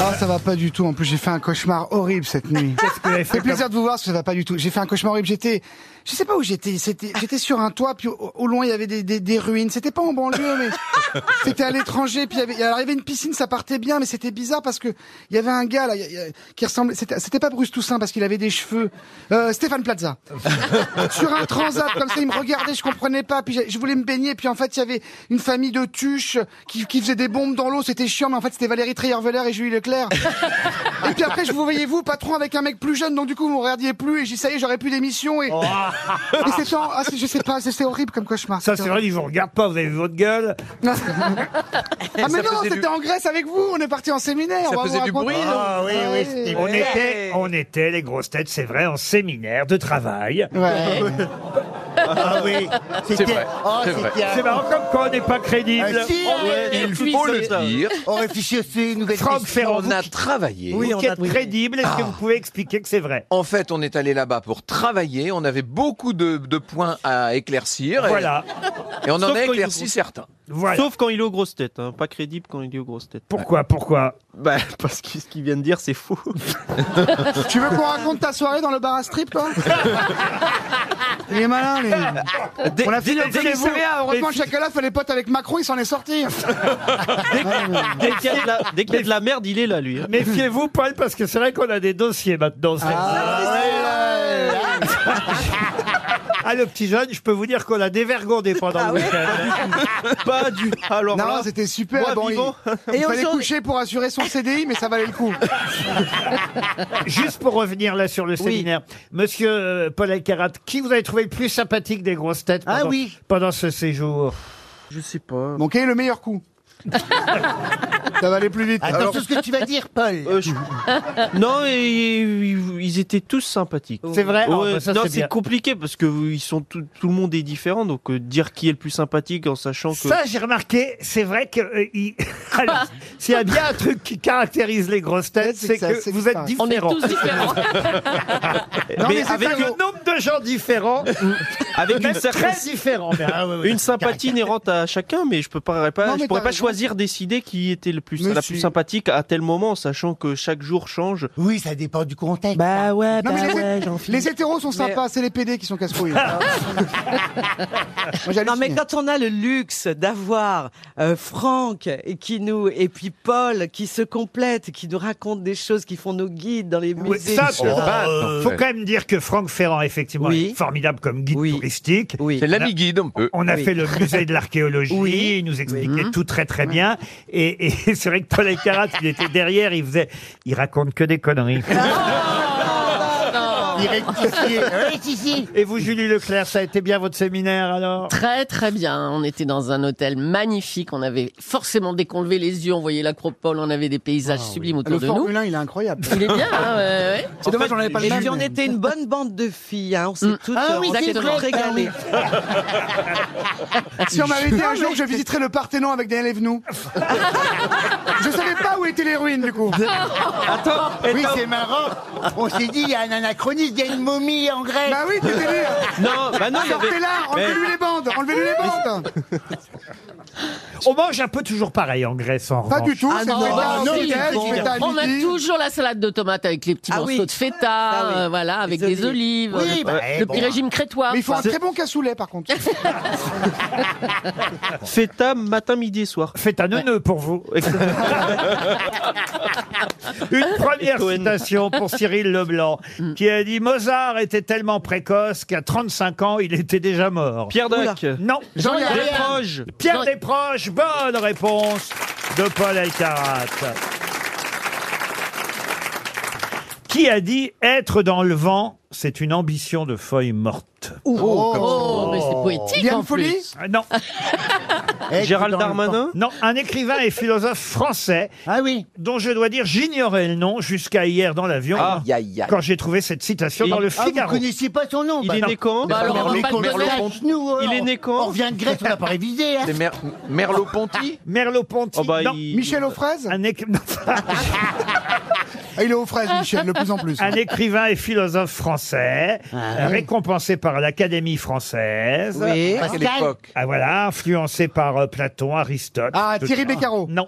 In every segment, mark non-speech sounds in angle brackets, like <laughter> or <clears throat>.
Ah, ça va pas du tout. En plus, j'ai fait un cauchemar horrible cette nuit. <laughs> Qu'est-ce que vous avez Ça fait fait plaisir de vous voir, parce que ça va pas du tout. J'ai fait un cauchemar horrible. J'étais, je sais pas où j'étais. C'était, j'étais sur un toit, puis au, au loin il y avait des, des, des ruines. C'était pas en banlieue, mais <laughs> c'était à l'étranger. Puis il y avait, il y avait une piscine, ça partait bien, mais c'était bizarre parce que il y avait un gars là il y a- qui ressemblait. C'était, c'était pas Bruce Toussaint parce qu'il avait des cheveux. Euh, Stéphane <laughs> Plaza. sur un transat comme ça, il me regardait, je comprenais pas. Puis j'ai- je voulais me baigner, puis en fait il y avait une famille de tuches qui, qui faisait des bombes dans l'eau. C'était chiant, mais en fait c'était Valérie Trierweiler et Julie Leclerc. Et puis après, je vous voyais vous, patron, avec un mec plus jeune, donc du coup, vous me regardiez plus, et j'ai dit, ça y est, j'aurais plus d'émission, et... et c'était, en- ah, c'est- je sais pas, c'est- c'était horrible comme cauchemar. Ça, Ah, c'est vrai, ils vous regardent pas, vous avez vu votre gueule. Non, c'est- ah, mais non, c'était en Grèce avec vous, on est parti en Eh, séminaire. on va vous raconter. Ah, oui, oui, Ouais. c'était- on, était, on était les grosses têtes, c'est vrai, en séminaire de travail. <laughs> Ouais. Ah oui, c'était. vrai, oh, c'est vrai. c'était- C'est marrant comme quoi on n'est pas crédible. Ah, si, Il faut le dire. On réfléchissait une nouvelle Franck question. Ah. Ferrand, On a travaillé. vous qui êtes crédible, est-ce que vous pouvez expliquer que c'est vrai En fait, on est allé là-bas pour travailler. On avait beaucoup de, de points à éclaircir. et- Voilà, Et, on en Sauf a quand éclairci il- certains. voilà. Sauf quand il est aux grosses têtes, hein. pas crédible quand il est aux grosses têtes. Pourquoi, pourquoi Bah, parce que ce qu'il vient de dire, c'est faux. <laughs> Tu veux qu'on raconte ta soirée dans le bar à strip, toi Il est malin, lui. on a fini le délaissez-vous. commissariat. Heureusement, chacun fait les potes avec Macron, il s'en est sorti. Dès qu'il y a de la, dès qu'il y a de la merde, il est là, lui. hein. Méfiez-vous, Paul, parce que c'est vrai qu'on a des dossiers maintenant. c'est- Ah, le petit jeune, je peux vous dire qu'on a dévergondé pendant le week-end. <laughs> Pas du. Alors Ah Non, là, c'était super. moi, bon, il, vivant. il fallait coucher pour assurer son CDI, mais ça valait le coup. Juste pour revenir là sur le séminaire, monsieur euh, Paul Elkarat, qui vous avez trouvé le plus sympathique des grosses têtes Ah pendant, oui. pendant ce séjour je sais pas. Donc, quel est le meilleur <laughs> coup Ça va aller plus vite. Attention à ce que tu vas dire, Paul. Euh, je- non, et- ils ils étaient tous sympathiques. C'est vrai Ah, Ouais, bah, ça, non, c'est bien. c'est compliqué parce que ils sont tout, tout le monde est différent, donc euh, dire qui est le plus sympathique en sachant que Ça, j'ai remarqué, c'est vrai que euh, il- <laughs> Alors, s'il y a bien un truc qui caractérise les grosses têtes, C'est c'est que ça, que c'est vous que êtes ça. On est différents. tous <laughs> différents. Non, mais Mais c'est avec ça, le vous- nombre de gens différents, avec une même certaine très différents. <laughs> Mais, ah, ouais, ouais. une sympathie inhérente à chacun, mais je peux pas, pas- Non, mais je pourrais t'as pas raison. choisir, décider qui était le plus, Mais la si. plus sympathique à tel moment, sachant que chaque jour change. Oui, ça dépend du contexte. Bah ouais, Non, mais les, les hétéros sont sympas, c'est les PD qui sont casse-couilles. Moi, j'hallucine. Non mais quand on a le luxe d'avoir euh, Franck et qui nous et puis Paul qui se complètent, qui nous racontent des choses, qui font nos guides dans les Oui, musées. ça, etc. c'est- Oh. Ah, Euh, faut quand même dire que Franck Ferrand, effectivement, Oui. est formidable comme guide Oui. touristique. oui. C'est l'ami guide, un peu. On a Oui. fait le musée de l'archéologie, Oui. il nous expliquait tout très très bien. Et, et <laughs> c'est vrai que Paul Elkarat, il était derrière, il faisait, il raconte que <laughs> des conneries. Il rectifiait. Oui, si, si. Et vous, Julie Leclerc, ça a été bien votre séminaire alors Très très bien. On était dans un hôtel magnifique. On avait forcément dès qu'on levait les yeux, on voyait l'acropole, on avait des paysages sublimes autour Le de Formule 1, il est incroyable. nous. Il est bien. hein, ouais, ouais. <laughs> C'est dommage, on n'avait pas le Et puis même. on était une bonne bande de filles, hein. on Mm. s'est toutes Ah euh, oui, on s'est c'est toutes vrai, régalées. <laughs> Ah Si on m'avait dit un jour que je visiterais le Parthénon avec Daniel Evenou. <laughs> je savais pas où étaient les ruines, du <laughs> coup. Oui, c'est marrant. On s'est dit, il y a un anachronisme, il y a une momie en Grèce. Bah oui, t'étais né. <laughs> Non, bah non, il y avait- Sortez-la, enlevez-lui les bandes, enlevez-lui les bandes. On mange un peu toujours pareil en Grèce en Pas revanche. du tout, Ah c'est non, feta non, au feta, non, du feta à On a midi. toujours la salade de tomates avec les petits Ah morceaux oui. de feta, Ah oui. euh, voilà, avec Les des olives. euh, Oui, bah, eh, le bon. petit régime crétois. Mais il faut quoi. un très bon cassoulet, par contre. Feta matin, midi et soir. Faites un neuneu <laughs> pour vous. Une première citation pour Cyril Leblanc, Mm. qui a dit Mozart était tellement précoce qu'à 35 ans, il était déjà mort. Pierre Dac. Non, Jean-Yann. Desproges. Pierre Jean- Desproges, bonne réponse de Paul Alcarat. Qui a dit être dans le vent, c'est une ambition de feuille morte Oh, mais c'est poétique. Liane en Folie plus. Ah, Non, Eh, Gérald dans le temps. Darmanin. non, un écrivain et philosophe français Ah oui. dont je dois dire j'ignorais le nom jusqu'à hier dans l'avion Aïe, aïe, aïe. quand j'ai trouvé cette citation Et- dans le Ah, vous Figaro. connaissiez pas son nom Il bah est non. né quand Bah alors, on Merleau- va pas le Merleau- connaître. Nous, euh, Il est né quand On revient de Grèce, on n'a pas révisé. hein. C'est Mer- Merleau-Ponty Merleau-Ponty. Oh, bah, non. il- Michel aux fraises Un éc- non. Ah, il est aux fraises, Michel, de plus en plus. Un écrivain et philosophe français, euh, récompensé par l'Académie française. Oui. À quelle époque Ah voilà, influencé par euh, Platon, Aristote. Ah, tout Thierry ça. Beccaro. <laughs> Non.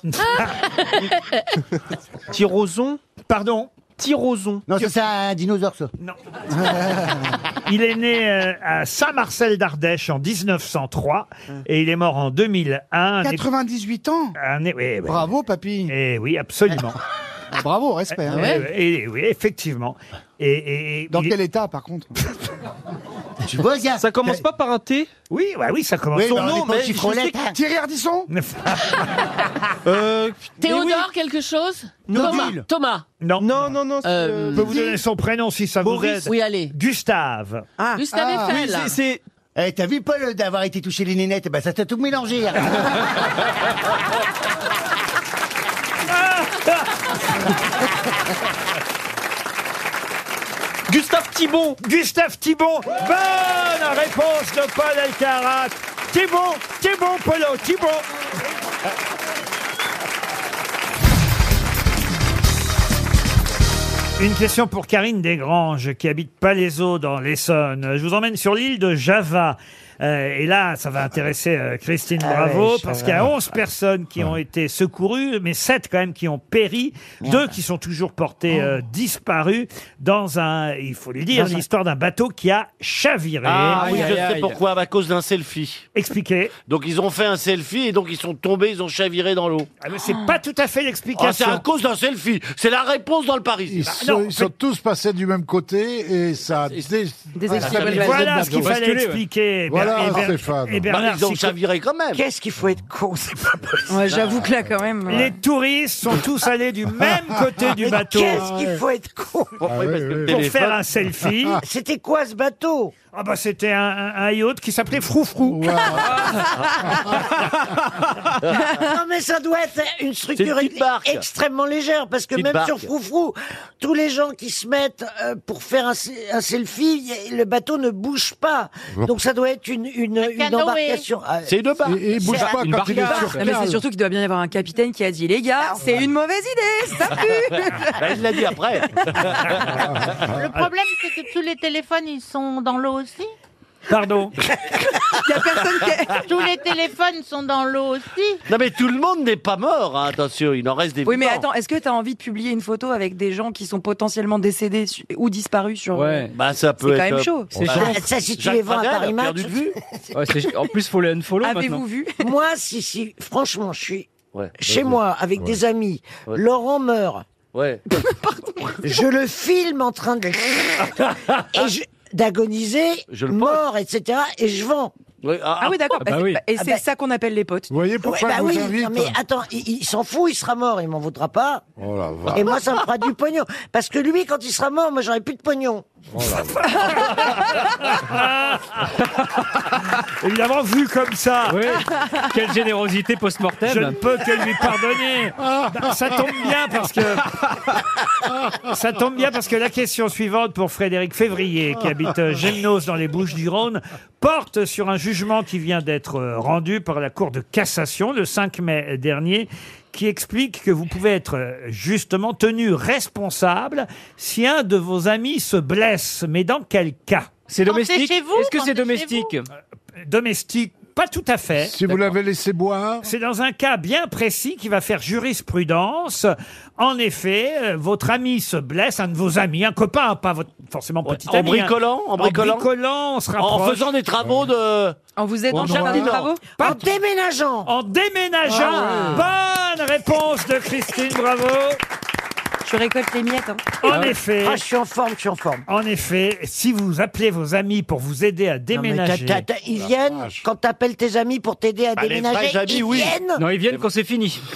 Tirozon Pardon. Tirozon. Non, ça, c'est un dinosaure, ça. <laughs> Il est né euh, à Saint-Marcel d'Ardèche en 1903 et il est mort en 2001. 98 ans. Un é- oui, oui. Bravo, papy. Eh oui, absolument. <laughs> Ah, Bravo, respect. hein. Ouais. Eh, eh oui, effectivement. Et, et- et Dans il- quel état, par <laughs> contre Tu vois, gars Ça commence pas par un T Oui, bah oui, ça commence. Oui, Son bah, on nom, est pas mais aussi je frôlette, sais que- hein. Thierry Ardisson <laughs> euh, mais oui. Théodore, quelque chose Nodule. Thomas. Thomas. non. Non, non, non. c'est, Euh, Je euh, peux vous donner son prénom si ça Boris. vous aide. Oui, allez. Gustave. Ah, Gustave ah. oui, Eiffel. c'est- c'est. Eh, t'as vu, Paul, euh, d'avoir été touché les nénettes Bah, ça t'a tout mélangé. hein. Gustave Thibon Gustave Thibon. Bonne réponse de Paul Alcarat. Thibon, Thibon, Polo, Euh. Thibon. Une question pour Karine Desgranges, qui habite Palaiseau dans l'Essonne. Je vous emmène sur l'île de Java. Euh, et là, ça va intéresser euh, Christine Ah Bravo, parce qu'il y a 11 personnes qui ont été secourues, mais 7 quand même qui ont péri, deux qui sont toujours portés euh, disparus dans un, il faut le dire, l'histoire d'un bateau qui a chaviré. Ah oui, Aïe, je aïe, sais aïe. pourquoi, à cause d'un selfie. Expliquez. Donc ils ont fait un selfie et donc ils sont tombés, ils ont chaviré dans l'eau. Ah, mais c'est pas tout à Ah, fait c'est l'explication. à cause d'un selfie. C'est la réponse dans le Ah, Paris. Ils, sont, non, ils sont tous passés du même côté et ça a dé- déstabilisé le voilà bateau. ce qu'il fallait basculer, ouais. expliquer. Voilà, Et Ber- Stéphane. et Bah, Bernard ils ont Sicot- chaviré quand même. Qu'est-ce qu'il faut être con, c'est pas possible. Ouais, J'avoue que là, quand même. Les touristes sont tous allés du même côté du bateau Qu'est-ce qu'il faut être Oh, con Ah Oui, oui, parce que oui, le oui. pour téléphone- faire un selfie. C'était quoi ce bateau Ah bah c'était un, un yacht qui s'appelait Froufrou. <laughs> Non mais ça doit être une structure petite barque. extrêmement légère parce que Petite même barque. sur Froufrou, tous les gens qui se mettent euh, pour faire un, se- un selfie, y- le bateau ne bouge pas. Donc ça doit être une, une, une canoë. embarcation. Ah, C'est deux barres. Et, et il bouge C'est pas Une quand il est barca. sur Non, mais c'est cale. surtout qu'il doit bien y avoir un capitaine qui a dit les gars, c'est une mauvaise idée, ça pue. Bah, il l'a dit après. <laughs> Le problème, c'est que tous les téléphones, ils sont dans l'eau aussi. Pardon. Il <laughs> y a personne qui. <laughs> Tous les téléphones sont dans l'eau aussi. Non, mais tout le monde n'est pas mort, hein, attention, il en reste des Oui, mais vivants. attends, est-ce que t'as envie de publier une photo avec des gens qui sont potentiellement décédés su- ou disparus sur Ouais. Bah, ça C'est peut quand être. même euh, chaud. bah, ça, si tu Jacques <laughs> les vends à Pradel a Paris Match. perdu de <laughs> vue. en plus, faut le unfollow Avez-vous vu Moi, si, si, franchement, je suis Ouais. chez moi avec des amis. Ouais. Laurent meurt. Ouais. Je le filme en train de. et je- d'agoniser, Je le pense. mort, etc. Et je vends. Ouais, ah, Ah oui, d'accord. bah oui. Et c'est ça qu'on appelle les potes. Vous voyez Ouais, pourquoi bah je vous oui, invite non, mais attends, il, il s'en fout, il sera mort, il m'en voudra pas. Oh la vache. Et moi, ça me fera du pognon. Parce que lui, quand il sera mort, moi, j'aurai plus de pognon. <laughs> Évidemment, vu comme ça, Quelle générosité je post-mortem ne peux que lui pardonner. Ah. Bah, ça tombe bien parce que. <laughs> Ça tombe bien parce que la question suivante pour Frédéric Février, qui habite euh, Gemnos dans les Bouches-du-Rhône, porte sur un jugement qui vient d'être euh, rendu par la Cour de cassation le 5 mai dernier qui explique que vous pouvez être euh, justement tenu responsable si un de vos amis se blesse. Mais dans quel cas C'est Quand domestique c'est chez vous, Est-ce que quand c'est c'est chez domestique Domestique Pas tout à fait. Si vous l'avez laissé boire, C'est dans un cas bien précis qui va faire jurisprudence. En effet, euh, votre ami se blesse, un de vos amis, un copain, pas votre, forcément Ouais, petit en ami. hein. bricolant, en bricolant, En bricolant, on se en rapproche. faisant des travaux de. On vous aide Bon, dans faire des non. travaux Pas- en déménageant. en déménageant. Ah, Bonne réponse de Christine, bravo. Je récolte les miettes. hein. En effet. Ah, je suis en forme, je suis en forme. En effet, si vous appelez vos amis pour vous aider à Non, mais t'as- déménager, t'as- t'as- ils viennent, vache. quand t'appelles tes amis pour t'aider à Bah, les déménager, vrais amis, ils oui. viennent. Non, ils viennent quand c'est fini. <laughs>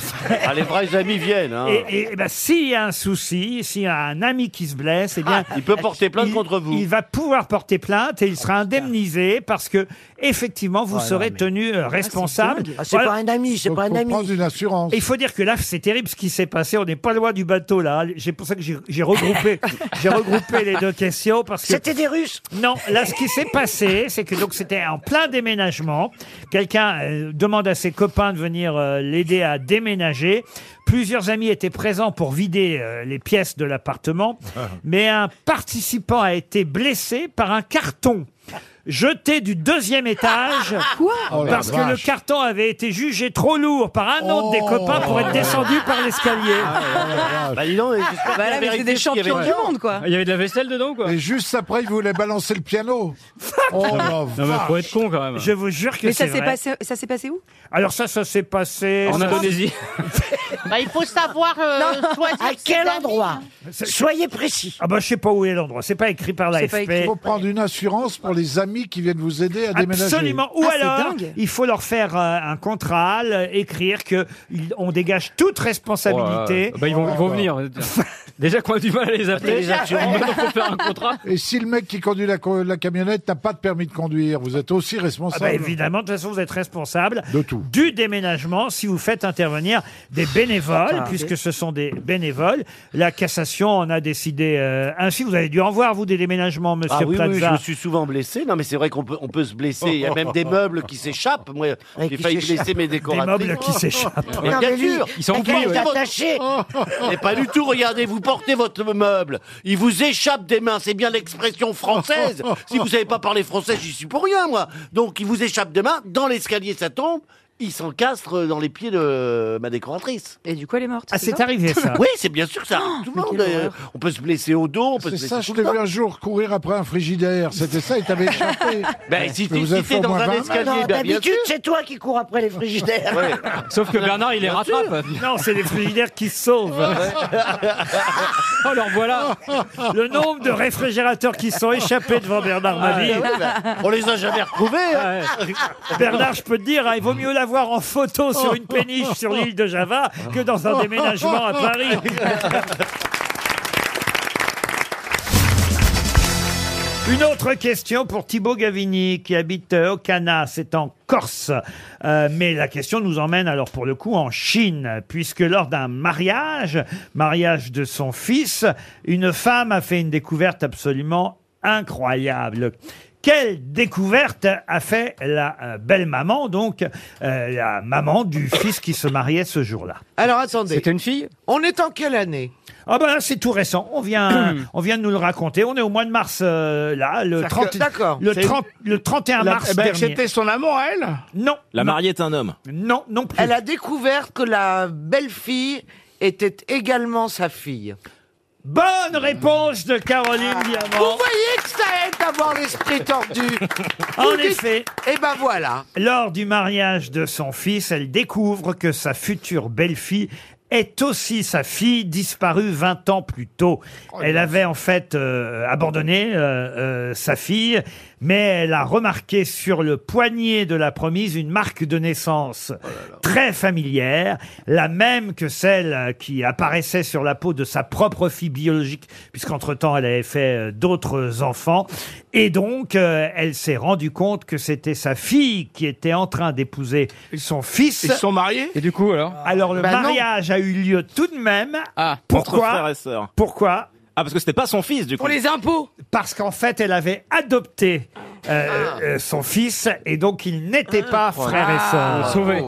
Ah, les vrais amis viennent. Hein. et, et- et ben, s'il y a un souci, s'il y a un ami qui se blesse, eh bien, Ah, Il peut porter plainte il- contre vous. Il va pouvoir porter plainte et il Oh, sera indemnisé parce que effectivement vous serez tenu euh, responsable. Ah, c'est Voilà. pas un ami, c'est faut, pas un faut ami. prendre une assurance. Et Il faut dire que là, c'est terrible ce qui s'est passé. On n'est pas loin du bateau là. C'est pour ça que j'ai j'ai regroupé, j'ai regroupé les deux questions parce que C'était des Russes. non, là, ce qui s'est passé, c'est que donc c'était en plein déménagement. Quelqu'un euh, demande à ses copains de venir euh, l'aider à déménager. Plusieurs amis étaient présents pour vider euh, les pièces de l'appartement, mais un participant a été blessé par un carton jeté du <laughs> deuxième étage Oh la parce que le vache. carton avait été jugé trop lourd par un autre des copains pour être descendu par l'escalier. Bah dis donc, j'espère Voilà, qu'il a Ah, mais c'est vérifié des ce qu'il y avait champions du dedans. monde, quoi. Il y avait de la vaisselle dedans, quoi. Et juste après, il voulait balancer le piano. Oh la mais vache. faut être con, quand même. Je vous jure que Mais ça c'est s'est vrai. passé, ça s'est passé où Alors ça, ça s'est passé En Indonésie. Bah, il faut savoir euh, Non. choisir À ses quel amis, endroit hein. Soyez précis. Ah bah je sais pas où est l'endroit. C'est pas écrit par l'AFP. Il faut prendre une assurance pour les amis qui viennent vous aider à déménager. Absolument. Ou alors, il faut leur faire euh, un contrat, l- écrire que il- on dégage toute Oh responsabilité. Bah, ils vont- ils vont venir. <laughs> Déjà qu'on a du mal à les appeler. Déjà, tu- Maintenant, faut faire un contrat. Et si le mec qui conduit la, co- la camionnette n'a pas de permis de conduire, vous êtes aussi Ah responsable. bah, évidemment, de toute façon, vous êtes responsable De tout. du déménagement si vous faites intervenir des bénévoles, Ah, puisque ok. ce sont des bénévoles. La cassation en a décidé euh, ainsi. Vous avez dû en voir, vous, des déménagements, monsieur Ah oui, oui, Plaza. je me suis souvent blessé. Non, mais c'est vrai qu'on peut, on peut se blesser. Il y a même des meubles qui s'échappent. Moi, j'ai qui failli s'échappent. blesser mes Des décoratrices. meubles qui s'échappent. Mais Non, bien mais lui, sûr. ils sont Vous enfouis, portez ouais. votre- Mais pas du tout. Regardez, vous portez votre meuble. Il vous échappe des mains. C'est bien l'expression française. Si vous savez pas parler français, j'y suis pour rien, moi. Donc, il vous échappe des mains. Dans l'escalier, ça tombe. Il s'encastre dans les pieds de ma décoratrice. Et du coup, elle est morte. Ah, c'est arrivé, ça. Oui, c'est bien sûr que ça. arrive. tout le monde. euh, On peut se blesser au dos. On peut se C'est blesser ça, je tout le t'ai vu temps. un jour courir après un frigidaire. C'était ça, il t'avait échappé. Ben, si Je t'es- vous si ai fait t'es au dans moins un 20. escalier, Non, ben, bien d'habitude, c'est toi qui cours après les frigidaires. Sauf que Bernard, il les rattrape. Non, c'est les frigidaires qui se <laughs> sauvent. Oh, Alors voilà. Le nombre de réfrigérateurs qui sont échappés devant Bernard Mabille. Ah, oui, bah, on les a jamais retrouvés. hein. Bernard, je peux te dire, hein, il vaut mieux l'avoir en photo sur une péniche sur l'île de Java que <laughs> dans un déménagement à Paris. Une autre question pour Thibaut Gavini qui habite euh, Ocana, c'est en Corse. Euh, mais la question nous emmène alors pour le coup en Chine, puisque lors d'un mariage, mariage de son fils, une femme a fait une découverte absolument incroyable. Quelle découverte a fait la euh, belle-maman, donc euh, la maman du fils qui se mariait ce jour-là Alors <laughs> attendez. C'était une fille On est en quelle année ah ben là, c'est tout récent. <clears throat> On vient, on vient de nous le raconter. On est au mois de mars euh, là, le D'accord. 30, D'accord. le C'est- 30, le 31 La- mars eh ben, dernier. c'était son amant à elle Non. La Non. mariée est un homme. Non, non plus. Elle a découvert que la belle-fille était également sa fille. Ah. Bonne réponse de Caroline Diamant. Vous voyez que ça aide d'avoir l'esprit tordu. En Vous dites- effet. Eh ben voilà. Lors du mariage de son fils, elle découvre que sa future belle-fille est aussi sa fille disparue 20 ans plus tôt. Oh, Elle avait en fait euh, abandonné euh, euh, sa fille, mais elle a remarqué sur le poignet de la promise une marque de naissance Oh très familière, la même que celle qui apparaissait sur la peau de sa propre fille biologique, puisqu'entre-temps elle avait fait euh, d'autres enfants. Et donc, euh, elle s'est rendue compte que c'était sa fille qui était en train d'épouser son fils. Ils sont mariés Et du coup, alors Alors, Ben le Bah mariage a eu lieu tout de même. Ah, Entre Pourquoi frères et sœurs. Pourquoi Ah, parce que c'était pas son fils, du coup. impôts Parce qu'en fait, elle avait adopté euh, Ah. euh, son fils, et donc ils n'étaient pas frère et sœur. Ah, sauvé.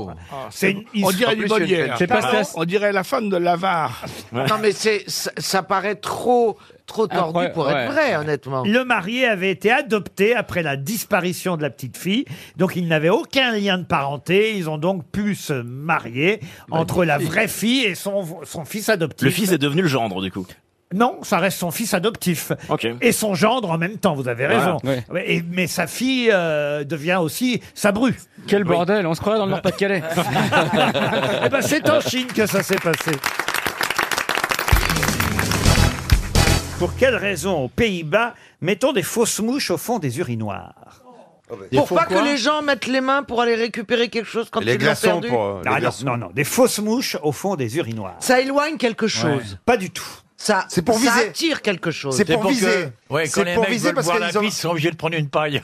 C'est une On dirait histoire- du Molière. C'est pas Pardon On dirait la femme de l'avare. Non mais c'est ça, ça paraît trop trop tordu Incroyable, pour ouais. être vrai honnêtement. Le marié avait été adopté après la disparition de la petite fille, donc ils n'avaient aucun lien de parenté. Ils ont donc pu se marier entre la vraie fille et son, son fils adoptif. Le fils est devenu le gendre, du coup. Non, ça reste son fils adoptif. Ok. Et son gendre en même temps, vous avez Voilà, raison. ouais. Ouais, et- mais sa fille euh, devient aussi sa bru. Quel bordel, on se croirait dans <laughs> le Nord-Pas-de-Calais. Eh ben, c'est en Chine que ça s'est passé. Pour quelle raison aux Pays-Bas mettons des fausses mouches au fond des urinoirs Pour pas que les gens mettent les mains pour aller récupérer quelque chose quand ils l'ont perdu. euh, Ah non, non, non, des fausses mouches au fond des urinoirs. Ça éloigne quelque chose. Pas du tout. Ça, C'est pour viser. ça attire quelque chose. Ouais, quand les mecs veulent boire la pisse, ils sont obligés de prendre une paille.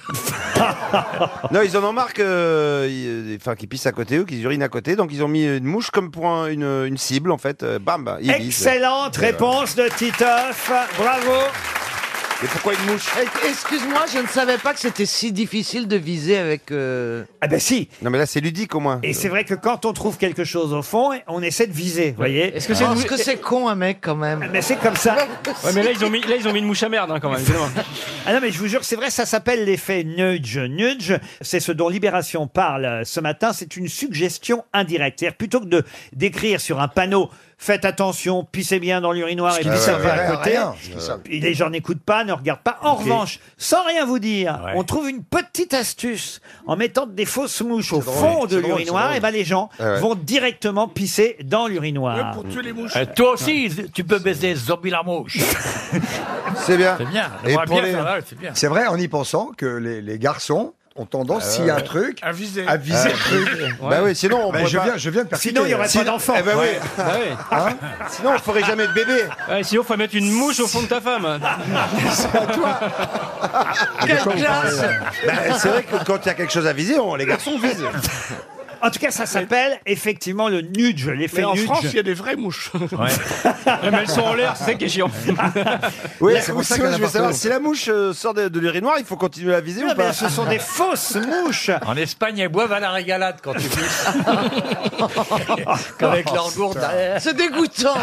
<laughs> Non, ils en ont marre que, euh, ils- euh, enfin, qu'ils pissent à côté ou qu'ils urinent à côté, donc ils ont mis une mouche comme pour un- une, une cible en fait. euh, bam, bah, ils visent. Excellente Et, euh, réponse de Titoff. Bravo. Mais pourquoi une mouche Eh, Excuse-moi, je ne savais pas que c'était si difficile de viser avec. euh, Ah ben si Non mais là Eh, c'est ludique au moins. Et c'est vrai que quand on trouve quelque chose au fond, on essaie de viser, vous voyez. Est-ce que c'est Parce que c'est con un mec quand même. Ah, Mais c'est comme ça. Ouais, mais là, ils ont mis, là, ils ont mis une mouche à merde hein, quand même. évidemment. Ah non, mais je vous jure, c'est vrai, ça s'appelle l'effet nudge. Nudge, c'est ce dont Libération parle euh, ce matin. C'est une suggestion indirecte. C'est-à-dire, plutôt que de d'écrire sur un panneau Faites attention, pissez bien dans l'urinoir et qui puis ne ça va servirait à à côté. Euh, rien, ce qui servirait. Et les gens n'écoutent pas, ne regardent pas. En revanche, sans rien vous dire, on trouve une petite astuce en mettant des fausses mouches au fond de c'est drôle, c'est l'urinoir. drôle. Et ben les gens Ah ouais. vont directement pisser dans l'urinoir. Euh, toi aussi, tu peux baiser Zombie la mouche. C'est bien. C'est bien. Et J'aimerais pour bien les- faire mal, c'est bien. C'est vrai, en y pensant, que les, les garçons ont tendance, Ah s'il y a un <laughs> truc, À viser. à viser Ah. le truc. Bah oui, sinon, on Bah, pourrait je pas- viens, je viens de percuter. Sinon, il y aurait pas Sinon- d'enfant. Eh ben oui. <laughs> Ouais. Bah ouais. Hein Sinon, on ferait jamais de bébé. Ouais, sinon, faut mettre une mouche au fond de ta <laughs> femme. c'est à toi. <laughs> Quelle classe <laughs> Bah, C'est vrai que quand il y a quelque chose à viser, on- les garçons visent. <laughs> En tout cas, ça s'appelle effectivement le nudge, l'effet Mais en nudge. France, il y a <laughs> des vraies mouches. Mais elles sont en l'air, c'est ça qui est chiant. <laughs> Oui, La- c'est ou pour ça sinon, que je veux savoir si la mouche euh, sort de, de l'urinoir, il faut continuer à viser Non, ou pas mais ce <laughs> sont des fausses mouches. En Espagne, elles boivent à la régalade quand tu <laughs> pisses. Avec leur gourde derrière. C'est <laughs> dégoûtant.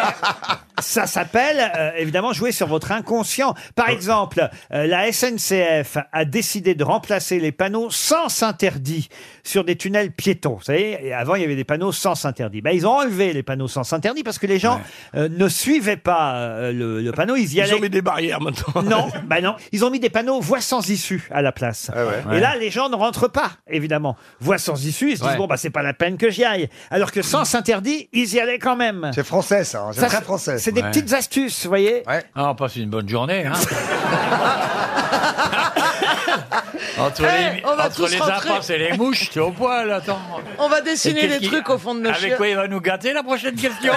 Ah, Ça s'appelle euh, évidemment jouer sur votre inconscient. Par exemple, euh, la SNCF a décidé de remplacer les panneaux sans interdit sur des tunnels piétons. Vous savez, et avant il y avait des panneaux sans interdit. Ben, ils ont enlevé les panneaux sans interdit parce que les gens euh, ne suivaient pas euh, le, le panneau. Ils y Ils ont allaient. mis des barrières maintenant. <laughs> Non, bah non. Ils ont mis des panneaux voie sans issue à la place. ouais. Et Ouais. là, les gens ne rentrent pas, évidemment. Voie sans issue, ils se disent Ouais. bon bah c'est pas la peine que j'y aille. Alors que Mm. sans interdit, ils y allaient quand même. C'est français, ça. hein. C'est Ça, très c'est- français. c'est des Ouais. petites astuces, vous voyez. Ah, on passe une bonne journée. Hein. <laughs> entre les, Eh, on va entre tous les rentrer. impasses et les mouches, t'es au poil, attends. On va dessiner Et qu'est-ce des qui- trucs au fond de nos Avec chiottes. quoi il va nous gâter la prochaine question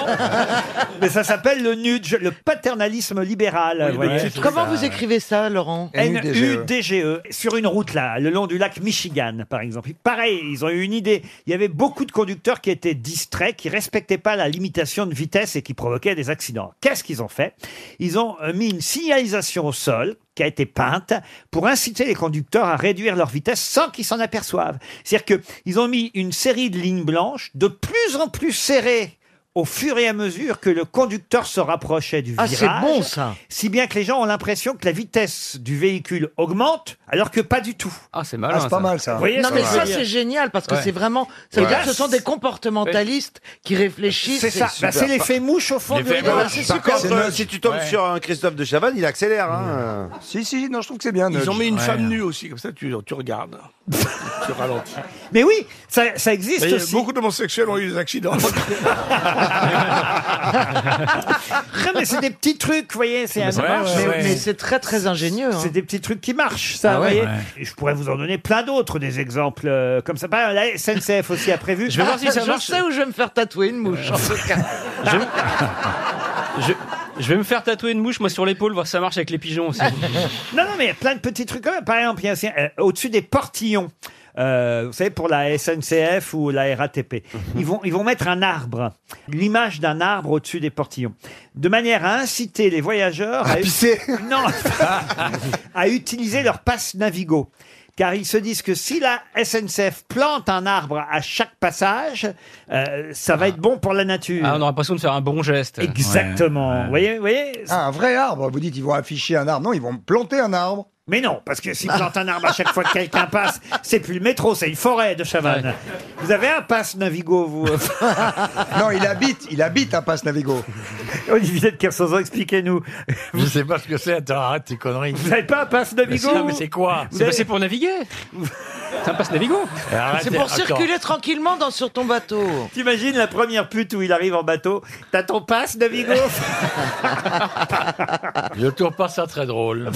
Mais ça s'appelle le nudge, le paternalisme libéral. vous voyez. Comment vous écrivez ça, Laurent E. E. Ah, N-U-D-G-E. E, Sur une route, là, le long du lac Michigan, par exemple. Pareil, ils ont eu une idée. Il y avait beaucoup de conducteurs qui étaient distraits, qui respectaient pas la limitation de vitesse et qui provoquaient des accidents. Qu'est-ce qu'ils ont fait Ils ont euh, mis une signalisation au sol qui a été peinte pour inciter les conducteurs à réduire leur vitesse sans qu'ils s'en aperçoivent. C'est-à-dire qu'ils ont mis une série de lignes blanches de plus en plus serrées au fur et à mesure que le conducteur se rapprochait du Ah, virage. c'est bon, ça. Si bien que les gens ont l'impression que la vitesse du véhicule augmente, alors que pas du tout. Ah, c'est malin, Ah, c'est pas ça. mal, ça. Vous voyez non ce mais que je ça veux dire c'est génial parce que Ouais. c'est vraiment ça veut Et dire là, que ce sont des comportementalistes qui réfléchissent. C'est ça. Bah, c'est l'effet mouche <laughs> au fond de L'effet l'urinoir. mouche. Par contre, euh, si tu tombes Ouais. sur un Christophe de Chavannes, il accélère. Hein. Si, si, non, je trouve que c'est bien. Ils ont Nudge. mis une Ouais. femme nue aussi, comme ça tu, tu regardes. tu ralentis. Mais oui, ça, ça existe Et aussi. Beaucoup d'homosexuels ont eu des accidents. Non, mais c'est des petits trucs, vous voyez, c'est Mais ça un- euh, marche, Mais- ouais. mais c'est très très ingénieux. hein. C'est des petits trucs qui marchent, Ah ça. ouais. vous voyez Ouais. Et je pourrais vous en donner plein d'autres, des exemples euh, comme ça. Bah, la SNCF aussi a prévu. Ah, sais où je vais me faire tatouer une mouche. en tout cas. Je, <laughs> je vais me faire tatouer une mouche, moi, sur l'épaule, voir si ça marche avec les <laughs> pigeons aussi. <laughs> Non, non, mais il y a plein de petits trucs quand même. Par exemple, il y a aussi, euh, au-dessus des portillons. euh, vous savez, pour la SNCF ou la RATP, ils vont, ils vont mettre un arbre, l'image d'un arbre au-dessus des portillons, de manière à inciter les voyageurs à, <laughs> non, à utiliser leur passe Navigo. Car ils se disent que si la SNCF plante un arbre à chaque passage, euh, ça va être bon pour la nature. Ah, on a l'impression de faire un bon geste. <laughs> Exactement. Vous voyez, vous voyez Ah, un vrai arbre. Vous dites, ils vont afficher un arbre. Non, ils vont planter un arbre. Mais non, parce que s'ils plantent un arbre à chaque fois que quelqu'un passe, c'est plus le métro, c'est une forêt de Chavannes. Vous avez un passe Navigo, vous <laughs> <laughs> Non, il habite, il habite un passe Navigo. Olivier de Kersozo, expliquez-nous. Je sais pas ce que c'est, attends, arrête tes conneries. Vous n'avez pas un passe Navigo Mais si, mais c'est quoi C'est passé pour naviguer. Ça passe Navigo. Arrête, C'est pour attends. circuler tranquillement dans sur ton bateau. T'imagines la première pute où il arrive en bateau T'as <laughs> ton passe Navigo Je trouve pas ça très drôle.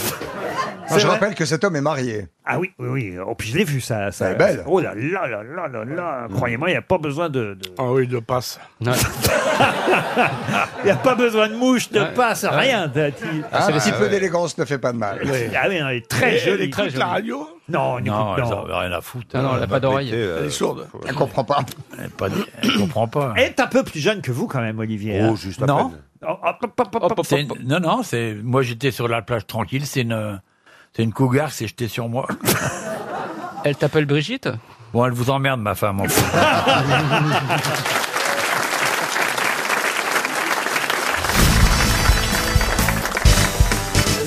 Moi, je rappelle que cet homme est marié. Ah oui, oui, oui. Oh, puis je l'ai vu, ça. ça Elle est belle. Oh là là là là là là. Croyez-moi, il n'y a pas besoin de. Ah oui, de passe. Il n'y a pas besoin de mouche, de Ouais. passe, Ouais. rien. t'as- Ah, Ah, un petit ouais. peu d'élégance ne fait pas de mal. Ah oui, non, elle est très Et- jolie. elle écoute la radio Non, on écoute- Non, non, elle en a euh, rien à foutre. Ah non, elle a pas d'oreille. Elle est sourde. euh, Elle comprend pas. Elle, pas, elle comprend pas. Elle est un peu plus jeune que vous, quand même, Olivier. Oh, hein. juste à Non. peine. C'est oh, C'est- une- Non, non, c'est. Moi, j'étais sur la plage tranquille. C'est une, c'est une cougar qui s'est jetée sur moi. elle t'appelle Brigitte Bon, elle vous emmerde, ma femme. en fait.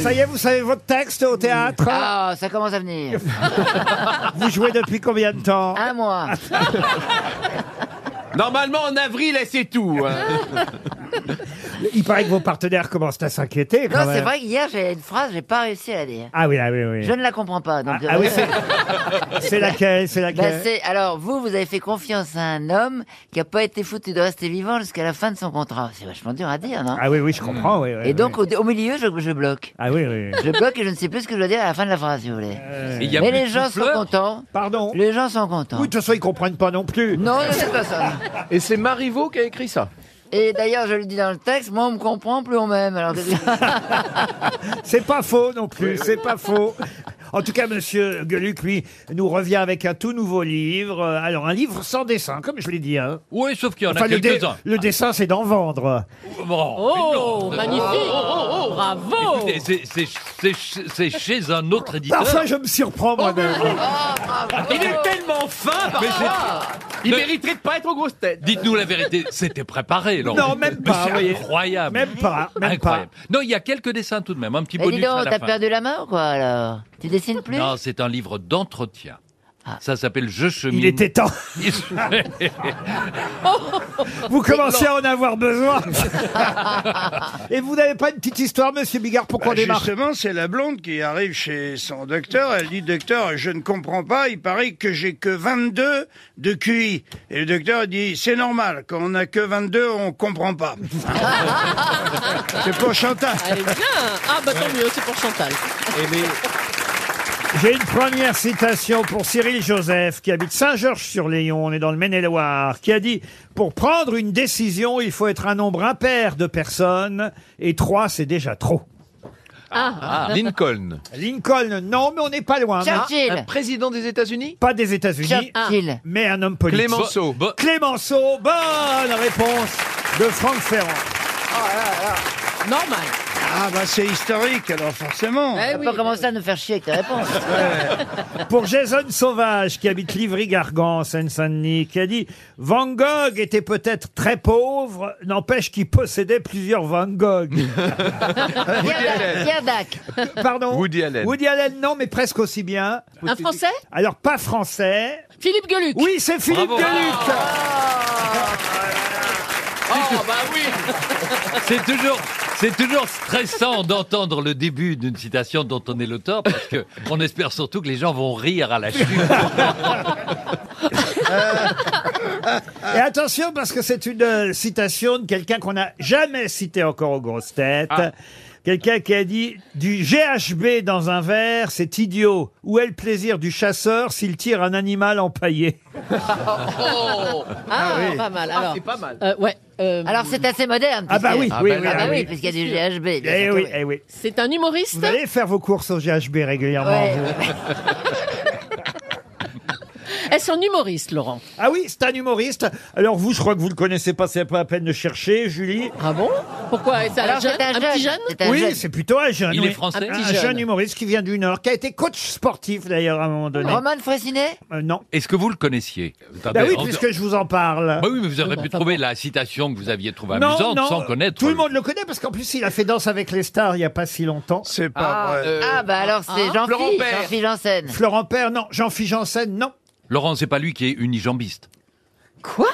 Ça y est, vous savez votre texte au théâtre Ah, Ah, ça commence à <laughs> venir. <laughs> Vous jouez depuis combien de temps Un mois. Normalement, en avril, elle sait tout. hein. <laughs> Il paraît que vos partenaires commencent à s'inquiéter. quand Non, c'est même. vrai qu'hier, j'ai une phrase, j'ai pas réussi à la dire. Ah oui, ah oui, oui. Je ne la comprends pas. donc- euh, Ah oui, c'est- c'est laquelle, c'est laquelle <laughs> Bah, c'est- alors, vous, vous avez fait confiance à un homme qui n'a pas été foutu de rester vivant jusqu'à la fin de son contrat. C'est vachement dur à dire, non Ah oui, oui, je comprends. oui, oui, Et oui. donc, au, au milieu, je, je bloque. Ah oui, oui. Je bloque et je ne sais plus ce que je dois dire à la fin de la phrase, si vous voulez. Et Euh, il y a Mais plus les de gens sont souffleur contents. Pardon Les gens sont contents. Oui, de toute façon, ils comprennent pas non plus. Non, non, c'est pas ça. Et c'est Marivaux qui a écrit ça. Et d'ailleurs, je le dis dans le texte, moi, on me comprend, plus on m'aime. Alors, <laughs> que- C'est pas faux non plus, c'est pas faux. En tout cas, Monsieur Gueluc, lui, nous revient avec un tout nouveau livre. Euh, Alors, un livre sans dessin, comme je l'ai dit. Hein. Oui, sauf qu'il y en a le, dé- quelques-uns. Ah. le dessin, c'est d'en vendre. Oh, magnifique. Bravo. Écoutez, c'est- c'est- c'est ch- c'est chez un autre éditeur. Parfois, je me surprends moi-même. Oh, bah, Ah, Il est tellement fin, Mais Il mériterait de pas être aux grosses têtes. Dites-nous la vérité, c'était préparé, Laurent. Non, même pas, Mais voyez. C'est incroyable. Même pas, même incroyable. Non, il y a quelques dessins tout de même, un petit Mais bonus Eh, dis à donc, la t'as fin. perdu la main ou quoi, alors Tu dessines plus <laughs> Non, c'est un livre d'entretien. Ah. Ça s'appelle Je chemine. Il était temps. <laughs> Vous <laughs> commencez à en avoir besoin. Et vous n'avez pas une petite histoire, Monsieur Bigard, pour qu'on Bah, démarre Justement, c'est la blonde qui arrive chez son docteur. Elle dit Docteur, je ne comprends pas. Il paraît que j'ai que 22 de QI. Et le docteur dit C'est normal. Quand on n'a que 22, on comprend pas. c'est pour Chantal. Elle est bien. Ah bah tant mieux, c'est pour Chantal. Eh ben, <laughs> J'ai une première citation pour Cyril Joseph, qui habite Saint-Georges-sur-Léon, on est dans le Maine-et-Loire, qui a dit « Pour prendre une décision, il faut être un nombre impair de personnes, et trois, c'est déjà trop. » <laughs> Ah, Lincoln. Lincoln, non, mais on n'est pas loin. Churchill. Un président des États-Unis Pas des États-Unis, Churchill. mais un homme politique. Clémenceau. Bo- Clémenceau, bonne réponse de Franck Ferrand. <laughs> Normal. Ah, bah c'est historique, alors forcément. Eh T'as pas commencé à nous faire chier avec ta <laughs> réponse. Pour Jason Sauvage, qui habite Livry-Gargan, en Seine-Saint-Denis, qui a dit « Van Gogh était peut-être très pauvre, n'empêche qu'il possédait plusieurs Van Gogh. <laughs> Ah, Pierre Dac. » Pardon Woody Allen. Woody Allen, non, mais presque aussi bien. Un Français Alors, pas français. Philippe Gueluc. Oui, c'est Philippe Bravo. Gueluc Ah. Oh bah oui. C'est toujours, c'est toujours stressant d'entendre le début d'une citation dont on est l'auteur parce <laughs> que on espère surtout que les gens vont rire à la chute. Ah. Et attention, parce que c'est une euh, citation de quelqu'un qu'on n'a jamais cité encore aux grosses têtes. Quelqu'un qui a dit du GHB dans un verre, c'est idiot. Où est le plaisir du chasseur s'il tire un animal empaillé <laughs> Oh. Ah, oui. pas mal. Ah, Alors, c'est pas mal. Euh, ouais. Alors, c'est assez moderne. Ah bah puisque- oui, oui, oui, Ah bah ah oui, oui. puisqu'il y a du GHB. bien Eh sûr. oui, eh oui. C'est un humoriste. Vous allez faire vos courses au GHB régulièrement. Ouais. vous. <laughs> Est-ce un humoriste, Laurent Ah oui, c'est un humoriste. Alors vous, je crois que vous le connaissez pas, c'est pas la peine de chercher, Julie. Ah bon Pourquoi C'est un Alors, jeune, c'est un un petit jeune. jeune C'est un oui, jeune. c'est plutôt un jeune. Il est oui. français un, Petit un jeune. jeune humoriste qui vient du Nord, qui a été coach sportif d'ailleurs à un moment donné. Roman Fressinet Euh, non. Est-ce que vous le connaissiez Bah oui, puisque je vous en parle. Bah oui, mais vous auriez pu trouver la citation que vous aviez trouvée Non, Bah, amusante non, sans connaître. Tout le monde le connaît parce qu'en plus il a fait Danse avec les stars il y a pas si longtemps. C'est pas Ah, vrai. euh, Ah bah alors, c'est Hein Florent Jean-Philippe. Père. Jean-Philippe Janssen. Florent Père, non. Jean-Philippe Janssen, non. Laurent, c'est pas lui qui est unijambiste. Quoi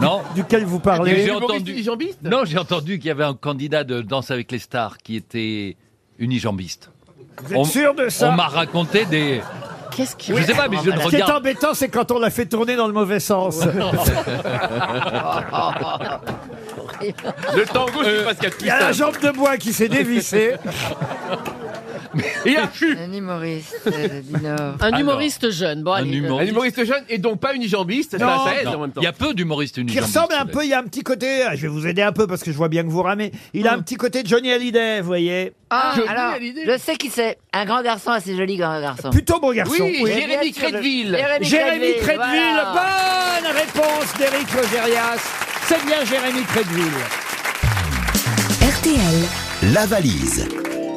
Non. Duquel vous parlez J'ai entendu. Non, j'ai entendu qu'il y avait un candidat de Danse avec les stars qui était unijambiste. Vous êtes sûr de ça On m'a raconté des. Qu'est-ce Je sais pas, mais je ne Ce qui est regarde. embêtant, c'est quand on l'a fait tourner dans le mauvais <laughs> sens. Le tango, Oh, <laughs> Euh, <laughs> Il y a la jambe de bois qui s'est dévissée. <laughs> Il a pu Un humoriste euh, du Nord. Un humoriste jeune. Bon, allez, euh, Ah. Un humoriste jeune et donc pas <laughs> unijambiste, ça, Non. ça aide Non. en même temps. Il y a peu d'humoristes Qui ressemble un peu, il y a un petit côté, euh, je vais vous aider un peu parce que je vois bien que vous ramez, il a un petit côté de Johnny Hallyday, vous voyez. Ah, alors, je sais qui c'est. Un grand garçon assez joli grand garçon. Plutôt beau garçon. Bien sûr, je- Jérémy, Jérémy Crédville, voilà. bonne réponse d'Éric Logérias. C'est bien Jérémy Crédville. RTL. La valise.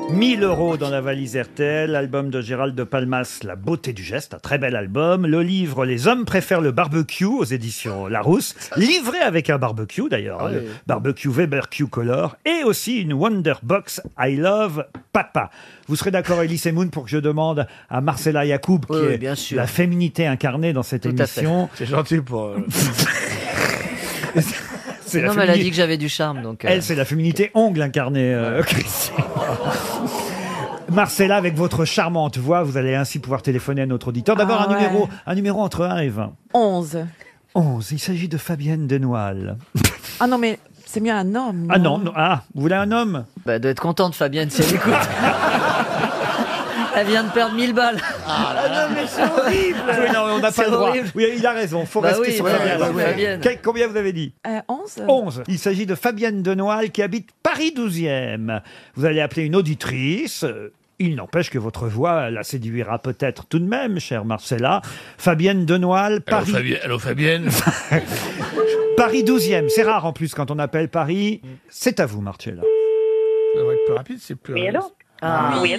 1000 euros dans la valise RTL, l'album de Gérald de Palmas, La beauté du geste, un très bel album, le livre Les hommes préfèrent le barbecue aux éditions Larousse, livré avec un barbecue d'ailleurs, hein, le Ah oui. barbecue Webercue Color, et aussi une Wonder Box I Love Papa. Vous serez d'accord, Elise et Moon, pour que je demande à Marcella Yacoub, qui Oui, oui, est bien sûr. la féminité incarnée dans cette émission. C'est gentil euh, pour. C'est la non, mais elle a fémini- dit que j'avais du charme, donc. euh, Elle, c'est la féminité ongle incarnée, euh, Christine. <laughs> Marcella, avec votre charmante voix, vous allez ainsi pouvoir téléphoner à notre auditeur. D'abord, Ah un, ouais. numéro, un numéro entre 1 et 20. 11. 11. Il s'agit de Fabienne Denoal. Ah non, mais c'est mieux un homme. Ah non, non, ah, vous voulez un homme Bah, elle doit être contente, Fabienne, si elle écoute. elle vient de perdre 1000 balles. <laughs> Ah non, mais <laughs> c'est horrible. Oui, non, on n'a pas C'est le droit. horrible. Oui, il a raison, faut Bah rester oui, sur bah Fabienne. oui, bah oui, Fabienne. Quel- combien vous avez dit 11. 11. Il s'agit de Fabienne Denoal qui habite Paris 12e. Vous allez appeler une auditrice. Euh, Il n'empêche que votre voix la séduira peut-être tout de même, chère Marcella. Fabienne Denoal, Allô, Paris. Fabi- <laughs> allô, Fabienne Paris 12e. C'est rare en plus quand on appelle Paris. C'est à vous, Marcella. Ça va être plus rapide, c'est plus. Oui, allô Ah. Oui,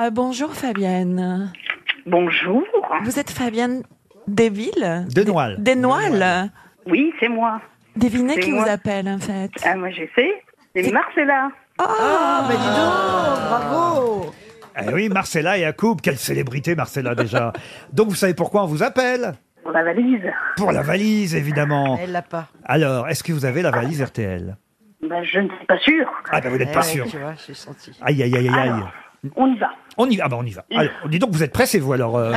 euh, bonjour Fabienne. Bonjour. Vous êtes Fabienne Desvilles Denoal. Desnoil Oui, c'est moi. Devinez C'est qui moi. vous appelle en fait. Ah, moi j'essaie. C'est Marcella. Ah, mais dis donc, Oh. bravo. Eh oui, Marcella et Yacoub. Quelle célébrité, Marcella, déjà. Donc, vous savez pourquoi on vous appelle Pour la valise. Pour la valise, Ah, évidemment. Elle l'a pas. Alors, est-ce que vous avez la valise RTL Bah, je ne suis pas sûre. Ah, bah, vous n'êtes pas sûr. Eh, j'ai senti. Aïe, aïe, aïe, aïe, aïe. Alors, on y va. On y va, ah bah on y va. Alors, dis donc, vous êtes pressés, vous, alors <laughs> euh.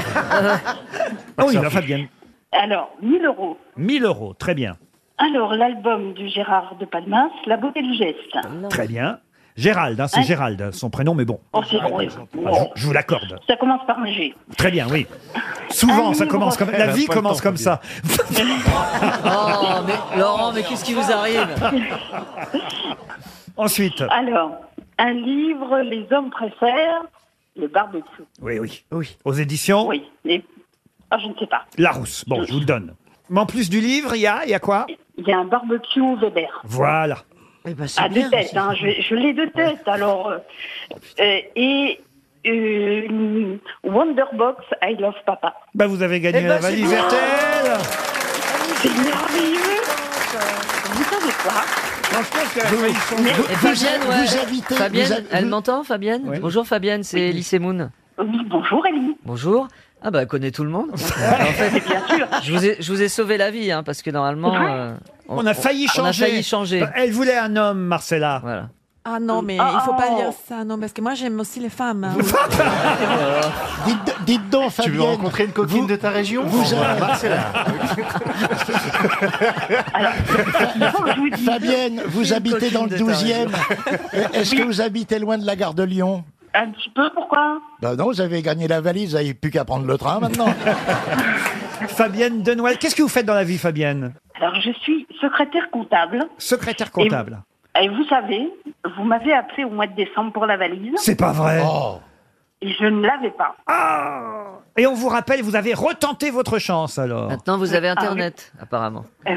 On y va, Fabienne. Alors, 1000 euros. 1000 euros, très bien. Alors, l'album du Gérard de Palmas, La beauté du geste. Très bien. Gérald, hein, c'est Hein Gérald, son prénom, mais bon. Oh, c'est drôle. Ah, je- je vous l'accorde. Ça commence par un G. Très bien, oui. Souvent, Un ça livre. commence comme la Elle a vie pas le commence temps, comme ça. <laughs> Oh, mais Laurent, mais qu'est-ce qui vous arrive <laughs> Ensuite, Alors, un livre, Les hommes préfèrent le barbecue. oui, oui, oui, aux éditions Oui. Et... Ah, je ne sais pas. Larousse. Bon, je vous le donne. Mais en plus du livre, il y a, il y a quoi Il y a un barbecue Weber. Voilà. Ah, deux têtes, hein, je, je l'ai deux têtes, alors. euh, euh, et euh, une Wonderbox I Love Papa. Bah, vous avez gagné Eh ben, la c'est valise bien. RTL. C'est <laughs> merveilleux Vous savez quoi Et Vous Fabienne, a- ouais. vous habitez- Fabienne, vous a- elle vous- m'entend, Fabienne Bonjour, Fabienne, c'est Elise Moon. bonjour, Ellie. Bonjour. Ah bah, elle connaît tout le monde. en fait, Je, vous ai, je vous ai sauvé la vie, hein, parce que normalement... euh, On a failli On a changer. failli changer. Bah, Elle voulait un homme, Marcella. Voilà. Ah non, mais il faut pas dire ça, non, parce que moi j'aime aussi les femmes. hein. Dites, dites donc, Tu veux Fabienne. rencontrer une coquine de ta région vous Envoie avez- bah, la Fabienne, vous Une habitez coquine dans le de ta <laughs> 12e. Est-ce que Oui. vous habitez loin de la gare de Lyon Un petit peu, pourquoi Ben non, vous avez gagné la valise, vous n'avez plus qu'à prendre le train maintenant. <laughs> Fabienne Denoël, qu'est-ce que vous faites dans la vie, Fabienne Alors, je suis secrétaire comptable. Secrétaire comptable. Et vous savez, vous m'avez appelé au mois de décembre pour la valise. C'est pas vrai. Oh. Ah. Et je ne l'avais pas. Et on vous rappelle, vous avez retenté votre chance alors. Maintenant, vous avez Ah, oui. Internet, apparemment. Euh,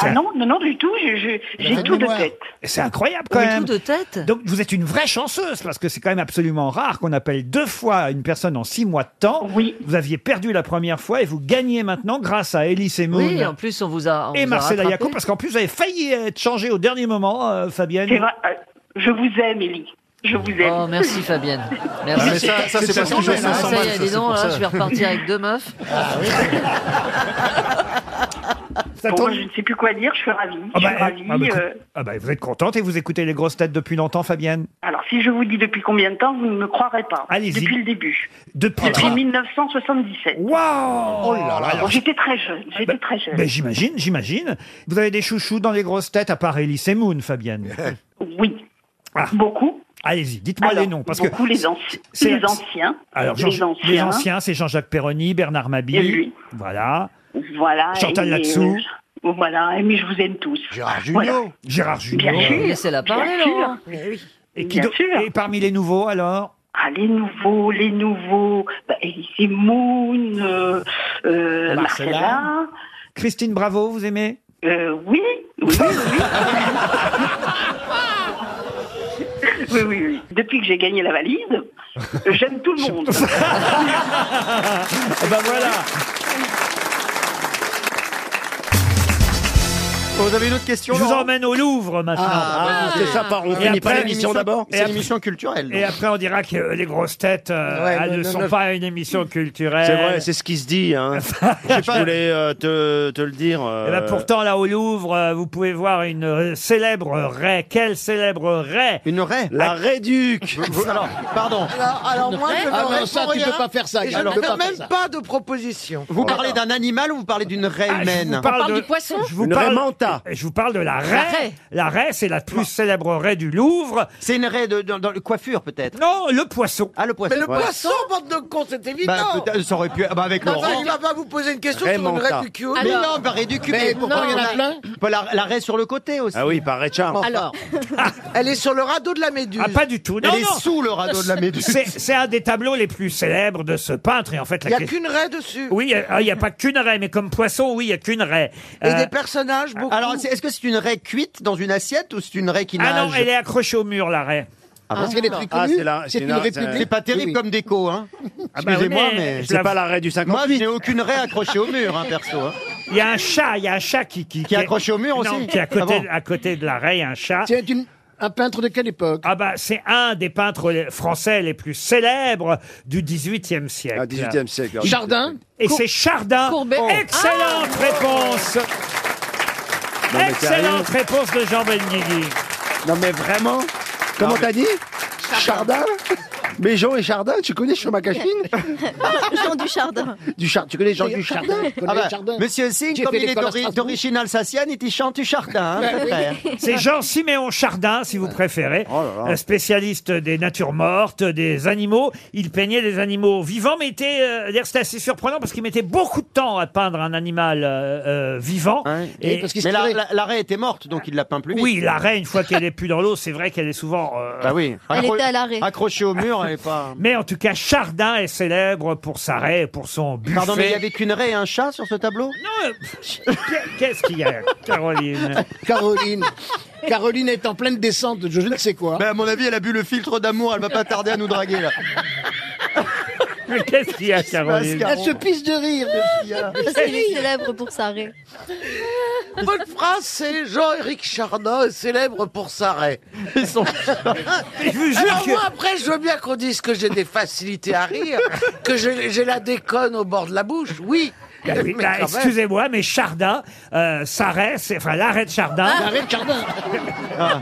ah non, non, non, du tout, je- je- j'ai tout de tête. C'est incroyable quand Oui, même. tout de tête. Donc vous êtes une vraie chanceuse parce que c'est quand même absolument rare qu'on appelle deux fois une personne en six mois de temps. Oui. Vous aviez perdu la première fois et vous gagnez maintenant grâce à Elise et Moon. Oui, en plus, on vous a on et vous a Marcela rattrapé. Yacoub, parce qu'en plus, vous avez failli être changée au dernier moment, euh, Fabienne. C'est vrai, euh, je vous aime, Élie. Je vous aime. Oh, merci, <laughs> Fabienne. Merci. Ah, mais ça- ça, c'est parce que je Ah, fais 500 Ça y balles, est, ça, dis c'est donc, pour là, ça. je vais <laughs> repartir avec deux meufs. Ah Ça Bon, tombe- moi, je ne sais plus quoi dire, je suis ravie. Ah je bah, suis ravie. ah bah, écoute- euh, ah bah, vous êtes contente et vous écoutez les grosses têtes depuis longtemps, Fabienne alors, si je vous dis depuis combien de temps, vous ne me croirez pas. Allez-y. Depuis le début. Depuis, Depuis 1977. Waouh Oh là là, alors- J'étais très jeune, j'étais très jeune. Ben, j'imagine, j'imagine. <laughs> Vous avez des chouchous dans les grosses têtes à part Elise et Moon, Fabienne. Oui. Beaucoup. Ah. Allez-y, dites-moi Alors, les noms. Parce que beaucoup les, anci- c'est- les anciens. Alors, Jean- les anciens. les anciens, c'est Jean-Jacques Perroni, Bernard Mabille. Et lui. Voilà. Voilà. Chantal et- euh, Latsou. Voilà, et mais je vous aime tous. Gérard Gérard Jugnot. Bien sûr. bien sûr. Et, qui Bien do- sûr. et parmi les nouveaux, alors Ah, les nouveaux, les nouveaux. Bah, Elie Moon, euh, euh, Marcella. Marcella. Christine Bravo, vous aimez Euh, oui, oui, oui. <laughs> oui. oui, oui, oui. Depuis que j'ai gagné la <laughs> valise, j'aime tout le monde. <laughs> <laughs> ben voilà. Oh, Vous avez une autre question Je vous Laurent emmène au Louvre maintenant. Ah, ah, c'est sympa, on Et finit pas après- l'émission d'abord. et C'est après- l'émission culturelle. donc. Et après, on dira que les grosses têtes euh, Ouais, ah, non, ne non, sont non. pas une émission culturelle. C'est vrai, c'est ce qui se dit. <laughs> Hein. Je voulais euh, te, te le dire. Eh ben, euh, pourtant, là, au Louvre, euh, vous pouvez voir une euh, célèbre raie. Quelle célèbre raie Une raie La réduque Alors, pardon. Alors, alors moi, je Ah ne non, réponds ça, tu rien, peux pas faire ça, et Je Yann, tu ne peux pas fais faire même ça. pas de proposition. Vous parlez d'un animal ou vous parlez d'une raie Ah, je humaine vous parle de- Je vous parle, manta. Je vous parle de la La raie. raie. La raie, c'est la plus célèbre raie du Louvre. C'est une raie de, dans, dans le coiffure peut-être Non, le poisson. Ah, le poisson. Mais le Ouais. poisson, bande de cons, c'est évident. Bah, peut-être, ça aurait pu. ah, Bah, avec Non, Laurent. bah, il va pas vous poser une question sur une Raymond raie Tard. du cul. Mais non, bah, raie du cul, mais pourquoi il y en a plein Bah, la, la raie sur le côté aussi. Ah oui, par Ray Charles. Alors, <laughs> elle est sur le radeau de la Méduse. hein. Ah, pas du tout. Elle Non, est non. sous le radeau <laughs> de la Méduse. C'est c'est un des tableaux les plus célèbres de ce peintre. Et en fait, Il n'y la a qu'une raie dessus. Oui, euh, ah, il n'y a, pas qu'une raie, mais comme poisson, oui, il n'y a qu'une raie. Et Euh, des personnages, beaucoup. Alors, c'est- est-ce que c'est une raie cuite dans une assiette ou c'est une raie qui Ah nage non, elle est accrochée au mur, la raie. Parce qu'elle est très Ah, connue. c'est la- c'est C'est une la- république. c'est- C'est pas terrible oui. comme déco, hein Ah bah oui, Excusez-moi, mais mais. c'est pas la raie du 58. Moi, je n'ai aucune raie accrochée au mur, hein, perso. hein. Il y a un chat, il y a un chat qui... Qui, est accroché au mur non, aussi qui est à côté, Ah bon à côté de la raie, un chat. C'est un peintre de quelle époque Ah bah, c'est un des peintres les- français les plus célèbres du XVIIIe siècle. Ah, 18e siècle. alors. Et c'est Chardin. Excellente Ah réponse. Non, mais Excellente sérieux réponse de Jean Benguigui. Non mais vraiment Comment t'as dit Chardin Béjon et Chardin, tu connais Chaumacaffine Jean du Chardin. Du Char- tu connais Jean du Chardin Ah bah, Monsieur Singh, comme il est d'ori- d'origine alsacienne, il chante du chardin, hein, Oh Bah mon oui. frère. <laughs> C'est Jean-Siméon Chardin, si vous préférez, un spécialiste des natures mortes, des animaux. Il peignait des animaux vivants, mais était, euh, d'ailleurs, c'était assez surprenant parce qu'il mettait beaucoup de temps à peindre un animal euh, euh, vivant. Et- mais la, la- la raie était morte, donc il la peint plus vite. Oui, la raie, une fois qu'elle est plus dans l'eau, c'est vrai qu'elle est souvent. euh, Bah oui. Elle Accro- était à l'arrêt. Accrochée au mur, elle est pas. <laughs> Mais en tout cas, Chardin est célèbre pour sa raie, et pour son buffet. Pardon, mais il y avait qu'une raie et un chat sur ce tableau Non, Qu'est-ce qu'il y a, Caroline Caroline. Caroline est en pleine descente de je ne sais quoi. à mon avis, elle a bu le filtre d'amour, elle va pas tarder à nous draguer là. Mais qu'est-ce qu'il y a, Caroline Caron. pisse Ah, de rire, hein. Parce qu'il est célèbre pour sa raie. Votre phrase, c'est Jean-Éric Chardin est célèbre pour sa raie. je vous jure Alors que- moi, après, je veux bien qu'on dise que j'ai des facilités à rire, que j'ai j'ai la déconne au bord de la bouche, oui. Bah oui, Mais bah, quand même. Excusez-moi, mais Chardin, euh, sa raie, c'est- enfin l'arrêt de Chardin. Ah, Arrête Chardin. Ah.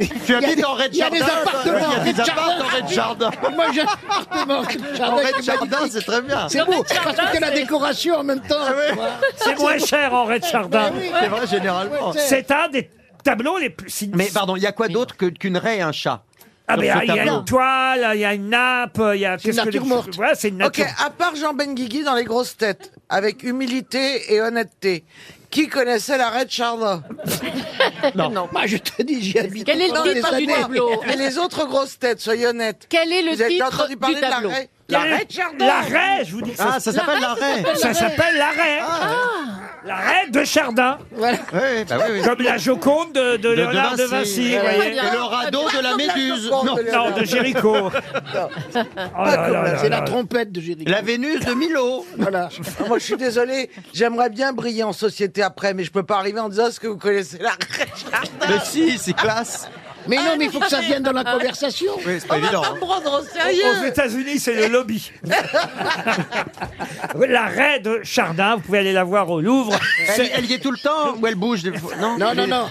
Tu Il y a habites des- en Red il y a Jardin des appartements Il y a Red des Jardin. appartements en Red Jardin <laughs> Moi j'ai un appartement Red Jardin. En Red qui est magnifique. Jardin, c'est très bien. Ah C'est beau, parce que t'as la décoration en même temps. tu vois. <laughs> C'est moins cher en raie de Chardin. Bah oui. C'est vrai, généralement. C'est un des tableaux les plus Mais pardon, il y a quoi d'autre que- qu'une raie et un chat Ah sur mais ce il y a tableau une toile, il y a une nappe, il y a une qu'est-ce que nature les- morte. Voilà, c'est une Ok, nature. à part Jean Benguigui dans Les Grosses Têtes, avec humilité et honnêteté, qui connaissait la raie de Chardin <laughs> Non. Bah, je te dis, j'y habite. Quel est le Non, mais titre du attendez, <laughs> tableau Mais les autres grosses têtes, soyez honnêtes. Quel est le Vous avez déjà titre entendu du parler de tableau la raie Quel La est- raie de Chardin La raie, je vous dis que Ah, ça s'appelle la raie. Ça s'appelle Ah. la raie. La raie de Chardin. Ouais, bah oui, oui. Comme la Joconde de, de De- de Léonard de Vinci. Vinci, vous Ouais. voyez. Et le radeau de la Méduse. Joconde Non, de Léonard. Non, de <laughs> Géricault. Oh là là là C'est la là. trompette de Jéricho. La Vénus de Milo. <laughs> Voilà. Ah, Moi, je suis désolé. J'aimerais bien briller en société après, mais je peux pas arriver en disant ce que vous connaissez la raie de Chardin. Mais si, c'est classe. Mais Ah, non, mais il faut que ça vienne dans la conversation. Oui, c'est pas évident. hein. Pas me Oh, prendre au Aux sérieux. États-Unis, c'est le lobby. <laughs> la raie de Chardin, vous pouvez aller la voir au Louvre. Elle, elle y est tout le temps ou elle bouge des fois Non, Non, elle non, est- non.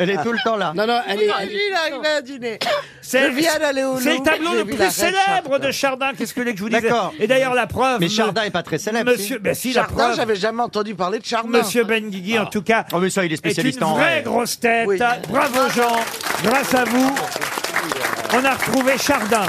Elle est tout le temps là. Non, non, elle est. Ah, Lui, il arrivait à dîner. C'est Je viens d'aller au c'est le Louvre, tableau j'ai le vu plus la reine célèbre Chardin. de Chardin. Qu'est-ce que vous voulez que je vous dise D'accord. Et d'ailleurs, la preuve. Mais me- Chardin est pas très célèbre. Monsieur, si ben si, la Chardin, preuve. j'avais jamais entendu parler de Chardin. Monsieur Benguigui, en tout cas, Ah. Oh, mais ça, il est est une spécialiste en vraie raie. grosse tête. Oui. Bravo, Jean. Grâce à vous, On a retrouvé Chardin.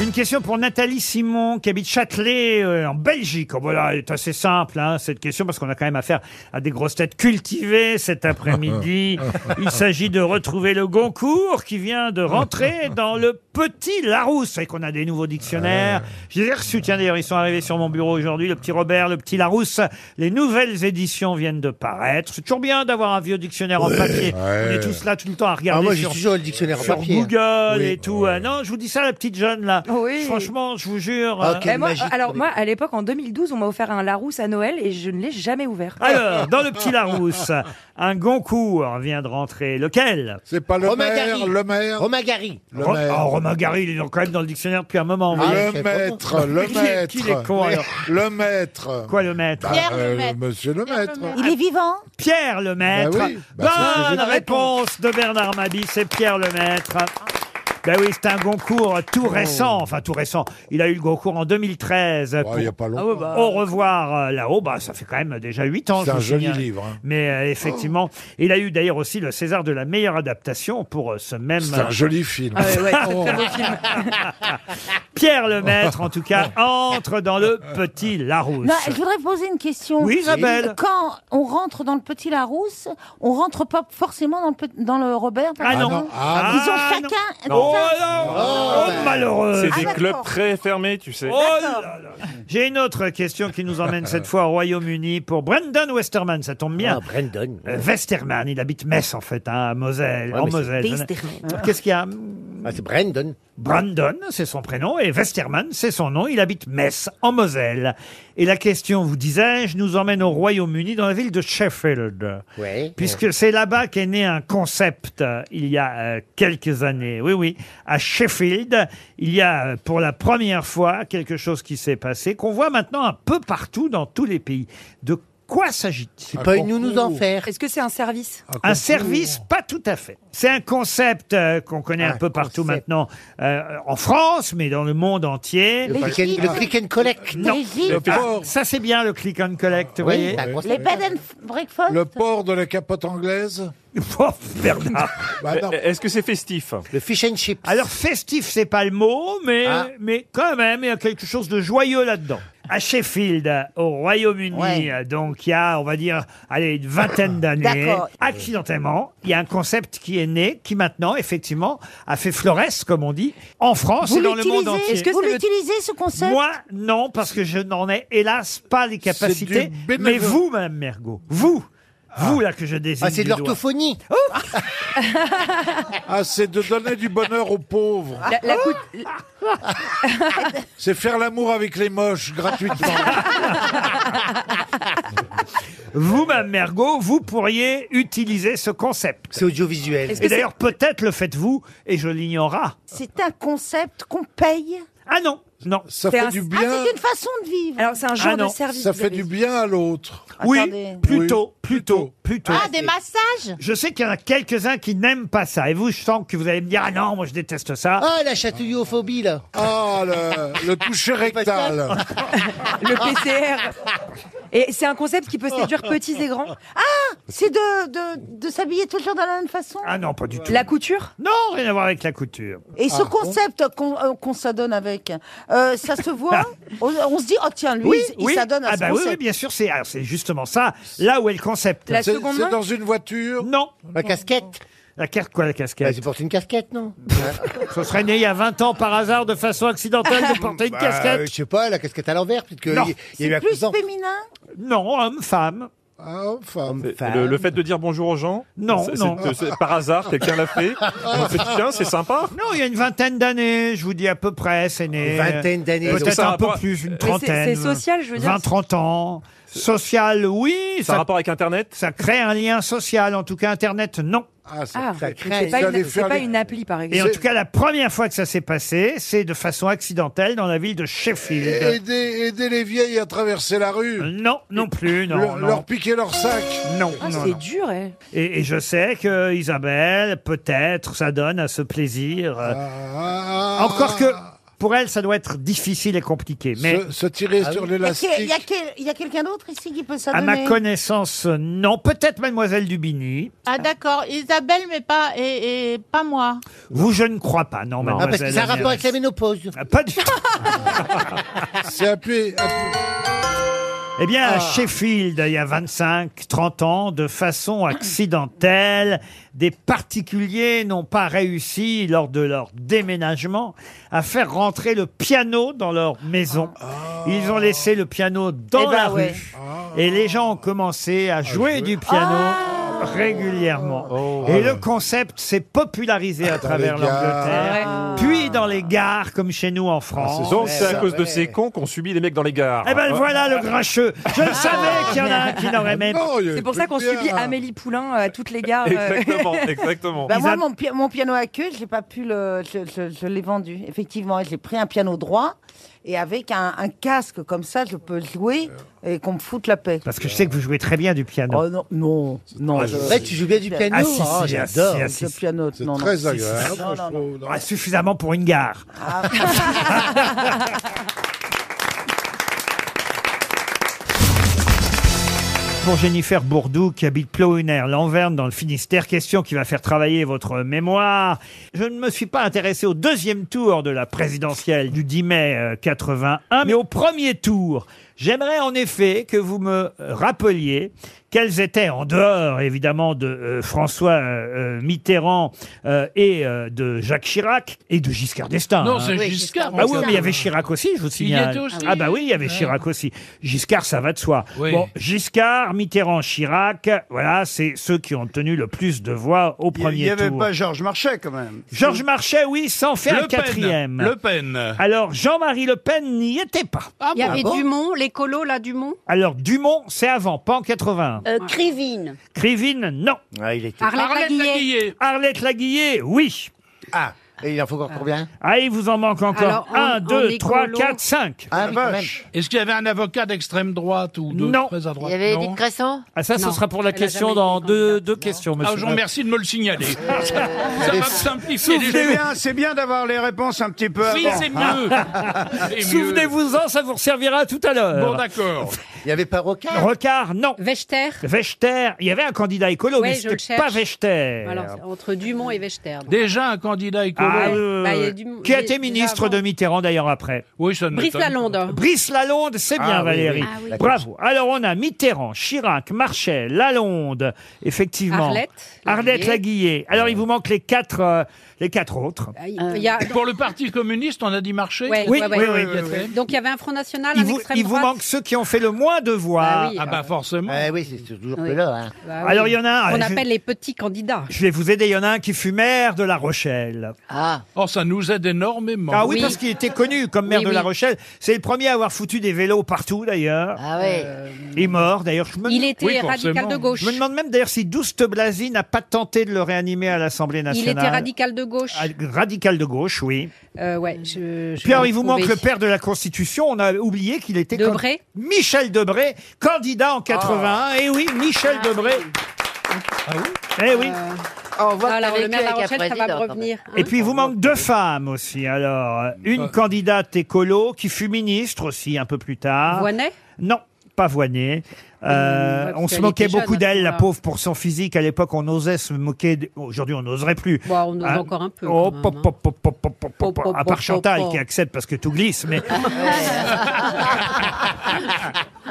Une question pour Nathalie Simon, qui habite Châtelet, euh, en Belgique. Oh, voilà, elle est assez simple, hein, cette question, parce qu'on a quand même affaire à des grosses têtes cultivées cet <laughs> après-midi. Il s'agit de retrouver le Goncourt, qui vient de rentrer dans le Petit Larousse. Vous savez qu'on a des nouveaux dictionnaires. Je les ai reçus, tiens, d'ailleurs, ils sont arrivés sur mon bureau aujourd'hui, le Petit Robert, le Petit Larousse. Les nouvelles éditions viennent de paraître. C'est toujours bien d'avoir un vieux dictionnaire en papier. On est tous là tout le temps à regarder Ah, moi, j'ai sur, toujours le dictionnaire en sur papier. hein. Google Oui. et tout. Ah, non, je vous dis ça, la petite jeune, là. Franchement, je vous Oh, jure. Oh, euh, Eh, moi, alors moi, à l'époque, en 2012, on m'a offert un Larousse à Noël et je ne l'ai jamais ouvert. Alors, dans le petit Larousse, un Goncourt vient de rentrer. Lequel C'est pas le Romain maire, Gary. le maire. Romain Gary. Le maire. Oh, Romain Gary, il est quand même dans le dictionnaire depuis un moment. Ah, vous voyez. Le maître, le Qui est- maître. Qui est con, alors Le maître. Quoi, le maître Bah, euh, Monsieur le maître. Il est vivant Pierre le maître. Bah oui, bah c'est ce que j'ai Bonne dit. réponse de Bernard Mabi, c'est Pierre le maître. Ben oui, c'est un Goncourt Oh. Oh. tout récent, enfin tout récent. Il a eu le Goncourt en 2013. il y a pas longtemps. Ah ouais, bah. Au revoir euh, là-haut, bah, ça fait quand même déjà 8 ans. C'est je vous un joli signale. livre, hein. Mais euh, effectivement, il a eu d'ailleurs aussi le César de la meilleure adaptation pour euh, ce même... C'est un joli film. Oh. <laughs> Ah ouais, ouais, c'est un joli film. Pierre Lemaître, en tout cas, entre dans le Petit Larousse. Non, je voudrais poser une question. Oui, Isabelle. Quand on rentre dans le petit Larousse, on rentre pas forcément dans le, pe- dans le Robert. par Ah non. exemple Ah Ils ont non. chacun. Non. C'est ça Oh, Oh, malheureux. C'est Ah, des d'accord. clubs très fermés, tu sais. Oh là là. J'ai une autre question qui nous emmène cette fois au Royaume-Uni pour Brendan Westerman, ça tombe Ah, bien. Brandon. Euh, Westerman, il habite Metz en fait, hein, à Moselle, Ouais, en mais c'est Moselle. Westerman. Qu'est-ce qu'il y a Ah, c'est Brandon. Brandon, c'est son prénom, et Westerman, c'est son nom. Il habite Metz, en Moselle. Et la question, vous disais-je, nous emmène au Royaume-Uni, dans la ville de Sheffield. Ouais. Puisque c'est là-bas qu'est né un concept euh, il y a euh, quelques années. Oui, oui, à Sheffield, il y a euh, pour la première fois quelque chose qui s'est passé, qu'on voit maintenant un peu partout dans tous les pays. De quoi s'agit-il C'est Est-ce que c'est un service un service, pas tout à fait. C'est un concept euh, qu'on connaît un, peu partout maintenant euh, en France, mais dans le monde entier. Le Le click and- gîte. le click and collect. Non. Les gîtes. Le Ah, port. ça c'est bien le click and collect, vous voyez. Les bed and breakfast. Le port de la capote <laughs> anglaise. Oh, Bah, Euh, Est-ce que c'est festif Le fish and chips. Ah. Alors festif, c'est pas le mot, mais mais quand même, il y a quelque chose de joyeux là-dedans. À Sheffield, au Royaume-Uni, euh, donc il y a, on va dire, allez, une vingtaine Ah. d'années, D'accord. accidentellement, il y a un concept qui est né, qui maintenant, effectivement, a fait florès, comme on dit, en France Vous et Oh, dans le monde l'utilisez entier. Est-ce que Vous ça veut- l'utilisez, ce concept Moi, non, parce que je n'en ai, hélas, pas les capacités. Mais vous, Madame Mergot, vous, vous là que je désigne. Ah, c'est du de doigt. l'orthophonie. Oh <laughs> Ah, c'est de donner du bonheur aux pauvres. La- la cou- C'est faire l'amour avec les moches gratuitement. Vous, Mme Mergot, vous pourriez utiliser ce concept. C'est audiovisuel. Est-ce que Et d'ailleurs, peut-être le faites-vous, et je l'ignora. C'est un concept qu'on paye. Ah non, non. Ça C'est un- Ah, c'est une façon de vivre. Alors, c'est un Ah non. Ça fait du bien à l'autre. Oui, Attendez. plutôt, plutôt, plutôt. Ah, des massages Je sais qu'il y en a quelques-uns qui n'aiment pas ça. Et vous, je sens que vous allez me dire, ah non, moi je déteste ça. Ah, la chatouillophobie, là. Ah, le, toucher rectal. Le PCR. Et c'est un concept qui peut séduire Oh. petits et grands. Ah, c'est de, de, de s'habiller toujours de la même façon Ah non, pas du tout. La couture Non, rien à voir avec la couture. Ah. Et ce concept qu'on euh, qu'on s'adonne avec, euh, ça se voit on, on se dit, oh tiens, lui, il- il s'adonne à ah ce bah Ah. oui, oui, concept. bien sûr, c'est alors, c'est justement ça, là où est le concept. La C'est- seconde c'est main dans une voiture Non. La casquette La carte quoi, la casquette Tu portes Bah, une casquette, non <laughs> Ce serait né il y a 20 ans par hasard de façon accidentelle Ah. de porter une Bah, casquette. Je sais pas, la casquette à l'envers, peut-être qu'il y, Non. il y a eu un cousin. euh, féminin Non, homme, femme. Homme, Euh, femme. Le, le fait de dire bonjour aux gens Non, c'est- non. c'est- c'est- Par hasard, quelqu'un l'a fait. On s'est dit, tiens, c'est sympa. Non, il y a une vingtaine d'années, je vous dis à peu près, c'est né. Une vingtaine d'années, donc Peut-être ça a un peu rapport- plus, une Mais c'est- trentaine. c'est social, je veux dire. 20, 30 ans. Social, oui. Ça a rapport avec Internet Ça crée un lien social. En tout cas, Internet, non. Ah, c'est pas, une, c'est pas une appli, par Et en exemple. tout cas, la première fois que ça s'est passé, c'est de façon accidentelle dans la ville de Sheffield. Aider, aider les vieilles à traverser la rue. Euh, Non, non plus, non. Leur, non. leur piquer leur sac. <laughs> Non, Ah, non, c'est non. dur, eh. Et, et je sais que Ah. Isabelle, peut-être, ça donne à ce plaisir. euh, Encore que Pour elle, ça doit être difficile et compliqué. Mais se, tirer Ah Il y a que- il y a que- Il y a quelqu'un d'autre ici qui peut Ah À s'adonner ma connaissance, non. Peut-être Mademoiselle Dubini. Ah d'accord, Isabelle, mais pas et, et pas moi. Vous, je ne crois pas, non, Ah, parce que Mademoiselle ça a rapport Amiel. avec la ménopause. Pas du tout. C'est Eh bien, Ah. à Sheffield, il y a 25-30 ans, de façon accidentelle, des particuliers n'ont pas réussi, lors de leur déménagement, à faire rentrer le piano dans leur maison. Ah. Ils ont laissé le piano dans Eh ben la ouais. rue. Et les gens ont commencé à jouer du piano Ah. régulièrement. Et le concept s'est popularisé à travers Oh. les gares. l'Angleterre, Ah puis dans les gares, comme chez nous en France. Donc c'est à cause de ces cons qu'on subit les mecs dans les gares. Eh ben voilà le grincheux. Je le savais qu'il y en a un merde. qui n'aurait même. Non, il y a C'est pour ça qu'on subit Amélie Poulain à toutes les gares. euh. <laughs> Exactement, exactement. Bah, moi, mon, pi- mon piano à queue, je l'ai pas pu le, je, je- je l'ai vendu. Effectivement, j'ai pris un piano droit et avec un, un casque comme ça, je peux jouer et qu'on me foute la paix. Parce que je sais que vous jouez très bien du piano. Oh non, non, non. je- vrai, tu joues bien du piano. Ah si, si, Oh, ah, si, j'adore. ah, si, Le si. piano, C'est non, non, très si, si, agréable, si. Non, non, Ah, suffisamment pour une gare. Pour Jennifer Bourdou, qui habite Plouhinère, l'Anverne, dans le Finistère, question qui va faire travailler votre mémoire. Je ne me suis pas intéressé au deuxième tour de la présidentielle du 10 mai euh, 81, mais au premier tour. J'aimerais en effet que vous me rappeliez quels étaient, en dehors évidemment de euh, François euh, euh, Mitterrand euh, et euh, de Jacques Chirac et de Giscard d'Estaing. Non, hein. c'est Oui, Giscard, Ah oui, Giscard. mais il y avait Chirac aussi, je vous signale. était aussi. Ah bah oui, il y avait Chirac aussi. Giscard, ça va de soi. Oui. Bon, Giscard, Mitterrand, Chirac, voilà, c'est ceux qui ont tenu le plus de voix au Il premier n'y avait tour. pas Georges Marchais quand même. Georges Marchais, oui, sans faire Le un Pen. quatrième. Le Pen. Alors, Jean-Marie Le Pen n'y était pas. Il y avait Ah Dumont, l'écolo là, Dumont. Alors, Dumont, c'est avant, pas en 81. Euh, Crivine. Krivine, non. Arlette Arlette Laguillet. Laguillet. Arlette Laguillet, oui. Ah, et il en faut encore combien Ah, il vous en manque encore. Alors, en- 1, en 2, 3, écolo- 4, 5. Ah, vache. Est-ce qu'il y avait un avocat d'extrême droite ou de Non. très à droite Il y avait Non. Edith Cresson Ah, ça, ce Non. sera pour la Elle a question jamais dans deux, deux questions, monsieur. Ah, je vous remercie de me le signaler. ça ça va me simplifier les C'est choses. bien, c'est bien d'avoir les réponses un petit peu Oui, avant. c'est <laughs> mieux. C'est Souvenez-vous-en, ça vous servira tout à l'heure. Bon, d'accord. Il n'y avait pas Rocard Rocard, non. Vechter Vechter. Il y avait un candidat écolo, Ouais, mais je le c'était cherche. pas Vechter. Alors, c'est entre Dumont et Vechter. donc. Déjà un candidat écolo. Ah, oui, oui, Bah, il y a oui. du- qui il y a a été déjà ministre avant. de Mitterrand d'ailleurs après. Oui, ça Brice Lalonde. Brice Lalonde, c'est Ah, bien oui, Valérie. oui. Ah, oui. Bravo. Alors on a Mitterrand, Chirac, Marchais, Lalonde, effectivement. Arlette Arlette Laguillet. Laguillet. Alors il vous manque les quatre, euh, les quatre autres. Ah, Il y a- Pour le Parti communiste, on a dit marché Euh, Ouais, Euh, Oui, ouais, oui, ouais. oui, oui, oui. Donc il y avait un Front National, Il un vous, extrême il vous droite. manque ceux qui ont fait le moins de voix. Ah oui, Ah bah, forcément. oui, c'est toujours Oui. que là. Hein. Bah oui. Alors, il y en a un. euh, On Je- appelle les petits candidats. Je vais vous aider. Il y en a un qui fut maire de La Rochelle. Ah. Oh, ça nous aide énormément. Ah oui, parce qu'il était connu comme maire Oui, de La oui. Rochelle. C'est le premier à avoir foutu des vélos partout, d'ailleurs. Ah ouais. Et mort, d'ailleurs. Je me- Il était Oui, radical forcément. de gauche. Je me demande même, d'ailleurs, si Douste Blasi n'a pas tenté de le réanimer à l'Assemblée Il nationale. était radical de gauche. Ah, Radical de gauche, oui. Euh, ouais, je, je Puis vais alors, il vous retrouver. manque le père de la Constitution. On a oublié qu'il était... Debré Ah. can- Michel Debré, candidat en 81. Eh oui, Michel Debré. Ah oui Eh oui. Euh, Euh, on Ah, voit Alors, que t'as le maire de La vécu avec un Rochelle, ça va me président, quand même. hein. revenir. Et puis, il vous manque deux femmes aussi. Alors, euh, une candidate écolo qui fut ministre aussi un peu plus tard. Voynet Non, pas Voynet. Euh, ouais, parce on se qu'elle moquait était jeune, hein, beaucoup à ce d'elle, la moment-là. pauvre, pour son physique. À l'époque, on osait se moquer. d- Aujourd'hui, on n'oserait plus. Bon, on ose Ah, encore un peu. quand Oh, même, pop, hein. pop, pop, pop, pop, pop, pop, pop, à pop, part pop, Chantal pop. qui accepte parce que tout glisse, <laughs> mais.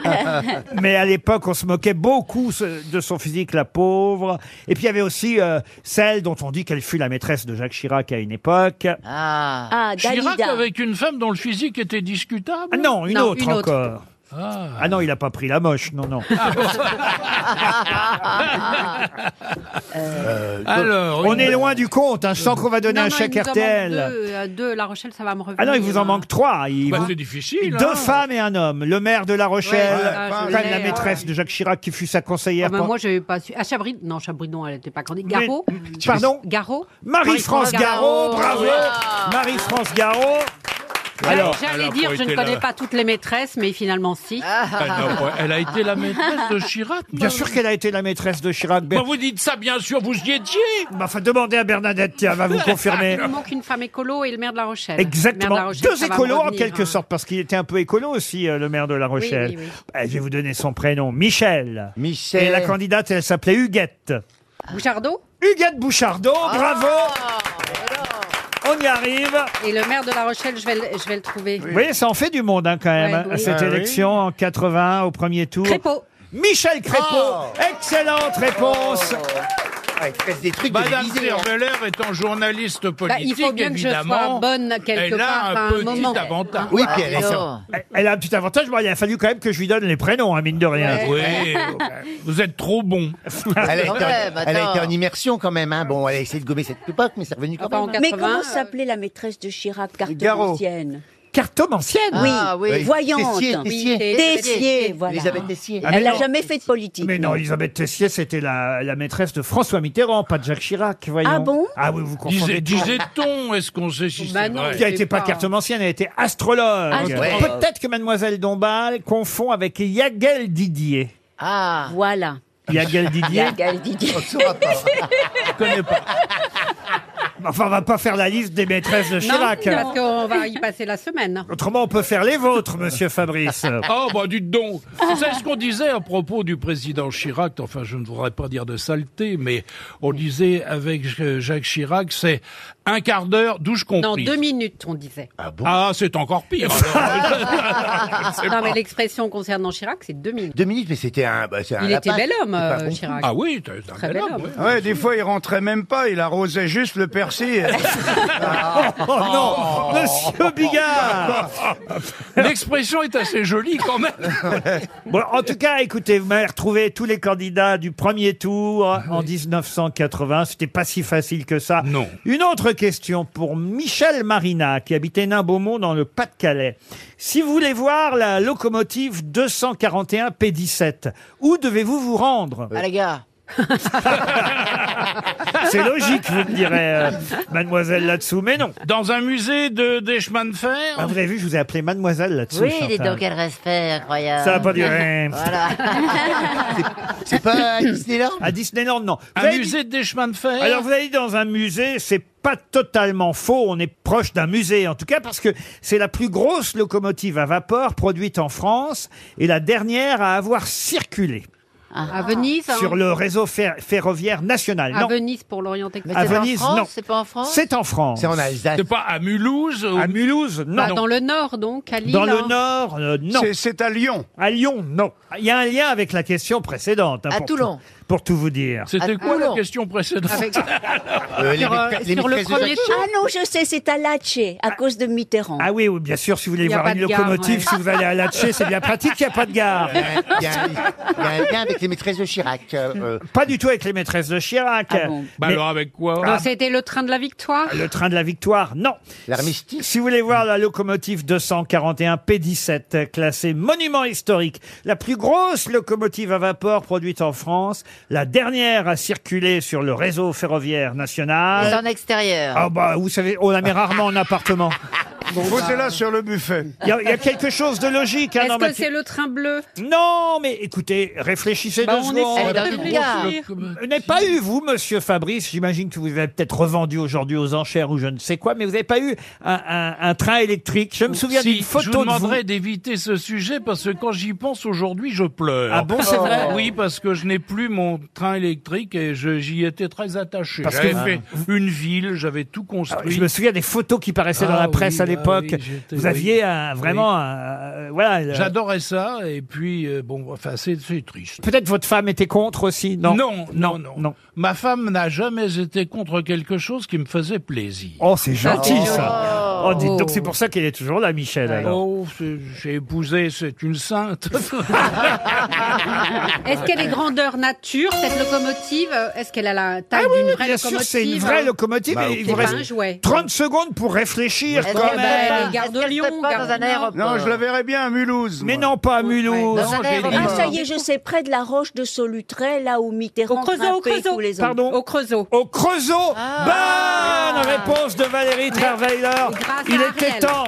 Ah mais à l'époque, on se moquait beaucoup ce- de son physique, la pauvre. Et puis il y avait aussi euh, celle dont on dit qu'elle fut la maîtresse de Jacques Chirac à une époque. Ah. Chirac avec une femme dont le physique était discutable Ah non, une autre encore. Ah. Ah non, il n'a pas pris la moche, non, non. <laughs> Alors, Euh, on est loin du compte, hein. je sens qu'on va donner Non, un non, chèque il nous en manque RTL. Deux, euh, deux, La Rochelle, ça va me revenir. Ah non, il vous en manque trois. Il Bah, vous- c'est difficile, Deux hein. femmes et un homme. Le maire de La Rochelle, Ouais, ça, quand je même l'ai, la ouais. maîtresse de Jacques Chirac qui fut sa conseillère. Ah ben, pendant- moi, j'avais pas su. Ah, Chabrid, non, Chabrid, non, elle n'était pas candidate. Garot Pardon Garot Marie-France Garot, bravo Marie-France Garot. Alors, elle J'allais a dire, pas je été ne connais la- pas toutes les maîtresses, mais finalement si. Ah non, elle a été <laughs> la maîtresse de Chirac. Bien sûr qu'elle a été la maîtresse de Chirac. Bah, vous dites ça, bien sûr, vous y étiez. Bah, enfin, demandez à Bernadette, tiens, elle <laughs> va vous confirmer. Il nous manque une femme écolo et le maire de La Rochelle. Le maire de La Exactement. Rochelle, Deux ça va me écolos en revenir, quelque hein. sorte, parce qu'il était un peu écolo aussi, euh, le maire de La Rochelle. oui, oui. Bah, je vais vous donner son prénom, Michel. Michel. Et la candidate, elle s'appelait Huguette. Bouchardot Huguette Bouchardot, Ah, bravo On y arrive Et le maire de La Rochelle, je vais le, je vais le trouver. Vous voyez, ça en fait du monde hein, quand même, Ouais, hein, oui. cette Ah oui. élection en 80 au premier tour. Crépeau. Michel Crépeau, excellente réponse. des trucs Madame Derbeler étant journaliste Bah, il politique, faut bien que je sois évidemment, bonne quelque elle part a à un un petit moment. avantage. Oui, puis elle est sur- Elle- Elle a un petit avantage, bon, il a fallu quand même que je lui donne les prénoms, hein, mine de rien. Ouais. <laughs> vous êtes trop bon. Elle a, été, en- elle a été en immersion quand même. Hein. Bon, elle a essayé de gommer cette époque, mais c'est revenu quand même. Mais comment s'appelait la maîtresse de Chirac, Garot. cartomancienne Cartomancienne Oui, Ah, oui. voyante. Tessier, Tessier. Tessier, voilà. Elisabeth Tessier. Ah, mais Elle n'a non. jamais fait de politique. Mais non, Elisabeth Tessier, c'était la, la maîtresse de François Mitterrand, pas de Jacques Chirac, voyons. Ah bon Ah oui, vous confondez. Disait- tout. Disait-on, est-ce qu'on sait si c'est vrai Qui a été pas cartomancienne, elle a été astrologue. Astrologue. Ouais. Peut-être que Mademoiselle Dombal confond avec Yagel Didier. Ah Voilà. Yagel Euh, Didier. Yagel Didier. <laughs> Je connais pas. Enfin, on va pas faire la liste des maîtresses de Non, Chirac. parce qu'on va y passer la semaine. Autrement, on peut faire les vôtres, <laughs> monsieur Fabrice. Oh, bah, dites donc. C'est ce qu'on disait à propos du président Chirac. Enfin, je ne voudrais pas dire de saleté, mais on disait avec euh, Jacques Chirac, c'est un quart d'heure, douche Dans comprise. deux minutes, on disait. Ah, c'est encore pire. <laughs> alors. Je sais non, mais pas. l'expression concernant Chirac, c'est deux minutes. Deux minutes, mais c'était un. bah, c'est un Il était lapin. bel homme, C'est pas euh, bon. Chirac. Ah c'est Très bel homme. Ouais, des fois, il rentrait même pas, il arrosait juste <laughs> le <laughs> persil. Ah. oh non Monsieur Bigard <laughs> L'expression est assez jolie quand <laughs> même. Bon, en tout cas, écoutez, vous m'avez retrouvé tous les candidats du premier tour en 1980. C'était pas si facile que ça. Non. Une autre question pour Michel Marina, qui habitait Nain-Beaumont dans le Pas-de-Calais. Si vous voulez voir la locomotive 241 P17, où devez-vous vous rendre À la gare. <laughs> Ah, C'est <laughs> logique, vous me direz, euh, mademoiselle là-dessous, mais non. Dans un musée de, des chemins de fer Ah, vous avez vu, je vous ai appelé mademoiselle là-dessous. Oui, Chantal. dis donc, quel respect incroyable. Ça va pas durer. Voilà. C'est pas à Disneyland À Disneyland, non. Un Vous avez musée de des chemins de fer Alors vous allez dans un musée, c'est pas totalement faux, on est proche d'un musée en tout cas parce que c'est la plus grosse locomotive à vapeur produite en France et la dernière à avoir circulé À Venise hein. sur le réseau fer- ferroviaire national. À non. Venise pour l'Orient Express. à Venise, non. C'est en France. C'est en Alsace. C'est pas à Mulhouse ou- À Mulhouse, non. Bah, dans le Nord, donc, à Lille. Dans le hein. Nord, euh, non. C'est- à Lyon. À Lyon, non. Il y a un lien avec la question précédente. hein, À pour Toulon. tout- pour tout vous dire. C'était quoi la question précédente <laughs> Sur, euh, sur le premier tour. Ah non, je sais, c'est à Lache, à cause de Mitterrand. Ah oui, oui, bien sûr, si vous voulez Il y a voir pas une de gare, locomotive, ouais. si vous allez à Latché, c'est bien pratique, il n'y a pas de gare. Il y a- il y a un- il y a un lien avec les maîtresses de Chirac. euh, euh, Pas du tout avec les maîtresses de Chirac. Ah Ah, Bah alors avec quoi Non, C'était le train de la victoire. Le train de la victoire, non. L'armistice. Si vous voulez voir la locomotive 241 P17, classée monument historique, la plus grosse locomotive à vapeur produite en France, la dernière à circuler sur le réseau ferroviaire national. C'est en extérieur. Ah bah, vous savez, on la met rarement en appartement. Posez-la sur le buffet. Il y, a- il y a quelque chose de logique. bah. hein, Est-ce dans ma que c'est le train bleu Non, mais écoutez, réfléchissez Bah, deux on secondes. essaie de Elle est dans une réfléchir. Vous n'avez pas eu, vous, monsieur Fabrice, j'imagine que vous avez peut-être revendu aujourd'hui aux enchères ou je ne sais quoi, mais vous n'avez pas eu un, un- un train électrique. Je me souviens Si, d'une Je photo vous de vous. demanderai d'éviter ce sujet parce que quand j'y pense aujourd'hui, je pleure. Ah bon, c'est vrai Oui, parce que je n'ai plus mon train électrique et je- j'y étais très attaché. Parce J'avais que vous- Ah, fait une ville, j'avais tout construit. Je me souviens des photos qui paraissaient dans Ah la presse oui, à ah l'époque. oui, j'étais- vous aviez oui. un- vraiment Oui. un- euh, voilà. le- J'adorais ça et puis euh, bon, enfin c'est c'est triste. Peut-être votre femme était contre aussi, non Non, non, non, Ma femme n'a jamais été contre quelque chose qui me faisait plaisir. Oh, c'est gentil Oh. ça. Oh, dites donc c'est pour ça qu'elle est toujours là, Michel. alors. Oh, c'est- j'ai épousé, c'est une sainte. <laughs> Ah. Est-ce qu'elle est grandeur nature, cette locomotive Est-ce qu'elle a la taille Ah Oui, d'une oui, vraie bien locomotive sûr, c'est une vraie locomotive. Bah, et ok. il C'est vous pas reste un jouet. 30 secondes pour réfléchir Est-ce quand qu'elle va même. aller Gare de Lyon, Gare de Nord Non, je la verrais bien à Mulhouse. Mais non, pas à Mulhouse. Dans un aéroport. Ah, ça y est, je sais, près de la roche de Solutré, là où Mitterrand grimpait tous les ans. Pardon Au Ah. Creusot. Au Creusot. Bonne réponse de Valérie Trierweiler. grâce Il à était Ariel. temps.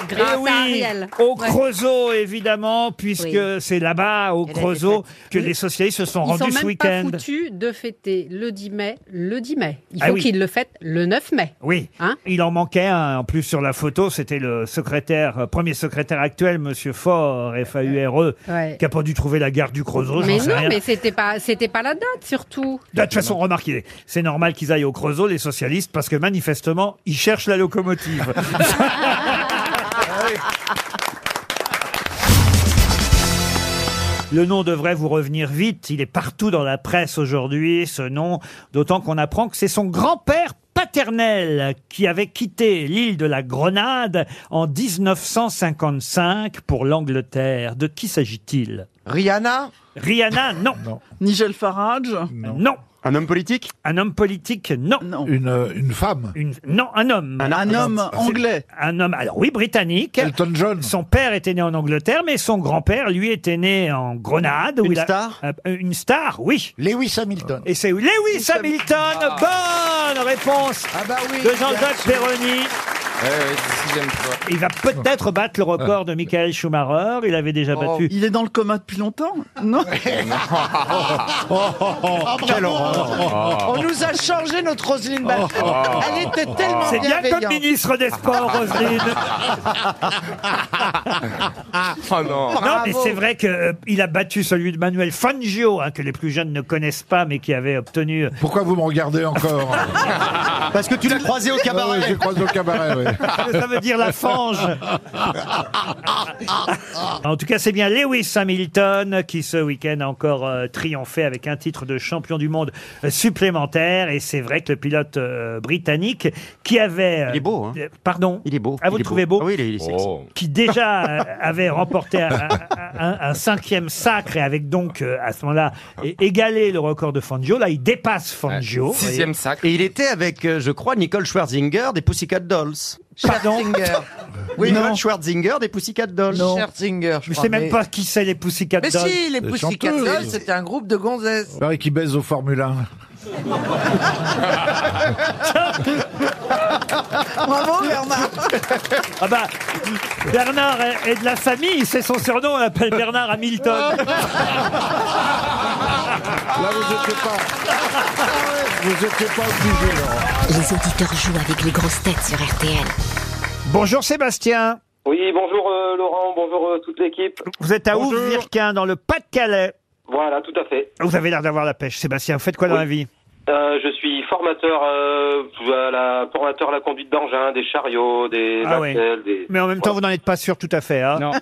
Eh Grâce oui, à Ariel. au Ouais. Creusot, évidemment, puisque Oui. c'est là-bas, au Elle a été Creusot, faite. que les socialistes se sont Ils sont rendus ce même pas week-end. foutus de fêter le 10 mai, le 10 mai. Il Ah faut oui. qu'ils le fêtent le 9 mai. Oui. Hein il en manquait un. En plus, sur la photo, c'était le secrétaire, euh, premier secrétaire actuel, Monsieur Faure, F-A-U-R-E, Ouais. E, qui a pas dû trouver la gare du Creusot, Oh, j'en mais sais non, rien. mais c'était pas, c'était pas la date surtout. De toute façon, remarquez, c'est normal qu'ils aillent au Creusot, les socialistes, parce que manifestement, ils cherchent la locomotive. Le nom devrait vous revenir vite. Il est partout dans la presse aujourd'hui, ce nom. D'autant qu'on apprend que c'est son grand-père paternel qui avait quitté l'île de la Grenade en 1955 pour l'Angleterre. De qui s'agit-il Rihanna Rihanna, <laughs> non. Nigel Farage Non. Un homme politique Un homme politique, non. Une, femme Non, un homme. Un Un homme artiste. anglais Un homme, alors oui, britannique. Elton John. Son père était né en Angleterre, mais son grand-père, lui, était né en Grenade. Où Une il a- star Euh, Une star, oui. Lewis Hamilton. Et c'est Lewis Hamilton. Ah. Bonne réponse Ah bah de Jean-Jacques Perroni. Il va peut-être battre le record de Michael Schumacher. Il avait déjà battu. Il est dans le coma depuis longtemps Non Ah, Quelle Ah, horreur. Ah, On nous a changé notre Roselyne Bachelot. Elle était tellement C'est bien bienveillante. comme ministre des <laughs> Sports, Roselyne. Oh non. Non, mais c'est vrai qu'il a battu celui de Manuel Fangio, hein, que les plus jeunes ne connaissent pas, mais qui avait obtenu. euh, Pourquoi vous me regardez <laughs> encore Parce que tu l'as croisé au Ah Ouais, cabaret. ouais, je l'ai croisé au cabaret, ouais. <laughs> Ça veut dire la fange. En tout cas, c'est bien Lewis Hamilton qui ce week-end a encore euh, triomphé avec un titre de champion du monde euh, supplémentaire. Et c'est vrai que le pilote euh, britannique qui avait... il est beau, Pardon Il est beau. Ah, vous il le est trouvez beau, Ah oui, il est- il est sexy. Oh. Qui déjà euh, avait remporté un, un- un- un cinquième sacre et avec donc, euh, à ce moment-là, é- égalé le record de Fangio. Là, il dépasse Fangio. Sixième sac. Et il était avec, euh, <laughs> je <laughs> crois, Nicole Schwarzinger des Pussycat Dolls. Pardon Oui, Non. Nicole Schwarzinger des Pussycat Dolls. Non. Scherzinger, je Je crois, sais même mais- pas qui c'est les Pussycat Mais Dolls. si, les Pussycat Dolls, c'était un groupe de <laughs> gonzesses. Il paraît qu'il baise au Formule 1. Bravo, Bernard. Ah bah, Bernard est- est de la famille, c'est son surnom, on l'appelle Bernard <laughs> Hamilton. Là, vous n'étiez pas. Vous étiez pas obligé, Les auditeurs jouent avec les grosses têtes sur RTL. Bonjour Sébastien, Oui, bonjour euh, Laurent, bonjour euh, toute l'équipe. vous êtes à Ouvrirquin dans le Pas-de-Calais. Voilà, tout à fait. Vous avez l'air d'avoir la pêche, Sébastien. Vous faites quoi dans la vie Euh, je suis formateur, euh, à la, formateur à la conduite d'engins, des chariots, des Ah ouais. battelles, des... Mais en même temps, vous n'en êtes pas sûr tout à fait. Hein non.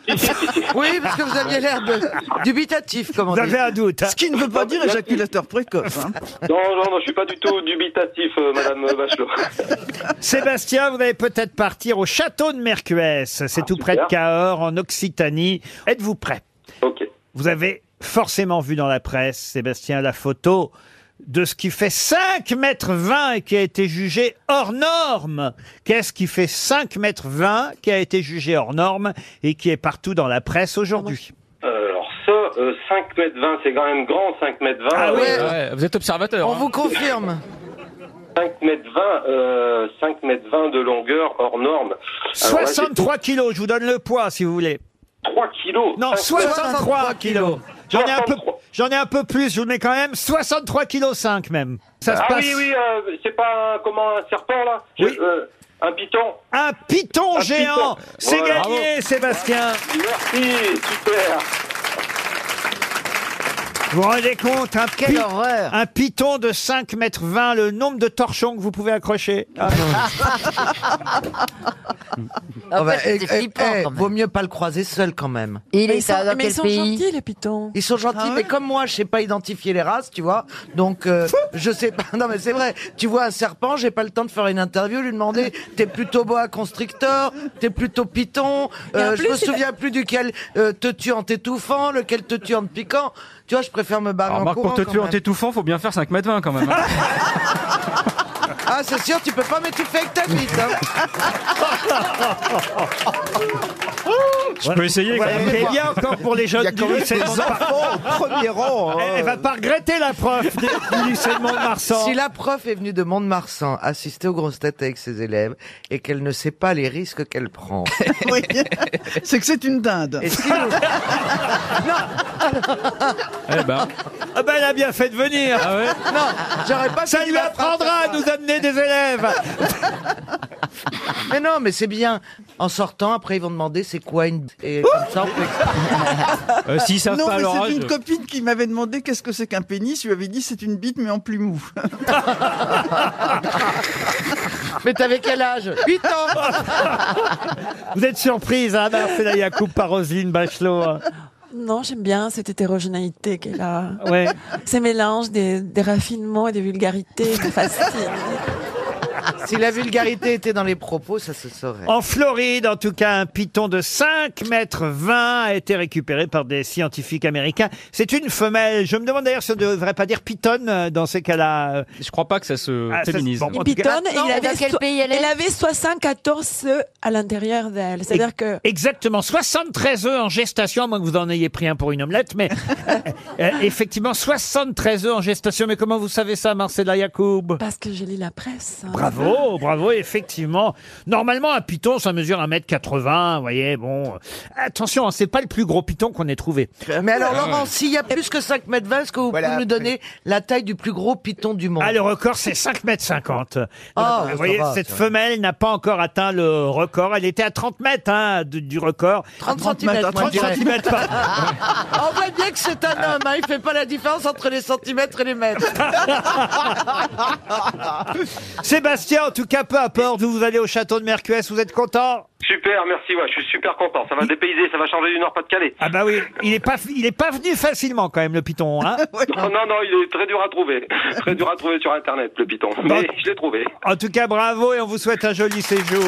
Oui, parce que vous aviez l'air de- dubitatif, comme on Vous dit. avez un doute. hein. Ce qui ne veut pas dire éjaculateur précoce. hein. Non, non, non, je suis pas du tout dubitatif, euh, Madame Bachelot. <laughs> Sébastien, vous allez peut-être partir au château de Mercues. C'est tout près de Cahors, en Occitanie. Êtes-vous prêt Ok. Vous avez forcément vu dans la presse, Sébastien, la photo de ce qui fait 5 mètres 20 et qui a été jugé hors norme. Qu'est-ce qui fait 5 mètres 20 qui a été jugé hors norme et qui est partout dans la presse aujourd'hui <laughs> Euh, alors ça, euh, 5 mètres 20, c'est quand même grand, 5 mètres Euh, 20. Ah ouais. vous êtes observateur. hein. On vous confirme. 5 mètres 20, euh, 5 mètres 20 de longueur hors norme. Alors là, j'ai 63 kilos, je vous donne le poids si vous voulez. 3 kilos. Ah, Non, 63 kilos. J'en ai, un peu, 63. j'en ai un peu plus, je vous le mets quand même 63 kilos 5 même. Ça se ah passe. oui, oui, euh, c'est pas un, comment, un serpent là Je- euh, Un python Un python Un géant, python. c'est Voilà, gagné, bravo. Sébastien. Merci, <laughs> super Vous vous rendez compte un, Quelle py- horreur. un python de 5 mètres 20, le nombre de torchons que vous pouvez accrocher. Ah. Ah bah, c'était eh, eh, flippant, eh, quand même. Vaut mieux pas le croiser seul quand même. Il est à- dans quel pays les pitons. Ils sont Ah gentils, mais comme moi, je sais pas identifier les races, tu vois. Donc, euh, je sais pas. <laughs> Non, mais c'est vrai. Tu vois un serpent, j'ai pas le temps de faire une interview, <laughs> lui demander t'es plutôt boa constrictor, t'es plutôt python. Et en euh, plus, je me il a- souviens plus duquel euh, te tue en t'étouffant, lequel te tue en te piquant. Tu vois, je préfère me barrer Ah, Alors, en Marc, courant. pour te quand tuer en même. t'étouffant, faut bien faire 5 mètres 20 quand même. hein. Ah, <laughs> c'est sûr, tu peux pas m'étouffer avec ta bite. hein. <laughs> Je peux essayer, quand même. C'est Eh bien encore pour les jeunes Il y a quand du Ah ben, même <laughs> lycée de des Montmartre. enfants au premier rang, hein. Elle, elle va pas regretter la prof du du lycée de Mont-de-Marsan. Si la prof est venue de Mont-de-Marsan assister aux grosses têtes avec ses élèves et qu'elle ne sait pas les risques qu'elle <laughs> prend, c'est que c'est une dinde. <laughs> Eh ben. Ah ben, elle a bien fait de venir. Non, j'aurais pas Ça fini lui ma apprendra à phrase. nous amener des élèves. Mais non, mais c'est bien. En sortant, après, ils vont demander c'est quoi une. Et comme ça, on peut expliquer. Euh, s'ils savent non, pas, mais alors, c'est une je- copine qui m'avait demandé qu'est-ce que c'est qu'un pénis. Je lui avais dit c'est une bite mais en <laughs> plus mou. Mais t'avais quel âge 8 ans Vous êtes surprise, hein, Marcela Yacoub par Roselyne Bachelot. hein. Non, j'aime bien cette hétérogénéité qu'elle a. Ouais. Ces mélanges des, des raffinements et des vulgarités me fascinent. Si la vulgarité était dans les propos, ça se saurait. En Floride, en tout cas, un python de 5 mètres 20 a été récupéré par des scientifiques américains. C'est une femelle. Je me demande d'ailleurs si on ne devrait pas dire python euh, dans ces cas-là. Je crois pas que ça se Ah, ça, féminise. bon, en tout Une cas- pitonne, et Maintenant, il dans avait, quel so- pays elle est elle avait 74 œufs à l'intérieur d'elle. C'est-à-dire que Exactement, 73 œufs en gestation, à moins que vous en ayez pris un pour une omelette, mais <laughs> euh, effectivement 73 œufs en gestation. Mais comment vous savez ça, Marcela Yacoub parce que je lis la presse. hein. Bravo, bravo, effectivement. Normalement, un python, ça mesure 1m80, vous voyez, bon. Attention, hein, c'est pas le plus gros python qu'on ait trouvé. Euh, Mais alors, Laurent, s'il y a plus que 5 mètres 20, est-ce que vous pouvez nous donner la taille du plus gros python du monde Ah, le record, c'est 5,50 m. Ah, vous ça voyez, va, cette ça. femelle n'a pas encore atteint le record. Elle était à 30 mètres hein, du, du record. 30 centimètres, 30 centimètres, pardon. <laughs> On voit bien que c'est un homme, hein, il fait pas la différence entre les centimètres et les mètres. Sébastien, en tout cas, peu importe où vous allez au château de Mercues, vous êtes content Super, merci, ouais, je suis super content. Ça va dépayser, ça va changer du Nord-Pas-de-Calais. Ah bah oui, il est pas, il est pas venu facilement quand même le python. <laughs> Hein Non, non, non, il est très dur à trouver. Très dur à trouver sur Internet, le piton. Mais je l'ai trouvé. en tout cas, bravo et on vous souhaite un joli séjour.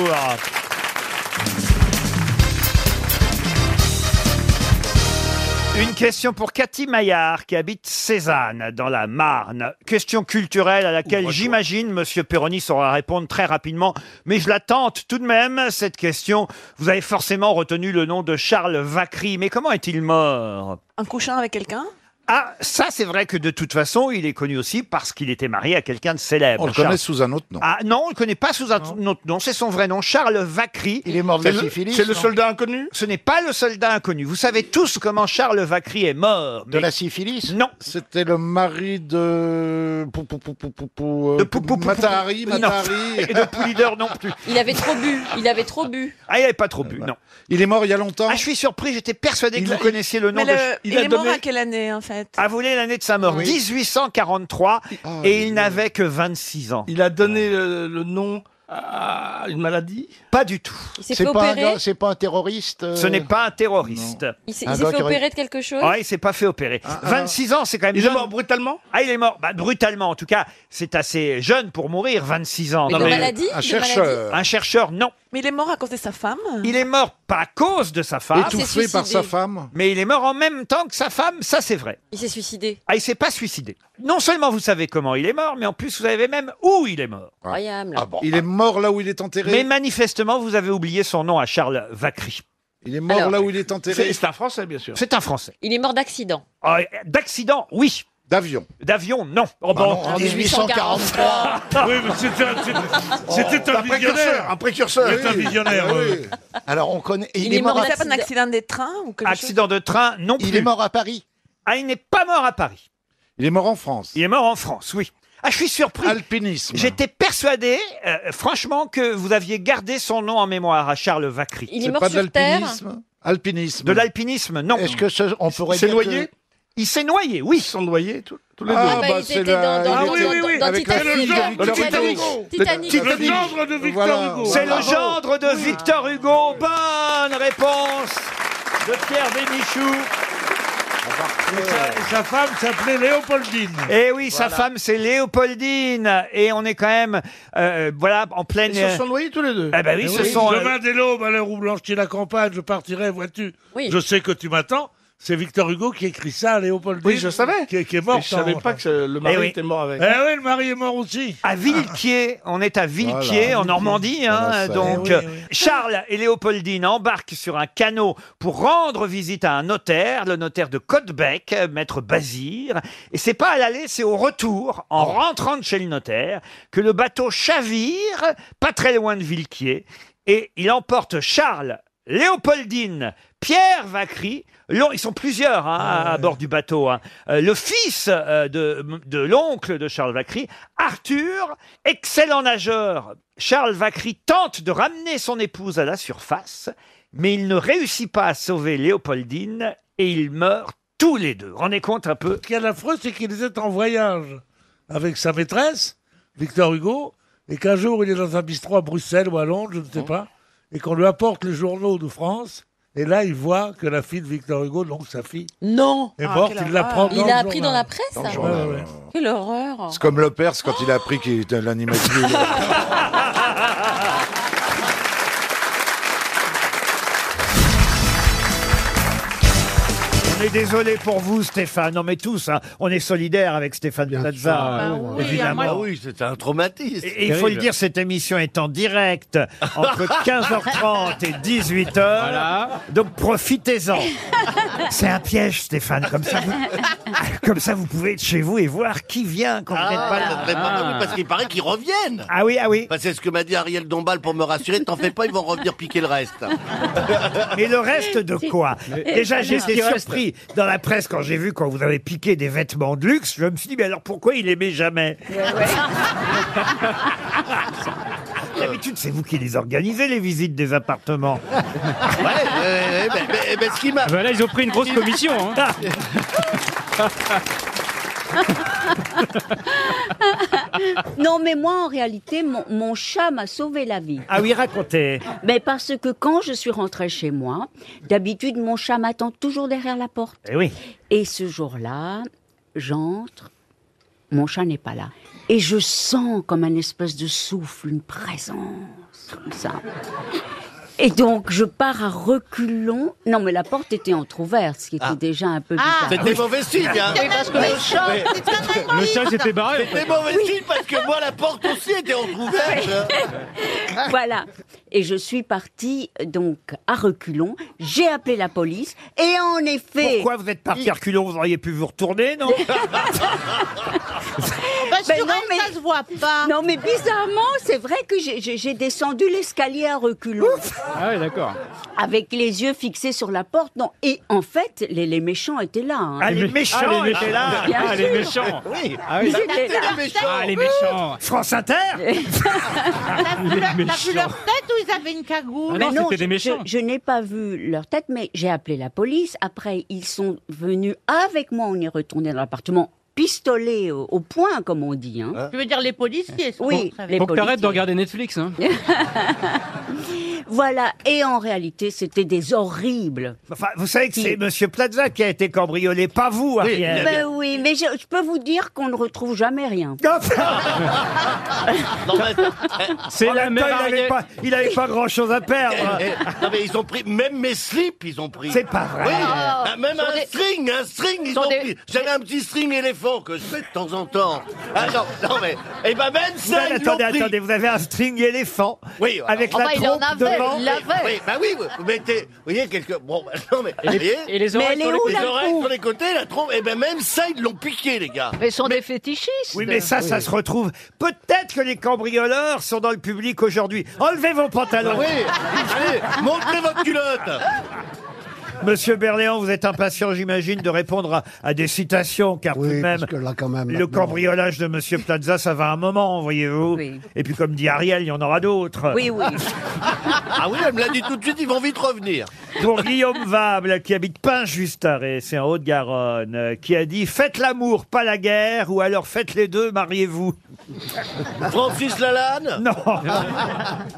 Une question pour Cathy Maillard qui habite Cézanne dans la Marne. Question culturelle à laquelle j'imagine Monsieur Perroni saura répondre très rapidement, mais je la tente tout de même cette question. Vous avez forcément retenu le nom de Charles Vacry, mais comment est-il mort Un couchant avec quelqu'un Ah, ça c'est vrai que de toute façon, il est connu aussi parce qu'il était marié à quelqu'un de célèbre. On le connaît Charles- sous un autre nom. ah non, on ne connaît pas sous un autre nom, c'est son vrai nom, Charles Vacry. Il est mort de C'est la le- syphilis, c'est le non soldat inconnu Ce n'est pas le soldat inconnu. Vous savez tous comment Charles Vacry est mort. De la syphilis Non. C'était le mari de. euh, Pou, pou, pou, pou, pou, pou, euh, Matahari, Non. Matahari. <laughs> Et de Poulidor non plus. Il avait trop bu, il avait trop bu. Ah, il n'avait pas trop bu, non. Il est mort il y a longtemps Ah, je suis surpris, j'étais persuadé que vous connaissiez le Mais nom de... le- il, est mort à quelle année en fait Ah, vous voulez l'année de sa mort Oui. 1843, et il n'avait que 26 ans. Il a donné le, le nom à une maladie Pas du tout. Il s'est C'est fait pas un opérer gars- C'est pas un terroriste euh, Ce n'est pas un terroriste. Il s'est il s'est fait opérer de quelque chose Ah, il s'est pas fait opérer. 26 ans, c'est quand même. Il est jeune. mort brutalement Ah, il est mort bah, brutalement. En tout cas, c'est assez jeune pour mourir, 26 ans. Mais de Non, mais maladie, un de chercheur. maladie Un chercheur, non. Mais il est mort à cause de sa femme Il est mort pas à cause de sa femme. Étouffé Il s'est par suicidé. sa femme. Mais il est mort en même temps que sa femme, ça c'est vrai. Il s'est suicidé. Ah, il s'est pas suicidé. Non seulement vous savez comment il est mort, mais en plus vous savez même où il est mort. Incroyable. Il est mort là où il est enterré. Mais manifestement, vous avez oublié son nom à Charles Vacry. Il est mort Alors- là où il est C'est c'est un Français, bien sûr. C'est un Français. Il est mort d'accident. Ah, D'accident, oui. D'avion. D'avion, non. Oh, bon. Ah, non, en 1843. Ah, <laughs> Oui, mais c'était un, c'était- Oh, c'était un visionnaire. Oh, Un précurseur. Il est un oui. visionnaire, Ah oui. Alors on connaît. Il, est mort, à cause d'un accident des trains ou quelque Accident de train, non plus. Il est mort à Paris. Ah, il n'est pas mort à Paris. Il est mort en France. Il est mort en France, oui. Ah, je suis surpris. Alpinisme. J'étais persuadé, euh, franchement, que vous aviez gardé son nom en mémoire à Charles Vacry. Il est C'est mort pas de sur Terre l'alpinisme Alpinisme. De l'alpinisme, non. Est-ce que on pourrait Il s'est dire noyé que- Il s'est noyé, oui. Ils sont noyés tous, tous les Ah, deux. bah, ils étaient dans, dans, Ah dans- oui, dans- oui, oui, dans avec la Titanic. fille de Le Victor Titanic. Hugo. Titanic. Le Titanic. gendre de Victor Voilà. Hugo. C'est le Bravo. gendre de Victor Hugo. Bonne réponse de Pierre Bénichou. Sa, sa femme s'appelait Léopoldine. Eh oui, sa femme, c'est Léopoldine. Et on est quand même, euh, voilà, en pleine. Ils se sont noyés tous les deux. Ah bah oui, Eh ce sont. euh, Demain dès l'aube, à l'heure où blanchit la campagne, je partirai, vois-tu. Oui. Je sais que tu m'attends. C'est Victor Hugo qui écrit ça à Léopoldine. Oui, je savais. Qui, qui est mort. Et je savais pas que ce- le mari était mort avec. Eh oui, le mari est mort aussi. À Villequier, on est à Villequier Voilà. en Normandie, hein, Voilà, ça. donc Eh oui, oui. Charles et Léopoldine embarquent sur un canot pour rendre visite à un notaire, le notaire de Côtebec, euh, maître Bazire. Et c'est pas à l'aller, c'est au retour, en Oh. rentrant de chez le notaire, que le bateau chavire, pas très loin de Villequier, et il emporte Charles, Léopoldine, Pierre Vacry, l'on- ils sont plusieurs hein, à- à bord du bateau, hein. Euh, le fils euh, de, de l'oncle de Charles Vacry, Arthur, excellent nageur. Charles Vacry tente de ramener son épouse à la surface, mais il ne réussit pas à sauver Léopoldine et ils meurent tous les deux. Rendez compte un peu. Ce qui est affreux, c'est qu'il était en voyage avec sa maîtresse, Victor Hugo, et qu'un jour, il est dans un bistrot à Bruxelles ou à Londres, je ne sais pas, et qu'on lui apporte les journaux de France. Et là, il voit que la fille de Victor Hugo, donc sa fille, Non. est morte. il l'apprend. Ah, Il dans le a appris journal. dans la presse hein. Dans le ça journal, ouais. Quelle horreur C'est comme le Perse quand il a appris qu'il était un animal. On est désolé pour vous, Stéphane. Non, mais tous, hein, on est solidaires avec Stéphane Plaza. Ah euh, oui, évidemment. ah, moi- oui, c'était un traumatisme. Et il faut le dire, cette émission est en <laughs> direct entre 15h30 et 18h. Donc profitez-en. C'est un piège, Stéphane. Comme ça, vous, comme ça, vous pouvez être chez vous et voir qui vient quand Ah. vous n'êtes pas là. parce qu'il paraît qu'ils reviennent. Ah oui, ah oui. Parce que c'est ce que m'a dit Ariel Dombal pour me rassurer. T'en fais pas, ils vont revenir piquer le reste. <laughs> Mais le reste de quoi Déjà, j'ai été surpris dans la presse quand j'ai vu quand vous avez piqué des vêtements de luxe. Je me suis dit, mais alors pourquoi il aimait jamais D'habitude, c'est vous qui les organisez, les visites des appartements. Ouais, ouais, ouais, mais- mais- mais ce qui m'a. Ah bah là, ils ont pris une grosse commission. hein. <laughs> <laughs> Non, mais moi, en réalité, mon, mon chat m'a sauvé la vie. Ah oui, racontez. Mais parce que quand je suis rentrée chez moi, d'habitude, mon chat m'attend toujours derrière la porte. Eh oui. Et ce jour-là, j'entre, mon chat n'est pas là. Et je sens comme un espèce de souffle, une présence, comme ça. Et donc, je pars à reculons. Non, mais la porte était entrouverte, ce qui était Ah. déjà un peu bizarre. Ah. C'était mauvais signe, hein. Oui, parce que le chat- Oui. Le chat s'était barré, en C'était fait. mauvais signe parce que moi, la porte aussi était entrouverte. voilà. Et je suis partie donc à reculons. J'ai appelé la police et en effet. Pourquoi vous êtes parti à reculons Vous auriez pu vous retourner, non Ben non, mais ça se voit pas. Non, mais bizarrement, c'est vrai que j'ai- j'ai j'ai descendu l'escalier à reculons. <laughs> Ah oui, d'accord. Avec les yeux fixés sur la porte, non. Et en fait, les, les méchants étaient là. hein. Ah, les Les mé- méchants ah, les étaient méchants. là. Bien Ah, les sûr. méchants. Oui. Ah oui. Ils étaient là. Ah, les méchants. Ah, les méchants. France <laughs> Inter Ah, T'as vu, leur- Les t'as vu leur tête ou ils avaient une cagoule Mais je- Je, je n'ai pas vu leur tête, mais j'ai appelé la police. Après, ils sont venus avec moi. On est retourné dans l'appartement, pistolet au, au point, comme on dit. hein. Ah. Tu veux dire les policiers sont Oui, très les bien. Faut que t'arrêtes de regarder Netflix. Hein. <laughs> Voilà. Et en réalité, c'était des horribles. Enfin, vous savez que c'est Monsieur Plaza qui a été cambriolé, pas vous, Ariel. Ben oui, mais je, je peux vous dire qu'on ne retrouve jamais rien. <laughs> C'est Oh, En la même même temps, il Ariel. avait pas- Il n'avait pas grand-chose <laughs> à perdre. non, mais ils ont pris, même mes slips, ils ont pris. <laughs> C'est pas vrai. Oui, Ah. ah, même Sont un des- string, un string, ils sont ont des- pris. J'avais un petit string éléphant que je fais de temps en temps. Ah non, non, mais. Et ben, même Vous ça, avez- ils l'ont attendez, pris. attendez, vous avez un string éléphant Oui, voilà. Ah, bah, avec la trompe devant. Oui, bah oui, vous vous mettez, vous voyez, quelque... Bon, bah, non, mais... Et les- vous voyez et les oreilles Mais elle sur est les où, côtés. Les la oreilles sur les côtés, la trompe, et ben même ça, ils l'ont piqué, les gars. Mais ils sont des fétichistes. Oui, mais ça, ça se retrouve. Peut-être que les cambrioleurs sont dans le public aujourd'hui. Enlevez vos pantalons. Oui, allez, montrez votre culotte Monsieur Berléand, vous êtes impatient, j'imagine, de répondre à, à des citations, car tout de même, le maintenant- cambriolage de Monsieur Plaza, ça va un moment, voyez-vous. Et puis, comme dit Ariel, il y en aura d'autres. Oui, oui. Ah oui, elle me l'a dit tout de <laughs> suite, ils vont vite revenir. Pour Guillaume Vable, qui habite Pain-Justaré, c'est en Haute-Garonne, euh, qui a dit « Faites l'amour, pas la guerre, ou alors faites les deux, mariez-vous Francis Lalanne ». <laughs> Non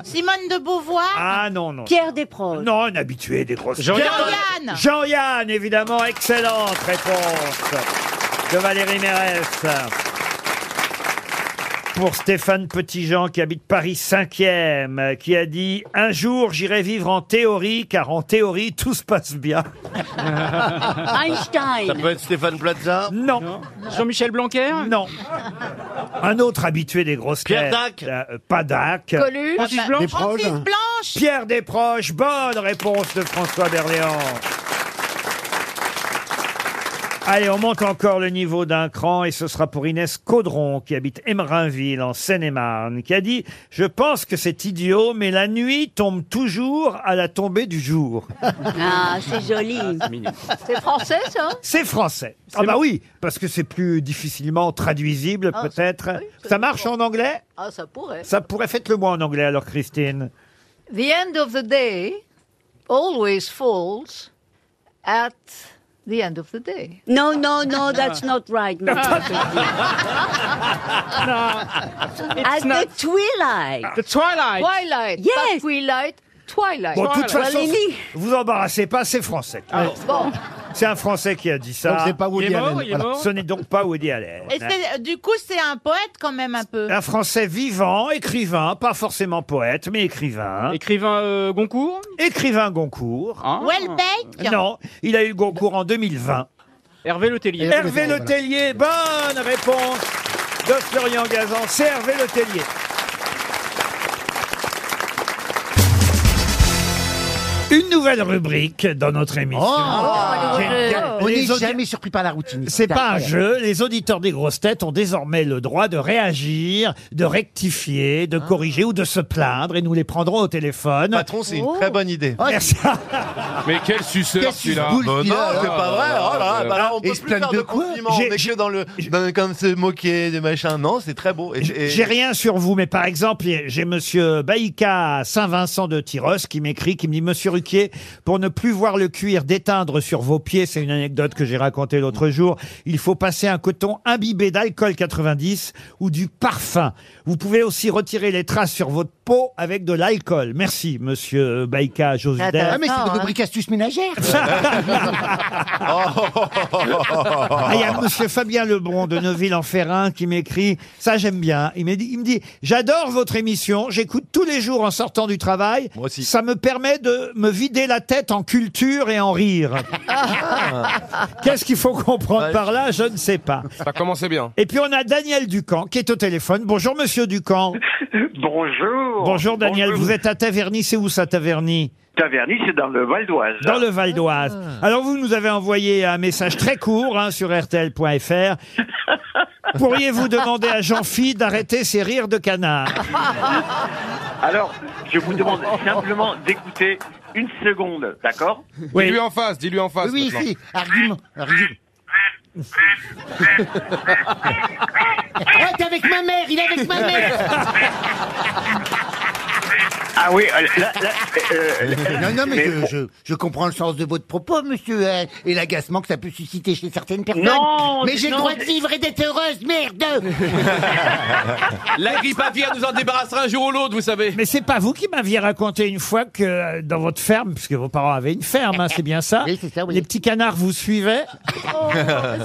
Simone de Beauvoir. Ah non, non. Pierre Desproges. Non, un habitué des grosses Jean-Yann. Jean-Yann. Jean-Yann, évidemment, excellente réponse de Valérie Mérès. pour Stéphane Petitjean qui habite Paris 5e, euh, qui a dit « Un jour, j'irai vivre en théorie, car en théorie, tout se passe bien. Einstein. Ah, Ça peut être Stéphane Plaza Non. Jean-Michel Blanquer » Non. Un autre habitué des grosses Pierre têtes, euh, pas Dac. Coluche. Francis Blanche. Desproges. Francis Blanche. Pierre Desproges. Bonne réponse de François Berléand. Allez, on monte encore le niveau d'un cran et ce sera pour Inès Caudron qui habite Émerinville en Seine-et-Marne qui a dit « Je pense que c'est idiot, mais la nuit tombe toujours à la tombée du jour. Ah, c'est joli. C'est français, ça » C'est français. Ah bah oui, parce que c'est plus difficilement traduisible Ah, peut-être. Ça marche en anglais Ah, ça pourrait. Ça pourrait, faites-le moi en anglais alors Christine. The end of the day always falls at the end of the <laughs> day. No, no, <laughs> no, that's not right. no. At the twilight. The twilight. Twilight. Yes. twilight. Twilight. Bon, de toute Twilight. façon, vous embarrassez pas, c'est français. Bon. C'est un français qui a dit ça. Donc c'est pas Woody Il est mort, Allen. il est Voilà. mort Ce n'est donc pas Woody Allen. Et c'est- euh, du coup, c'est un poète quand même un peu. Un Français vivant, écrivain, pas forcément poète, mais écrivain. Écrivain euh, Goncourt Ah. Écrivain Goncourt. Welbeck Non, il a eu Goncourt en 2020. Hervé Letellier. Hervé Voilà. Letellier, bonne réponse de Florian Gazan. C'est Hervé Letellier. Une nouvelle rubrique dans notre émission. Oh, Oh, Génial. on oh, Les n'est audi- jamais surpris par la routine. C'est pas un incroyable. jeu. Les auditeurs des grosses têtes ont désormais le droit de réagir, de rectifier, de corriger ou de se plaindre et nous les prendrons au téléphone. Patron, c'est une Oh. très bonne idée. Merci. <laughs> Mais quel suceur Quel celui-là suce-boule Bah qu'il a, là. oh là là, bah là, on Ah, Et peut se plus plaignent faire de de quoi compliments, J'ai- on est que dans le dans- comme se moquer de machin. Non, c'est très beau. Et- et- J'ai rien sur vous, mais par exemple, j'ai Monsieur Baïka à Saint-Vincent de Tyros qui m'écrit, qui me dit Monsieur Ruquier, pour ne plus voir le cuir déteindre sur vos pieds, c'est une anecdote que j'ai racontée l'autre jour. Il faut passer un coton imbibé d'alcool 90 ou du parfum. Vous pouvez aussi retirer les traces sur votre peau avec de l'alcool. Merci, Monsieur Baïka, j'ose Ah, dire. mais c'est une hein. rubrique astuce ménagère. <laughs> <laughs> Ah, Il y a monsieur Fabien Lebron de Neuville-en-Ferrin qui m'écrit, ça j'aime bien. Il me dit, il me dit j'adore votre émission, j'écoute tous les jours en sortant du travail. Ça me permet de me vider la tête en culture et en rire. <laughs> Qu'est-ce qu'il faut comprendre par là Je ne sais pas. Ça commençait bien. Et puis on a Daniel Ducamp qui est au téléphone. Bonjour monsieur Ducamp. <laughs> Bonjour. Bonjour Daniel, vous êtes à Taverny, c'est où ça Taverny Taverny, c'est dans le Val d'Oise. dans le Val d'Oise. Ah. Alors vous nous avez envoyé un message très court hein, sur <laughs> rtl.fr. Pourriez-vous demander à Jean-Phi d'arrêter ses rires de canard <laughs> Alors, je vous demande simplement d'écouter une seconde, d'accord Dis-lui en face, dis-lui en face. Oui, oui, maintenant. si. Argument. Argument. Ouais, t'es avec ma mère, il est avec ma mère. <laughs> Ah oui, euh, là, là, euh, non, non, mais, mais je, bon. je- je comprends le sens de votre propos, monsieur, hein, et l'agacement que ça peut susciter chez certaines personnes. Non, mais j'ai le non, droit c'est- de vivre et d'être heureuse, merde <laughs> La grippe aviaire nous en débarrassera un jour ou l'autre, vous savez. Mais c'est pas vous qui m'aviez raconté une fois que euh, dans votre ferme, puisque vos parents avaient une ferme, hein, c'est bien ça, Les petits canards vous suivaient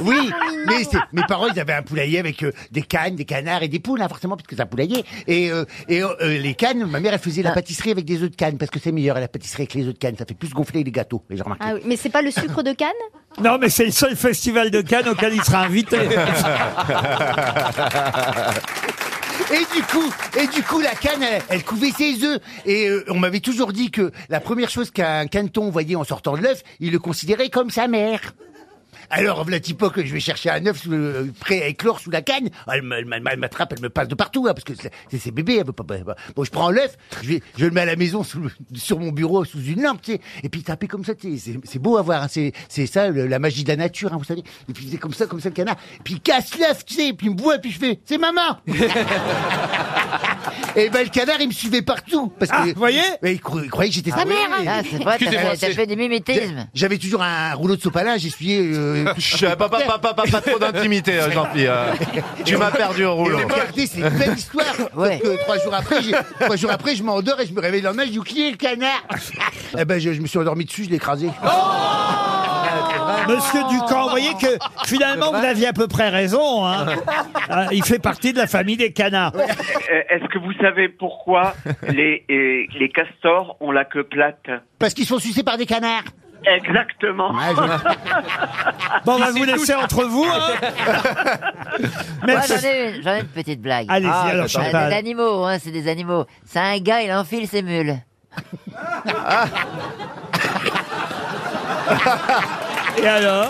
oui, mais c'est- mes parents, ils avaient un poulailler avec euh, des cannes, des canards et des poules, hein, forcément, parce que c'est un poulailler. Et, euh, et euh, euh, les cannes, ma mère, elle faisait la pâtisserie avec des œufs de canne, parce que c'est meilleur, la pâtisserie avec les œufs de canne, ça fait plus gonfler les gâteaux, mais j'ai remarqué. Ah oui, mais c'est pas le sucre de canne Non, mais c'est le seul festival de Cannes auquel il sera <laughs> invité. Et du coup, et du coup, la canne, elle, elle couvait ses œufs. Et euh, on m'avait toujours dit que la première chose qu'un caneton voyait en sortant de l'œuf, il le considérait comme sa mère. Alors, voilà typo que je vais chercher un œuf sous le- prêt à éclore sous la canne. Ah, Elle me- elle m'a- elle m'attrape, elle me passe de partout, hein, parce que c'est c'est ses bébés. Elle veut pas, pas- pas- Bon, je prends l'œuf, je, vais- je le mets à la maison sous le- sur mon bureau sous une lampe, tu sais. Et puis taper comme ça, tu sais, c'est c'est beau à voir. hein, c'est c'est ça le- la magie de la nature, hein, vous savez. Et puis c'est comme ça, comme ça le canard. Et puis il casse l'œuf, tu sais. Et puis il me voit, et puis je fais, c'est maman. Et ben le canard, il me suivait partout. Parce que, vous Ah, voyez Il crou- il croyait que j'étais Ah sa oui, mère. hein. ah, c'est vrai, t'as- Excusez-moi, t'as c'est- fait des mimétismes. J'avais toujours un rouleau de sopalin, j'essuyais. <laughs> Euh, ah, pas- pas- pas- pas- pas- pas trop d'intimité, hein, Jean-Pierre. Euh, <laughs> tu m'as perdu au rouleau. Et Regardez, c'est une belle histoire. Parce que trois jours après, j'ai- trois jours après, je m'endors et je me réveille <laughs> Oh. le lendemain, je dis qui est le canard Eh ben je, je me suis endormi dessus, je l'ai écrasé. Monsieur Ducamp, vous voyez que finalement <laughs> vous aviez à peu près raison. <laughs> hein. Ah, Il fait partie de la famille des canards. Euh, Est-ce que vous savez pourquoi les, et- les castors ont la queue plate Parce qu'ils sont sucés par des canards. Exactement. Bon, on va vous laisser entre vous. hein. Moi, Merci. j'en ai, une- j'en ai une petite blague. Allez-y, Ah, alors, C'est Chantal. des animaux, hein, c'est des animaux. C'est un gars, il enfile ses mules. Ah. Et alors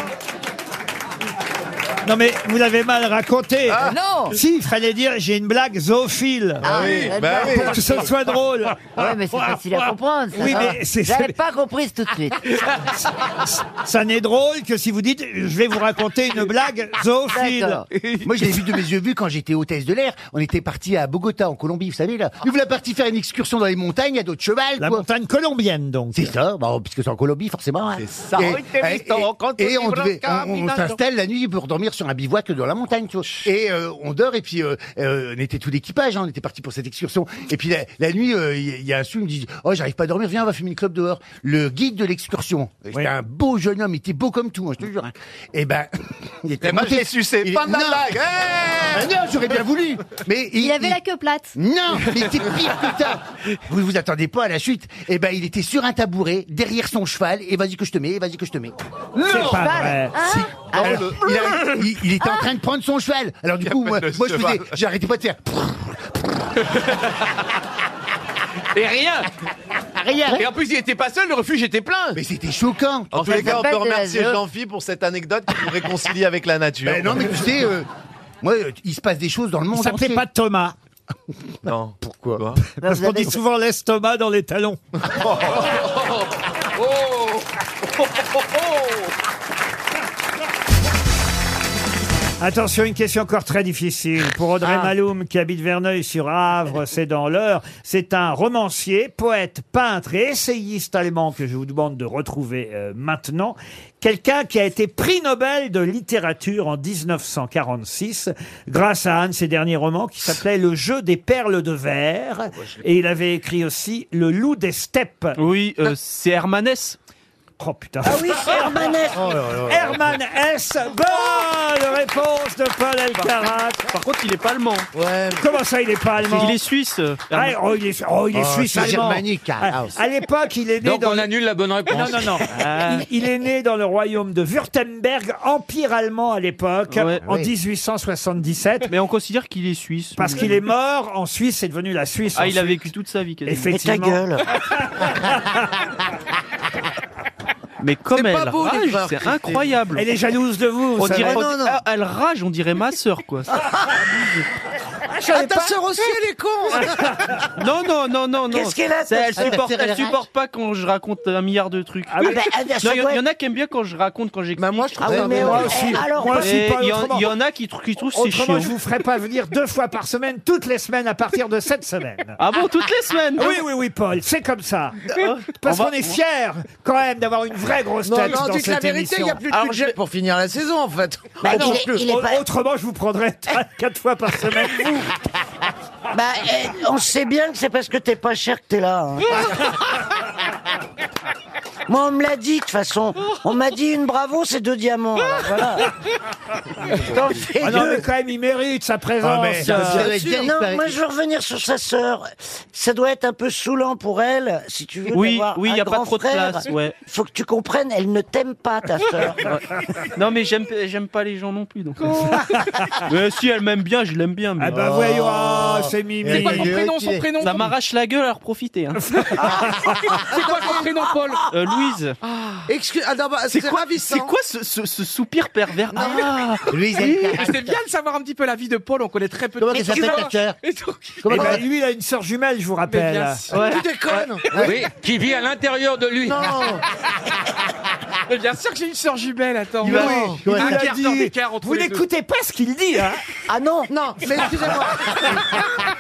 Non mais vous l'avez mal raconté. Ah. Non. Si, il fallait dire j'ai une blague zoophile. Ah, oui, bah oui. Pour que ce soit drôle. Oui, mais c'est facile à comprendre. ça, Oh Oui, va. mais c'est- J'avais c'est- pas compris tout de <laughs> suite. Ça n'est drôle que si vous dites je vais vous raconter <laughs> une blague zoophile. Moi, je l'ai vu de mes yeux vus quand j'étais hôtesse de l'air. On était parti à Bogota, en Colombie, vous savez, là. Nous voilà partis faire une excursion dans les montagnes à dos de cheval. La montagne colombienne, donc. C'est ça, bah, puisque c'est en Colombie, forcément. hein. ça. Et, Hoy te he et- visto con tu et on, libro devait- on- on caminando. s'installe la nuit pour dormir sur un bivouac dans la montagne, tu vois. Et euh, on dort, et puis euh, euh, on était tout l'équipage, hein, on était parti pour cette excursion. Et puis la, la nuit, euh, il y, il y a un sou, il me dit Oh, j'arrive pas à dormir, viens, on va fumer une clope dehors. Le guide de l'excursion, euh, c'était un beau jeune homme, il était beau comme tout, hein, je te jure. hein. <laughs> Et ben, il était Et moi, monté- je l'ai sucé, il- pas de ma Non. blague, hey Ben non, j'aurais bien voulu. Mais Il avait la queue plate. non, mais c'est pire que ça. Vous vous attendez pas à la chute. Eh ben, il était sur un tabouret, derrière son cheval, et vas-y que je te mets, et vas-y que je te mets. C'est pas vrai. Si. Ah. Alors, il, a- il- il était en train de prendre son cheval. Alors du coup, moi, le moi, je cheval. faisais, j'arrêtais pas de faire. <laughs> Et rien Rien. Et en plus, il était pas seul, le refuge était plein Mais c'était choquant. En tous les cas, on peut remercier jean Jean-Phi pour cette anecdote qui nous réconcilie avec la nature. Ben non, mais tu sais, euh, moi, euh, il se passe des choses dans le monde. Il s'appelait entier. pas Thomas. Non. Pourquoi Parce qu'on dit <laughs> souvent l'estomac dans les talons. Attention, une question encore très difficile pour Audrey Ah. Maloum qui habite Verneuil-sur-Avre, c'est dans l'heure. C'est un romancier, poète, peintre et essayiste allemand que je vous demande de retrouver euh, maintenant. Quelqu'un qui a été prix Nobel de littérature en 1946 grâce à un de ses derniers romans qui s'appelait Le jeu des perles de verre. Et il avait écrit aussi Le loup des steppes. Oui, euh, c'est Hermanès. Oh putain. Ah oui, c'est Hermann S. Oh. Hermann S. Bonne réponse de Paul Elkarat. Par contre, il est pas allemand. Comment ça, il est pas allemand Il est suisse. euh, Ah, Hermann. oh, il est, oh, il est Oh, suisse c'est allemand. germanique, À, House. à l'époque, il est né Donc, dans on le- annule la bonne réponse. <laughs> Non, Euh, non, non. Ah. Il, il est né dans le royaume de Wurtemberg, empire allemand à l'époque, Ouais. en Oui. 1877. Mais on considère qu'il est suisse. Parce qu'il est mort en Suisse, c'est devenu la Suisse. Ah, il a ensuite. vécu toute sa vie. quasiment. Effectivement. Mais comme C'est elle pas beau, les rage, fleurs, c'est Christine. incroyable. Elle est jalouse de vous, vous On savez. dirait, Ah, non, non. Ah, elle rage, on dirait ma sœur, quoi. Ah, ta sœur aussi, elle est con <laughs> non, non, non, non, non. Qu'est-ce qu'elle a, Ça, ta Elle sœur supporte, Elle elle rage supporte pas quand je raconte un milliard de trucs. Ah oui. Bah, elle vient Non, sur il y, en- toi. il y en a qui aiment bien quand je raconte, quand j'explique. moi, je trouve Ah oui, ça mais moi aussi. Eh, alors, Moi aussi, Et pas Il y, en- autrement. il y en a qui, trou- qui trouvent que c'est Autrement, chiant. je vous ferai pas venir deux fois par semaine, toutes les semaines à partir de cette semaine. Ah bon, toutes les semaines Oui, oui, oui, Paul, c'est comme ça. Ah. Parce On va- qu'on est fiers quand même d'avoir une vraie grosse Non, tête non, dans dites cette la vérité, émission. il n'y a plus de budget pour finir la saison, en fait. Bah, On il peut est- plus. il est pas- Autrement, je vous prendrais <laughs> quatre fois par semaine. <laughs> Bah, eh, on sait bien que c'est parce que t'es pas cher que t'es là. <laughs> hein. Moi, on me l'a dit, de toute façon. On m'a dit une bravo, c'est deux diamants. alors <laughs> voilà. T'en fais Ah non, deux. mais quand même, il mérite sa présence. Ah, euh, mais ça doit être bien Non, moi, je veux revenir sur sa sœur. Ça doit être un peu saoulant pour elle, si tu veux. Oui, d'avoir oui, un y a pas grand trop de frère. place, ouais. Faut que tu comprennes, elle ne t'aime pas, ta <laughs> sœur. Non mais j'aime j'aime pas les gens non plus donc. mais si <laughs> elle m'aime bien, je l'aime bien. Mais... Oh. Ah bah voyons, ah, c'est mimi. C'est quoi son prénom, son prénom Ça m'arrache la gueule, alors profitez. hein. <laughs> C'est quoi ton prénom, Paul Euh, Louise. Excuse... Ah, non, bah, C'est quoi, ravissant. c'est quoi ce, ce- ce soupir pervers Ah Louise, elle- Oui. Mais c'est bien de savoir un petit peu la vie de Paul, on connaît très peu Comment elle s'appelle, ta sœur Eh ben, lui, il a une sœur jumelle, je vous rappelle. bien sûr. Tu déconnes. Oui, qui vit à l'intérieur de <laughs> lui. Mais bien sûr que j'ai une sœur jumelle, attends. Oui, oui, il nous l'a dit. Vous n'écoutez pas ce qu'il dit, hein Ah non Non, mais excusez-moi.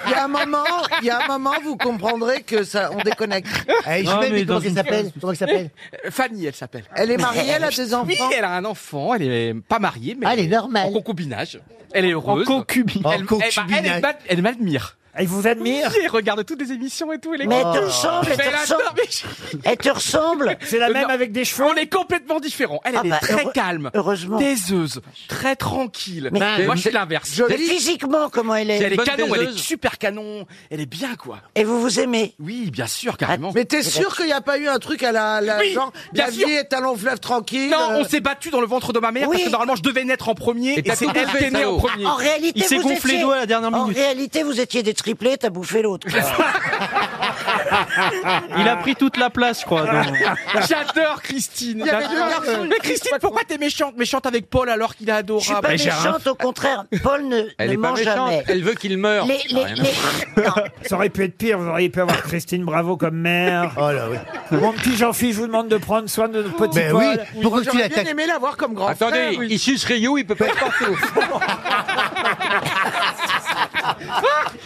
Il y a un moment, il y a un moment, vous comprendrez que ça, on déconnecte. Eh, je Non, m'aime, mais mais comment dans elle une- s'appelle Comment elle s'appelle Euh, Fanny, elle s'appelle. Elle est mariée, elle a des enfants Oui, elle a un enfant, elle est pas mariée, mais. elle est normale. En concubinage. Elle est heureuse. En concubinage. Elle, elle- bah, elle, elle m'a- elle m'admire. Il vous admire Il regarde toutes les émissions et tout. et les- Mais elle te ressemble, elle Mais te là, ressemble. non, mais- Elle te ressemble. C'est la même Non. avec des cheveux. On est complètement différents. Elle, Ah elle bah, est très heure- calme, heureusement. taiseuse, très tranquille. Mais- Et Mais- moi, je suis l'inverse. Mais physiquement, comment elle est Elle est canon, elle est super canon, elle est bien quoi. Et vous vous aimez Ah, Oui, bien sûr, carrément. Mais t'es sûr qu'il n'y a pas eu un truc à la, la Oui, genre bien la sûr. vie est un long fleuve tranquille Non, euh, on s'est battu dans le ventre de ma mère Oui. parce que normalement je devais naître en premier et, c'est elle qui est née en premier. Ah, En réalité, il s'est vous gonflé étiez- les doigts à la dernière En minute. réalité, vous étiez des triplés, t'as bouffé l'autre. quoi. Il a pris toute la place, je crois. dans- <laughs> J'adore Christine. Il y avait deux J'adore. garçons, une Mais Christine, pourquoi t'es méchante Méchante avec Paul alors qu'il est adorable. Je suis pas Mais j'ai un- méchante, au contraire. Paul ne, Elle ne est pas ment méchante, jamais. Elle veut qu'il meure. Les- les- les- Ça aurait pu être pire, vous auriez pu avoir Christine Bravo comme mère. Oh Mon petit Jean-Philippe, je vous demande de prendre soin de notre petit Ben Paul. oui, pourquoi tu J'aurais bien l'attaques aimé l'avoir comme grand frère. Attendez, il suce Ryu, il <laughs> peut pas être partout.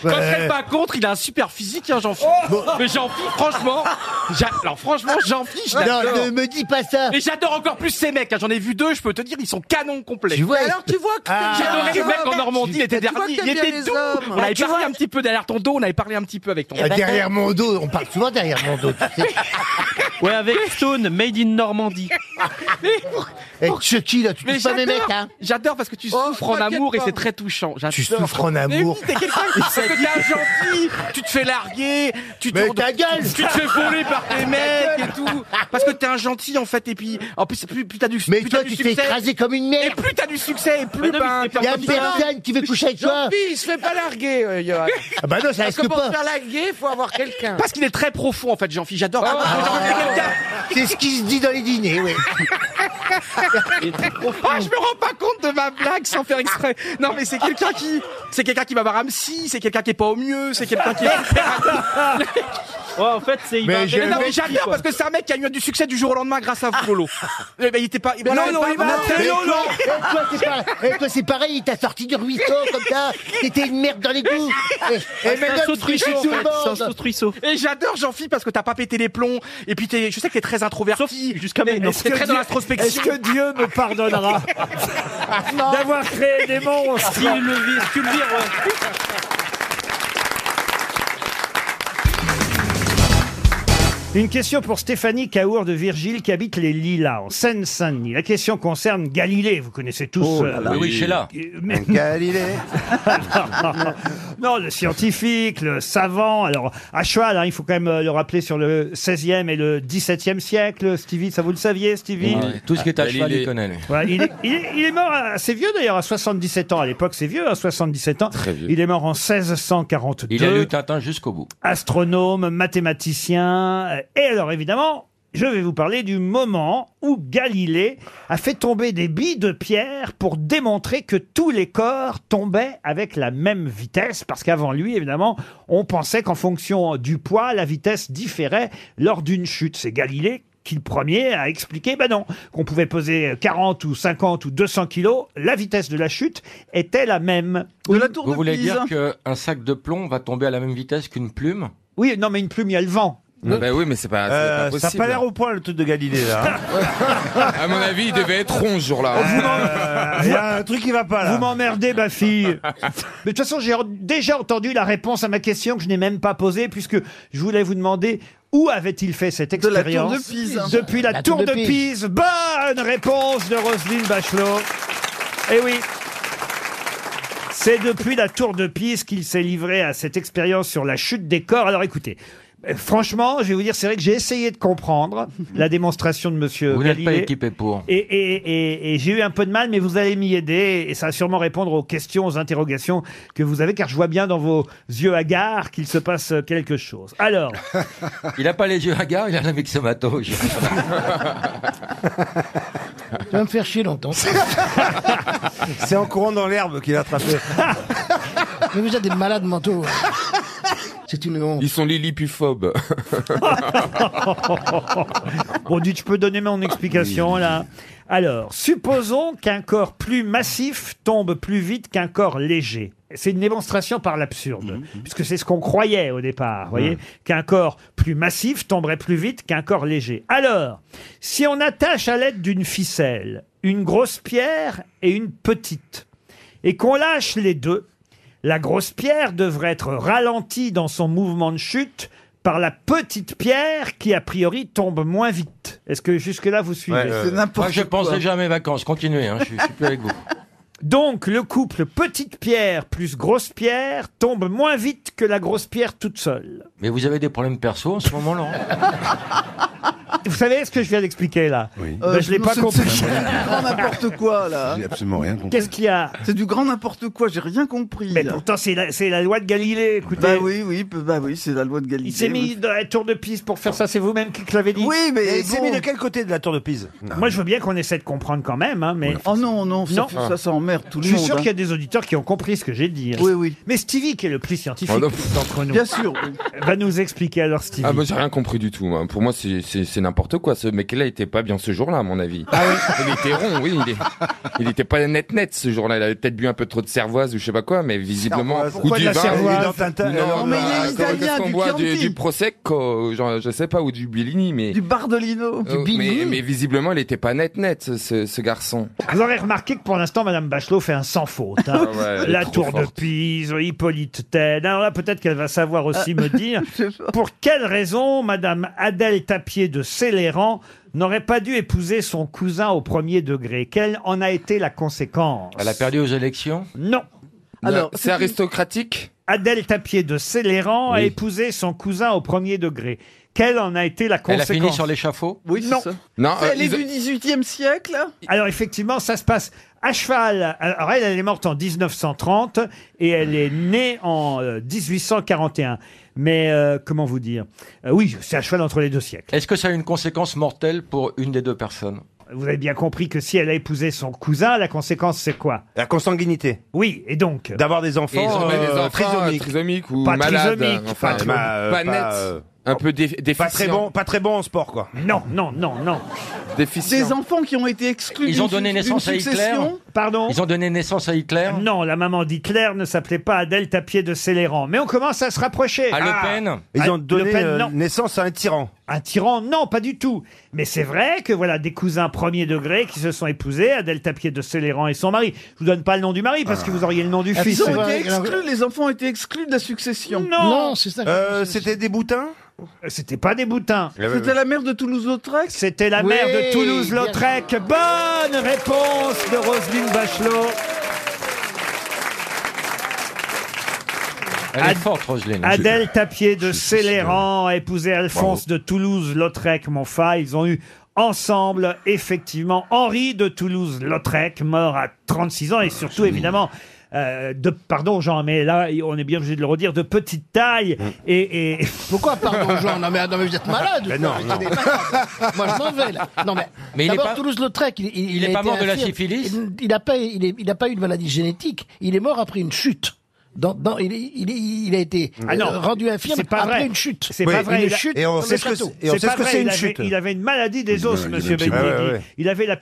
Quand je serais pas contre, il a un super physique, hein, Jean-Philippe. Oh. Mais Jean-Philippe, franchement, j'a- alors franchement, Jean-Philippe, je l'adore. Ah Non, ne me dis pas ça. Et j'adore encore plus ces mecs. hein. J'en ai vu deux, je peux te dire, ils sont canons complets. Tu vois, Mais alors tu vois que Ah. J'adorais tu le vois- mec en Normandie, il était tu vois dernier, que il t'aimes bien était les doux. hommes. Bah, On avait parlé un petit peu derrière ton dos, on avait parlé un petit peu avec ton. Ah, derrière mon dos, on Eh parle souvent derrière mon dos. Tu sais. <laughs> Ouais, avec Stone, Made in <laughs> Normandie. Eh, Chucky, là, tu Mais touches pas mes j'adore. mecs, hein J'adore parce que tu souffres en t'inquiète amour et pas. c'est très touchant. J'adore. Tu souffres en Mais amour. oui, t'es quelqu'un qui parce que t'es un gentil, tu te fais larguer, tu te, Mais ta gueule tu te fais voler par <laughs> tes mecs et tout. Parce que t'es un gentil en fait et puis en plus plus, plus t'as du Mais plus toi, t'as du tu te fais succès, écraser comme une et merde. plus t'as du succès et plus Mais non, mais ben c'est pas Il y a t'es comme ça. personne qui veut coucher avec toi. Jean-Pierre, il se fait pas larguer, euh, Johan. Ah bah non, ça Parce que risque pour se pas. faire larguer, faut avoir quelqu'un. Parce qu'il est très profond en fait, Jean-Philippe. J'adore. Oh. C'est ce qui se dit dans les dîners, <laughs> oui. Ah, je me rends pas compte de ma blague sans faire exprès. Non, mais c'est quelqu'un qui, c'est quelqu'un qui va voir Ramsey, c'est quelqu'un qui est pas au mieux, c'est quelqu'un qui est. <laughs> Ouais, en fait, c'est. il <laughs> Mais va- je- Mais non, mais mec qui, j'adore quoi. parce que c'est un mec qui a eu du succès du jour au lendemain grâce <laughs> à Frollo. Eh ben, il était pas. Non, là, non, pas il m'a vraiment. fait- non, non. Et toi, c'est pareil. Et toi, c'est pareil, il t'a sorti du ruisseau comme ça. T'étais une merde dans les Eh, goûts. Ah, Et, Eh, et C'est un maintenant, saut tu de friches ruisseau, en tout le fait. C'est un saut monde. de ruisseau. Et j'adore Jean-Philippe parce que t'as pas pété les plombs. Et puis t'es- je sais que t'es très introverti. jusqu'à maintenant. C'est très dans Est-ce l'introspection. que Dieu <laughs> me pardonnera d'avoir créé des monstres Si il le vire, si tu le vires, ouais. Une question pour Stéphanie Caour de Virgile qui habite les Lilas en Seine-Saint-Denis. La question concerne Galilée. Vous connaissez tous. euh, Oh Oui, oui, Sheila. euh, mais- Galilée. <laughs> non, le scientifique, le savant. Alors, à cheval, hein, il faut quand même euh, le rappeler sur le 16e et le 17e siècle. Stevie, ça vous le saviez, Stevie Tout ce qui est à cheval, Galilée. Ah, il connaît, lui. Ouais, il, est, il est- il est mort euh, assez vieux d'ailleurs, à 77 ans. À l'époque, c'est vieux, à 77 ans. Très vieux. Il est mort en 1642. Il a lu Tintin jusqu'au bout. astronome, mathématicien. euh, Et alors évidemment, je vais vous parler du moment où Galilée a fait tomber des billes de pierre pour démontrer que tous les corps tombaient avec la même vitesse. Parce qu'avant lui, évidemment, on pensait qu'en fonction du poids, la vitesse différait lors d'une chute. C'est Galilée qui le premier a expliqué, ben non, qu'on pouvait peser 40 ou 50 ou 200 kilos, la vitesse de la chute était la même. De la tour Vous voulez dire qu'un sac de plomb va tomber à la même vitesse qu'une plume Oui, non, mais une plume, il y a le vent. Ben oui, mais c'est pas, Euh, ça n'a pas l'air au point le truc de Galilée là. hein. <laughs> Euh, À mon avis, il devait être rond ce jour-là. Vous m'en- <laughs> Il y a un truc qui va pas Vous là. m'emmerdez, ma fille. <laughs> Mais de toute façon, j'ai en- déjà entendu la réponse à ma question que je n'ai même pas posée, puisque je voulais vous demander où avait-il fait cette De la expérience tour de Pise. Depuis la, tour, de, Pise. Bonne réponse de Roselyne Bachelot. Eh oui. C'est depuis la tour de Pise qu'il s'est livré à cette expérience sur la chute des corps. Alors écoutez. euh, Franchement, je vais vous dire, c'est vrai que j'ai essayé de comprendre la démonstration de Monsieur Vous n'êtes pas Galilée. équipé pour. Et, et- et- et j'ai eu un peu de mal, mais vous allez m'y aider. Et ça va sûrement répondre aux questions, aux interrogations que vous avez, car je vois bien dans vos yeux hagards qu'il se passe quelque chose. <laughs> Alors, <laughs> Il a pas les yeux hagards, il a la myxomatose. Tu vas me faire chier longtemps. C'est en courant dans l'herbe qu'il a attrapé. Mais vous êtes des malades mentaux. C'est une honte. Ils <laughs> sont lilipuphobes. <laughs> bon, dites, je peux donner mon explication là. Alors, supposons qu'un corps plus massif tombe plus vite qu'un corps léger. C'est une démonstration par l'absurde, puisque c'est ce qu'on croyait au départ, vous voyez, qu'un corps plus massif tomberait plus vite qu'un corps léger. Alors, si on attache à l'aide d'une ficelle une grosse pierre et une petite, et qu'on lâche les deux, La grosse pierre devrait être ralentie dans son mouvement de chute par la petite pierre qui, a priori, tombe moins vite. Est-ce que jusque-là, vous suivez euh, euh, Moi, je penserai jamais mes vacances. Continuez, hein, je, suis, je suis plus avec vous. Donc, le couple petite pierre plus grosse pierre tombe moins vite que la grosse pierre toute seule. Mais vous avez des problèmes perso en ce moment, Laurent <laughs> Vous savez ce que je viens d'expliquer, là Oui. Ben, je Euh, l'ai pas compris. <laughs> n'importe quoi, là. J'ai absolument rien compris. hein. Qu'est-ce qu'il y a C'est du grand n'importe quoi, j'ai rien compris. Mais pourtant, c'est la, c'est la loi de Galilée, écoutez. Bah oui, oui, peu- bah oui, c'est la loi de Galilée. Il s'est mis dans la tour de Pise pour faire ça, c'est vous-même qui l'avez dit Oui, mais Et il s'est mis de quel côté de la tour de Pise Moi, je veux bien qu'on essaie de comprendre quand même, hein, mais... Oh non, non, ça, Non. ça, ça emmerde tout le Je monde. suis sûr hein. qu'il y a des auditeurs qui ont compris ce que j'ai dit. Oui, oui. Mais Stevie, qui est le plus scientifique Oh non. d'entre nous, Bien sûr, <laughs> va nous expliquer alors Stevie. Ah, moi, j'ai rien compris du tout. moi. Pour moi, c'est- c'est c'est n'importe quoi. Ce mec-là était pas bien ce jour-là, à mon avis. Ah <laughs> Il était rond, oui. Il, est- il était pas net-net ce jour-là. Il avait peut-être bu un peu trop de cervoise ou je sais pas quoi, mais visiblement. Cervoise. ou Pourquoi du de la vin, cervoise ou- Il est dans Tintin- ou Non, mais bah, il comment est italien, est-ce qu'on du boit Chianti. du Prosecco, genre, je sais pas, ou du Bellini, mais. Du Bardolino. Euh, mais, mais visiblement, il était pas net-net, ce- ce, ce garçon. Vous aurez remarqué que pour l'instant, Madame Bachelot fait un sans faute. hein. <laughs> Ah ouais, elle est la trop tour de forte. Pise, Hippolyte Taine. Alors là, peut-être qu'elle va savoir aussi me dire pour quelle raison Madame Adèle Tapier de Céléran n'aurait pas dû épouser son cousin au premier degré. Quelle en a été la conséquence Elle a perdu aux élections Non. Ah Alors, c'est aristocratique Adèle Tapier de Céléran a épousé son cousin au premier degré. Quelle en a été la Elle a conséquence fini sur l'échafaud Oui, non. Non, C'est elle est du 18e siècle euh, Alors effectivement, ça se passe à cheval. Alors elle, elle est morte en 1930 et elle est née en euh, 1841. Mais euh, comment vous dire Euh, Oui, c'est à cheval entre les deux siècles. Est-ce que ça a une conséquence mortelle pour une des deux personnes Vous avez bien compris que si elle a épousé son cousin, la conséquence c'est quoi La consanguinité. Oui, et donc D'avoir des enfants, Et ils ont euh, des enfants trisomiques. trisomiques ou Pas malades. trisomiques, enfin, pas trop- pas, pas, net. euh, un peu dé- Pas déficient. très, bon, pas très bon en sport, quoi. Non, non, non, non. Des Déficient. enfants qui ont été exclus. Ils d'une ont donné su- naissance d'une à Hitler succession Pardon Euh, Ils ont donné naissance à Hitler Non, la maman d'Hitler ne s'appelait pas Adèle Tapier de Céléran. Mais on commence à se rapprocher. À Le Ah Pen Ah, Ils ont Le donné Pen, euh, non. naissance à un tyran. Un tyran, non, pas du tout. Mais c'est vrai que voilà des cousins premier degré qui se sont épousés, Adèle Tapier de Céléran et son mari. Je vous donne pas le nom du mari parce que vous auriez le nom Ah, du fils. Ils ont été exclus, les enfants ont été exclus de la succession. Non. Non, c'est ça. Euh, C'était des boutins Euh, C'était pas des boutins. C'était la mère de Toulouse-Lautrec C'était la Oui, mère de Toulouse-Lautrec. Bonne réponse de Roselyne Bachelot. Elle est Ad- forte, Roselyne. Adèle Tapier de Céléran euh, a épousé Alphonse de Toulouse-Lautrec, mon fa. Ils ont eu ensemble, effectivement, Henri de Toulouse-Lautrec, mort à 36 Ah, ans, et surtout, évidemment, euh, de, pardon Jean, mais là, on est bien obligé de le redire, de petite taille. Mm. Et, <laughs> Pourquoi, pardon, Jean Non, mais, non, mais vous êtes malade. Ben non, vous non. êtes des malades. <laughs> Moi, je m'en vais, là. Non, mais, Mais il est d'abord, pas- Toulouse-Lautrec, il, il, il est a pas été mort de la infirme. syphilis Il- Il n'a pas, il est- il a pas eu de maladie génétique. Il est mort après une chute. Dans, dans- il, est- il, est- il a été Ah non. euh, rendu infirme C'est pas après vrai. une chute. C'est pas vrai. Une il a- chute Et on dans sait le ce que château. Et on sait pas ce que vrai, c'est il une avait- chute. Il avait une maladie des os, Ouais, monsieur il est Benguigui. petit. Ouais, ouais, ouais. Il avait la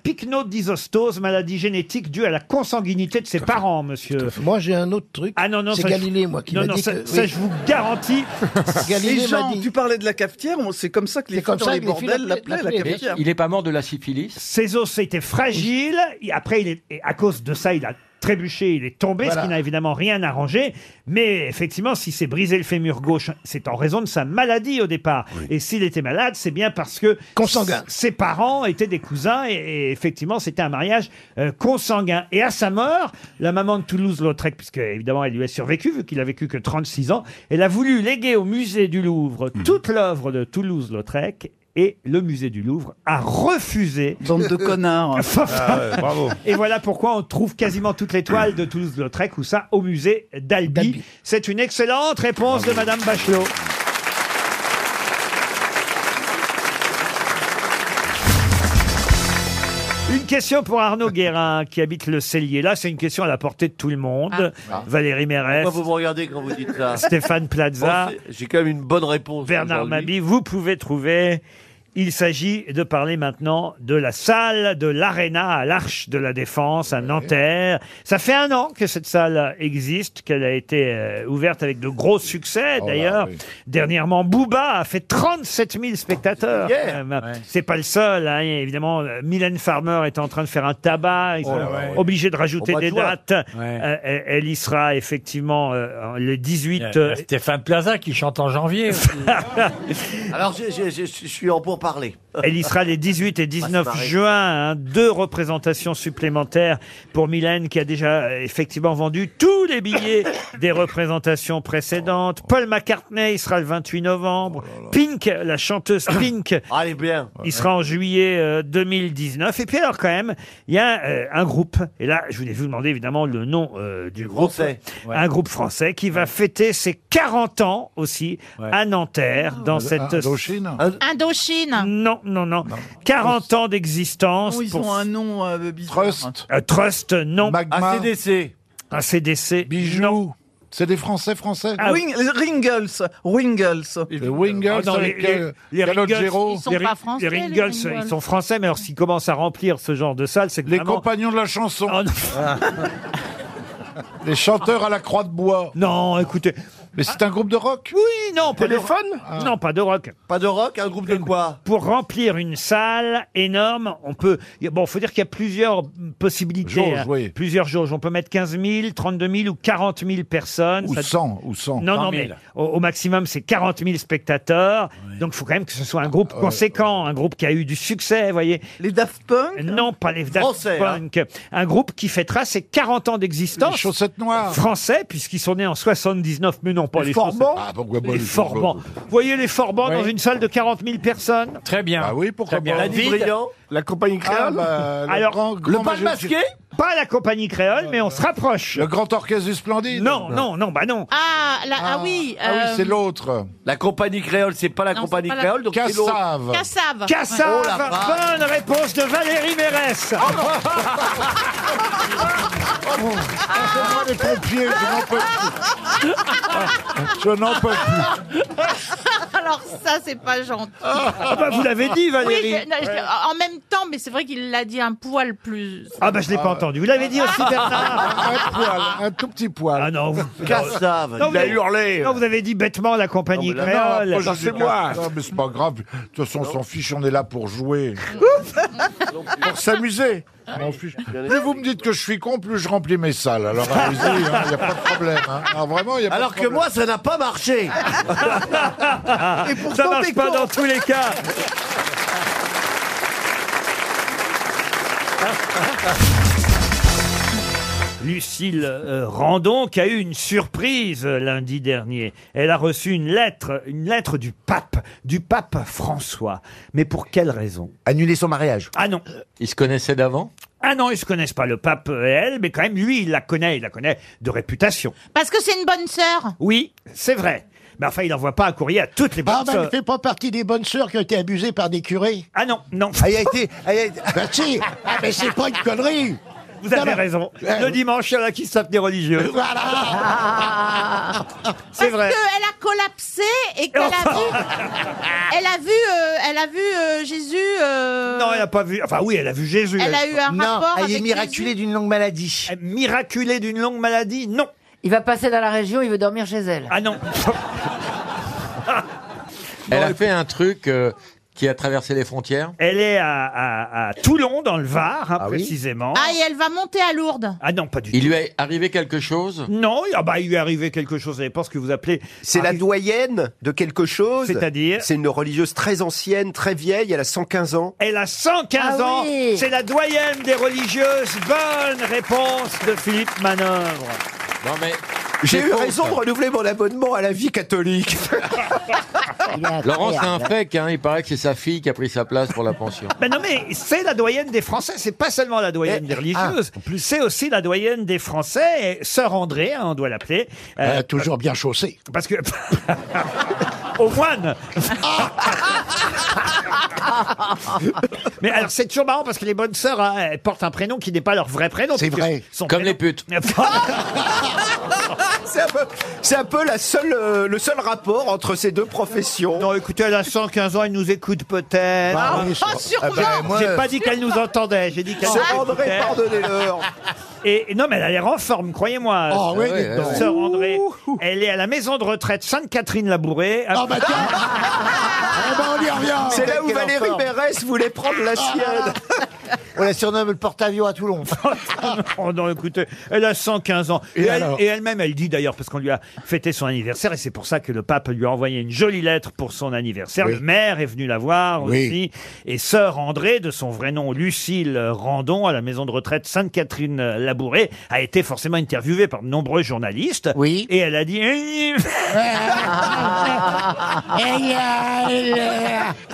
pycnodisostose, maladie génétique due à la consanguinité de ses parents, monsieur. Moi, j'ai un autre truc. Ah non, non, c'est ça, je- Galilée, moi, qui Non, m'a non, dit ça, que- ça, oui. je vous garantis. <laughs> Galilée Et m'a Jean, dit- tu parlais de la cafetière, on- c'est comme ça que les C'est filles comme dans ça les que les filles bordels l'appelaient- l'appelaient la l'appelaient. cafetière. Il est pas mort de la syphilis Ses os étaient fragiles. Et après, il est, et à cause de ça, il a trébuché, il est tombé, ce Voilà. qui n'a évidemment rien arrangé. Mais effectivement, si s'est brisé le fémur gauche, c'est en raison de sa maladie au départ. Et s'il était malade, c'est bien parce que Consanguin. s- ses parents étaient des cousins et, et effectivement, c'était un mariage euh, consanguin. Et à sa mort, la maman de Toulouse-Lautrec, puisque évidemment, elle lui a survécu vu qu'il a vécu que 36 ans, elle a voulu léguer au musée du Louvre Mhm. toute l'œuvre de Toulouse-Lautrec. Et le musée du Louvre a refusé Bande de <laughs> connards. Ah ouais, bravo. et voilà pourquoi on trouve quasiment toutes les toiles de Toulouse-Lautrec ou ça au musée d'Albi. C'est une excellente réponse de Madame Bachelot. Une question pour Arnaud Guérin qui habite le Cellier. Là, c'est une question à la portée de tout le monde. Ah. Valérie Oh, bah, Mérès, Pourquoi vous me regardez quand vous dites ça <laughs> Oh, Stéphane Plaza, Pensez- J'ai quand même une bonne réponse. Bernard aujourd'hui. Mabi, vous pouvez trouver. Il s'agit de parler maintenant de la salle de l'Arena à l'Arche de la Défense à Nanterre. Ça fait un an que cette salle existe, qu'elle a été euh, ouverte avec de gros succès Oh là, d'ailleurs. oui. Dernièrement, Booba a fait 37 000 spectateurs. hier. quand même. C'est pas le seul, hein. évidemment. euh, Mylène Farmer est en train de faire un tabac. Ils Oh sont là, ouais. obligés de Au rajouter mois de des juin. dates. Euh, elle- elle y sera effectivement euh, le 18. Stéphane Plaza qui chante en janvier. <laughs> Alors, je, je- je- je suis en pour parler. <laughs> Elle y sera les 18 et se 19 marrer. juin. hein. deux représentations supplémentaires pour Mylène qui a déjà euh, effectivement vendu tous les <coughs> billets des représentations précédentes. Paul McCartney il sera le 28 novembre. Oh Pink, la <coughs> chanteuse Pink. Allez Ah, bien. Il sera en juillet euh, 2019. Et puis alors quand même, il y a euh, un groupe. Et là, je voulais vous demander évidemment le nom euh, du groupe. Français. Ouais. Un groupe français qui va fêter ses 40 ans aussi à Nanterre dans Ah, cette... Indochine Indochine. Non, non, non. 40 ans d'existence. Oh, ils pour- ont un nom euh, bizarre. Trust. Euh, Trust, non. Magma. ACDC. ACDC. Bijoux. C'est des Français français Wing- les Ringles. Wingles. Les Wingles Ah non, avec les- euh, les- les Calogero. Ringles- les Ri- les Ringles, ils sont français, mais alors s'ils commencent à remplir ce genre de salle, c'est que Les vraiment- compagnons de la chanson. Oh, non. <laughs> les chanteurs à la croix de bois. Non, écoutez. Mais c'est un groupe de rock Oui, non, pas Téléphone de rock. Non, pas de rock. Pas de rock, un groupe de quoi Pour remplir une salle énorme, on peut. Bon, faut dire qu'il y a plusieurs possibilités. Jauges, hein. oui. Plusieurs jauges. On peut mettre 15 000, 32 000 ou 40 000 personnes. Ou Ça- 100, ou 100. Non, non, mais au, au maximum, c'est 40 000 spectateurs. Donc, il faut quand même que ce soit un groupe Ah conséquent, un groupe qui a eu du succès, vous voyez. Euh, Les Daft Punk Non, pas les Daft Français, hein. Punk. Un groupe qui fêtera ses 40 ans d'existence. Les chaussettes noires. Français, puisqu'ils sont nés en 79, mais non pas les, Les Forbans. Chaussettes- Ah, pourquoi pas les les Forbans. Forbans Vous voyez les Forbans Oui. dans une salle de 40 000 personnes Très bien. Ah oui, pourquoi Très bien. pas Ah, bah, La David. Brillant. La compagnie créole Alors, le bal masqué Pas la compagnie créole, mais on se rapproche. Ah, bah. Le grand orchestre du Splendide Non, non, non, bah non. Ah, la- ah, oui. Ah oui, euh, c'est l'autre. La compagnie créole, c'est pas la Non, compagnie c'est pas la- créole, donc c'est l'autre. Cassave. Cassave. Cassave, Oh la vache. Oh, bonne réponse de Valérie Mérès. Ah, moi ah, les pompiers, je n'en peux plus. Ah, Je n'en peux plus. <laughs> Alors ça, c'est pas gentil. Ah bah, vous l'avez dit, Valérie. Oui, je- non, je- Ouais. en même temps, mais c'est vrai qu'il l'a dit un poil plus. Ah bah je l'ai pas entendu. Vous l'avez <laughs> <laughs> dit aussi Bernard. Un poil, un tout petit poil. Ah non, vous... Cassave, Non, il a mais- hurlé. Non, vous avez dit bêtement la compagnie Non, créole. après, je sais pas. Non, mais c'est pas grave. De toute façon, on s'en fiche, on est là pour <laughs> jouer. pour s'amuser. On s'en fiche. Plus vous me dites que je suis con, plus je remplis mes salles. Alors allez-y, il n'y a pas de problème. hein. Alors vraiment, il n'y a Alors pas de que problème. moi, ça n'a pas marché. <laughs> Et ça marche pas dans tous les cas. Lucille euh, Randon qui a eu une surprise euh, lundi dernier. Elle a reçu une lettre, une lettre du pape, du pape François. Mais pour quelle raison Annuler son mariage. Ah non. Ils se connaissaient d'avant Ah non, ils se connaissent pas le pape et elle, mais quand même lui, il la connaît, il la connaît de réputation. Parce que c'est une bonne sœur. Oui, c'est vrai. Mais enfin, il n'envoie pas un courrier à toutes les Ah, bah, personnes. elle fait pas partie des bonnes sœurs qui ont été abusées par des curés. Ah non, non. Elle a été. elle a <laughs> été- Bah, si. Ah, mais c'est pas une connerie. Vous avez Non, non. raison. Euh, Le dimanche, il y en a qui se tapent des religieux. C'est Ah. Parce vrai. qu'elle a collapsé et qu'elle a vu, elle a vu, euh, elle a vu euh, Jésus. euh, Non, elle n'a pas vu. Enfin, oui, elle a vu Jésus. Elle a eu un non, rapport elle est avec miraculée d'une longue maladie. Miraculée Eh, d'une longue maladie Non. Il va passer dans la région, il veut dormir chez elle. Ah non. Elle a fait un truc euh, qui a traversé les frontières Elle est à, à- à Toulon, dans le Var, hein, <laughs> précisément. Ah, et elle va monter à Lourdes. Ah non, pas du tout. Il lui est arrivé quelque chose Non, ah bah, il lui est arrivé quelque chose, ça dépend ce que vous appelez. C'est la Arrive- doyenne de quelque chose. C'est-à-dire C'est une religieuse très ancienne, très vieille, elle a 115 ans. Elle a 115 Ah ans. oui. C'est la doyenne des religieuses. Bonne réponse de Philippe Manœuvre. Non mais. J'ai c'est eu faux, raison ça. de renouveler mon abonnement à la vie catholique. Laurent, c'est un fake, hein. il paraît que c'est sa fille qui a pris sa place pour la <laughs> pension. Mais Ben non, mais c'est la doyenne des Français. C'est pas seulement la doyenne Eh, ah, des religieuses. c'est aussi la doyenne des Français. Et Sœur André, hein, on doit l'appeler. Euh, Elle a toujours bien chaussée. Parce que. <laughs> <laughs> Au moine Mais alors, c'est toujours marrant parce que les bonnes sœurs, hein, elles portent un prénom qui n'est pas leur vrai prénom. C'est <laughs> puisque vrai. son Comme prénom- les putes. C'est un peu, c'est un peu la seule, euh, le seul rapport entre ces deux professions. Non, écoutez, elle a 115 ans, elle nous écoute peut-être. Bah, Ah, oui, sûrement. sûrement. Ah ben, moi, J'ai euh, pas dit qu'elle nous entendait, j'ai dit qu'elle Se nous rendrait, écoutait. pardonnez-leur. <laughs> Et et non, mais elle a l'air en forme, croyez-moi. Ah euh, ouais, dites donc. Sœur André, elle est à la maison de retraite Sainte-Catherine-Labourée. Ah bah <laughs> tiens Eh Eh ben, ben, on y revient. C'est là où Valérie Berès voulait prendre Ah, la sienne. On la surnomme le porte-avions à Toulon. <laughs> oh non, écoutez, elle a 115 ans. Et, Et elle- alors et elle-même, elle dit d'ailleurs, parce qu'on lui a fêté son anniversaire, et c'est pour ça que le pape lui a envoyé une jolie lettre pour son anniversaire. Oui. Le maire est venu la voir Oui. aussi. Et sœur André, de son vrai nom Lucille Randon, à la maison de retraite Sainte-Catherine euh, Labourée, a été forcément interviewée par de nombreux journalistes. Oui. Et elle a dit... eh,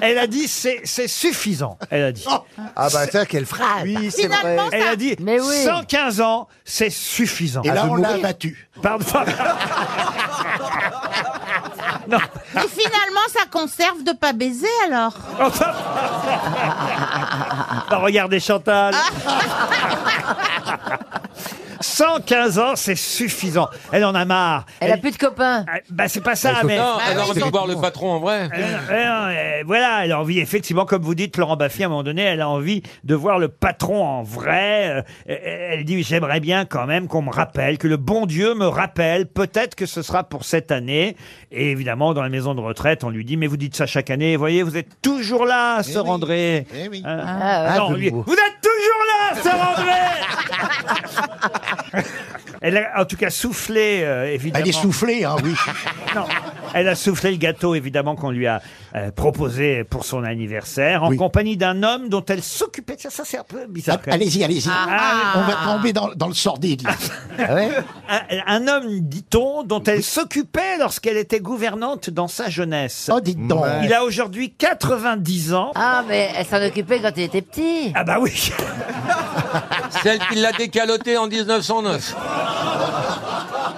Elle a dit c'est c'est suffisant. Elle a dit. Ah bah, tiens, quelle phrase. Oui, c'est Finalement, vrai. ça- Elle a dit Mais oui. 115 ans, c'est suffisant. Et là, on l'a battu. Pardon. <laughs> non. Et finalement, ça conserve de pas baiser alors. Ah, <laughs> regardez Chantal. 115 ans, c'est suffisant. Elle en a marre. Elle, a plus de copains. Bah c'est pas ça, mais. Ah, Non, elle aurait dû voir le patron en vrai. Ouais, non, euh, voilà, elle a envie, effectivement, comme vous dites, Laurent Baffy, à un moment donné, elle a envie de voir le patron en vrai. Euh, elle dit, j'aimerais bien quand même qu'on me rappelle, que le bon Dieu me rappelle, peut-être que ce sera pour cette année. Et évidemment, dans la maison de retraite, on lui dit, mais vous dites ça chaque année, voyez, vous êtes toujours là, Eh Sœur André. Euh, Ah, non, de on lui- nouveau. vous êtes toujours là, Sœur André Elle a en tout cas soufflé, euh, évidemment. Elle est soufflée, hein, oui. <laughs> Non. Elle a soufflé le gâteau, évidemment, qu'on lui a euh, proposé pour son anniversaire, en compagnie d'un homme dont elle s'occupait. Ça, ça c'est un peu bizarre. quand même. Allez-y, allez-y. Ah, On va tomber dans, dans le sordide. <laughs> là. Ah un, un homme, dit-on, dont elle s'occupait lorsqu'elle était gouvernante dans sa jeunesse. Oh, dites donc. Il a aujourd'hui 90 ans. <laughs> Ah, mais elle s'en occupait quand il était petit. Ah bah oui. Celle qui l'a décaloté en 1909. <laughs>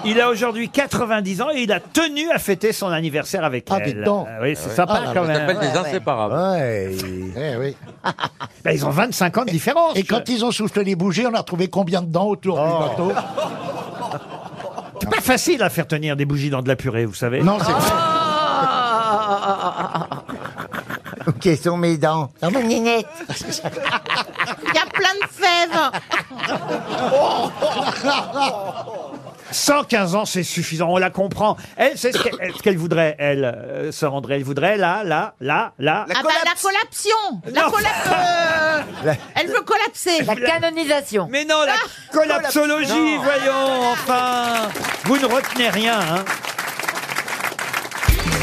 Il a aujourd'hui 90 ans et il a tenu à fêter son anniversaire avec Ah, elle. dites donc. Ah oui, c'est Ah ouais. sympa Ah, quand ça même. Eh s'appelle des Ah. Ouais, ouais. inséparables. oui. Bah, ils ont 25 ans de différence. Et quand ils ont soufflé les bougies, on a retrouvé combien dedans autour du bateau C'est pas facile à faire tenir des bougies dans de la purée, vous savez. Non, c'est vrai. Ah. Oh. Quelles sont mes dents Dans mon nénette. Il y a plein de fèves. 115 ans, c'est suffisant, on la comprend. Elle, c'est ce qu'elle ce qu'elle voudrait, elle, euh, Sœur André. Elle voudrait là, là, là, là. ah bah la collapsion. La Non. collap- euh, Elle veut collapser. Ah. La canonisation. Mais non, la Collapsologie, voyons, enfin Vous ne retenez rien, hein <laughs>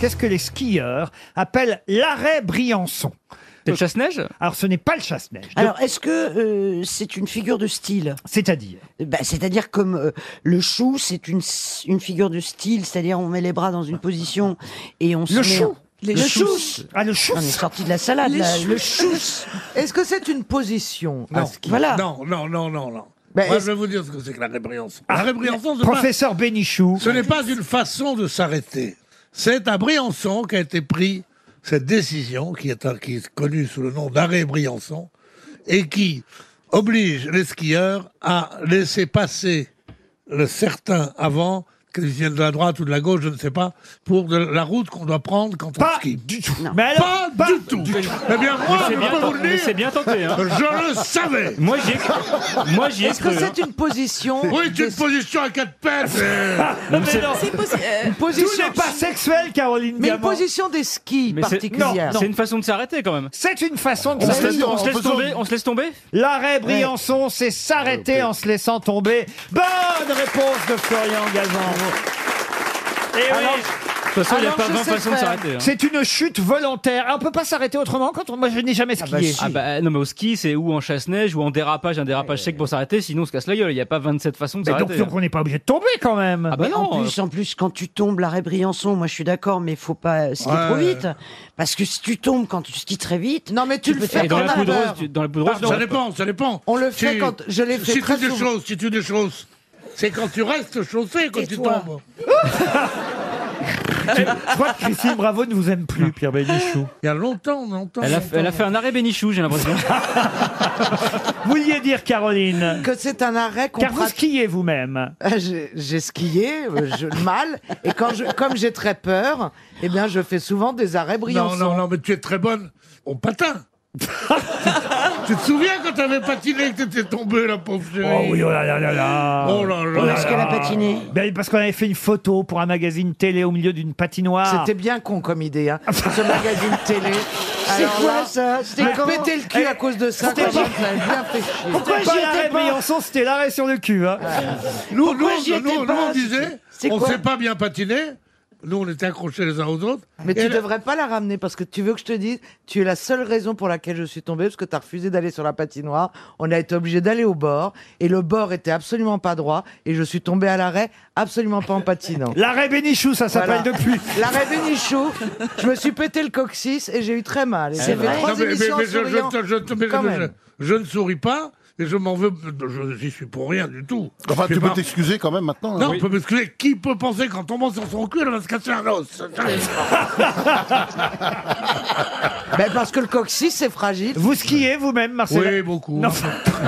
Qu'est-ce que <laughs> les skieurs appellent l'arrêt Briançon C'est le chasse-neige Alors, ce n'est pas le chasse-neige. Alors, est-ce que euh, c'est une figure de style C'est-à-dire bah, C'est-à-dire comme euh, le chou, c'est une, s- une figure de style, c'est-à-dire on met les bras dans une position et on se Le met... chou. Les le chous. chous Ah, le chou On est sorti de la salade, Les là, chous. le chou Est-ce que c'est une position Non. à ski Voilà. Non, non, non, non, non. Ben, Moi, est-ce- je vais vous dire ce que c'est que la rébriançon. La rébriançon, Professeur Bénichou. Ce n'est pas une façon de s'arrêter. C'est à Briançon qu'a été prise cette décision, qui est, un- qui est connue sous le nom d'arrêt Briançon, et qui oblige les skieurs à laisser passer le certain avant, qu'ils viennent de la droite ou de la gauche, je ne sais pas, pour de la route qu'on doit prendre quand on skie. Du tout. Mais pas, du tout. Eh bien, Mais moi, c'est je bien peux vous tenté, le mais dire. c'est bien tenté, hein. Je le savais. Moi, j'y ai cru. Moi, j'y ai Est-ce que cru, hein. c'est une position Oui, c'est une position à quatre pattes. Non, mais non. Une position- Tout n'est pas sexuel, Caroline Mais une Diamant. position des skis Mais c'est- particulière. non, non. C'est une façon de s'arrêter quand même. C'est une façon de On se laisse, s'arrêter. on se laisse tomber On se laisse Ah tomber L'arrêt Briançon, c'est s'arrêter en se laissant tomber. Bonne réponse de Florian Gazan. Et oui. De toute façon, il n'y a pas 20 façons de s'arrêter. hein. C'est une chute volontaire. Ah, on peut pas s'arrêter autrement quand on. Moi, je n'ai jamais skié. Ah bah non mais au ski c'est ou en chasse-neige ou en dérapage, un dérapage sec pour s'arrêter, sinon on se casse la gueule, il n'y a pas 27 façons de Mais donc, s'arrêter. donc on n'est pas obligé de tomber quand même. hein. Ah bah Mais non. En plus, en plus, quand tu tombes, l'arrêt Briançon, moi je suis d'accord, mais faut pas skier Ouais. trop vite. Parce que si tu tombes quand tu skis très vite. Non, mais tu le fais Et dans la quand poudreuse, même. tu- dans la poudreuse, Pardon, non. ça dépend, ça dépend. On le fait quand je l'ai fait Si très tu des souvent. choses, si tu des choses, c'est quand tu restes chaussé quand tu Tais-toi. tombes. Je crois que Christine Bravo ne vous aime plus, Pierre Bénichou. Il y a longtemps, longtemps. Elle a, fait- elle a fait un arrêt bénichou, j'ai l'impression. <laughs> Vous vouliez dire, Caroline Que c'est un arrêt qu'on Car vous pratique. skiez vous-même. Ah, J'ai j'ai skié, euh, je, mal, et quand je, comme j'ai très peur, eh bien, je fais souvent des arrêts brillants. Non, non, non, mais tu es très bonne au patin. tu te souviens quand t'avais patiné et que t'étais tombé, la pauvre chérie Oh oui, oh là là là là Oh là là là. Ben, Parce qu'on avait fait une photo pour un magazine télé au milieu d'une patinoire. C'était bien con comme idée, hein, ce <laughs> magazine télé. C'est Alors quoi, là, ça C'était j'ai comment pété le cul Eh, à cause de ça, c'était quand même, pas- ça avait bien fait chier. Pourquoi J'étais j'ai pas- l'arrêt j'étais pas- Briançon C'était l'arrêt sur le cul. hein. Nous, Pourquoi nous, j'y étais nous, nous, pas on disait, C'est on ne quoi sait pas bien patiner. Nous, on était accrochés les uns aux autres. Mais Et tu là- devrais pas la ramener parce que tu veux que je te dise, tu es la seule raison pour laquelle je suis tombée, parce que tu as refusé d'aller sur la patinoire. On a été obligé d'aller au bord et le bord était absolument pas droit et je suis tombée à l'arrêt absolument pas en patinant. <laughs> L'arrêt Bénichou, ça s'appelle Voilà. depuis. <laughs> L'arrêt Bénichou, je me suis pété le coccyx et j'ai eu très mal. Et Eh J'ai ben. fait trois Non, mais- mais- émissions mais en je- je- souriant, je- je- mais quand je- même. je- je ne souris pas et je m'en veux. Je j'y suis pour rien du tout. Enfin, Je tu suis peux pas- t'excuser quand même maintenant. hein. Non, on peut m'excuser. Qui peut penser qu'en tombant sur son cul, elle va se casser un <laughs> os Ben, parce que le coccyx c'est fragile. Vous skiez vous-même, Marcel Oui, beaucoup. Non.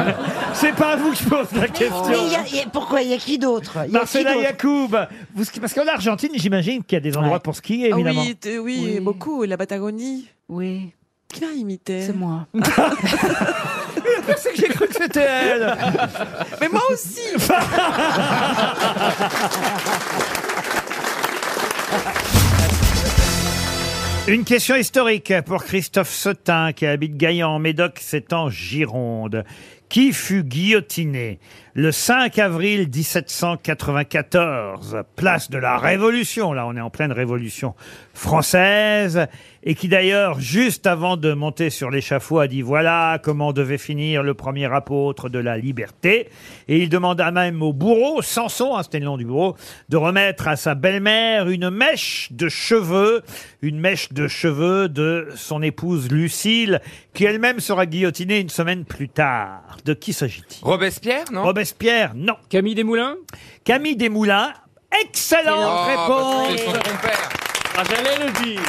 <laughs> C'est pas à vous que je pose la question. Mais il y a- il y a- pourquoi Il y a qui d'autre Il y a qui Marcela d'autre Yacoub, vous ski- parce qu'en Argentine, j'imagine qu'il y a des endroits pour skier, Ah évidemment. Ah, oui, t- oui, beaucoup. La Patagonie. Oui. Qui l'a imité C'est <laughs> moi. C'est que j'ai cru que c'était elle. Mais moi aussi <laughs> Une question historique pour Christophe Sautin, qui habite Gaillan en Médoc, c'est en Gironde. Qui fut guillotiné le 5 avril 1794, place de la Révolution, là on est en pleine Révolution française, et qui d'ailleurs, juste avant de monter sur l'échafaud, a dit voilà comment devait finir le premier apôtre de la liberté, et il demanda même au bourreau, Samson, hein, c'était le nom du bourreau, de remettre à sa belle-mère une mèche de cheveux, une mèche de cheveux de son épouse Lucille, qui elle-même sera guillotinée une semaine plus tard. De qui s'agit-il Robespierre, non Robespierre, non. Camille Desmoulins Camille Desmoulins, excellente Oh, parce que réponse c'est son compère. J'allais le dire.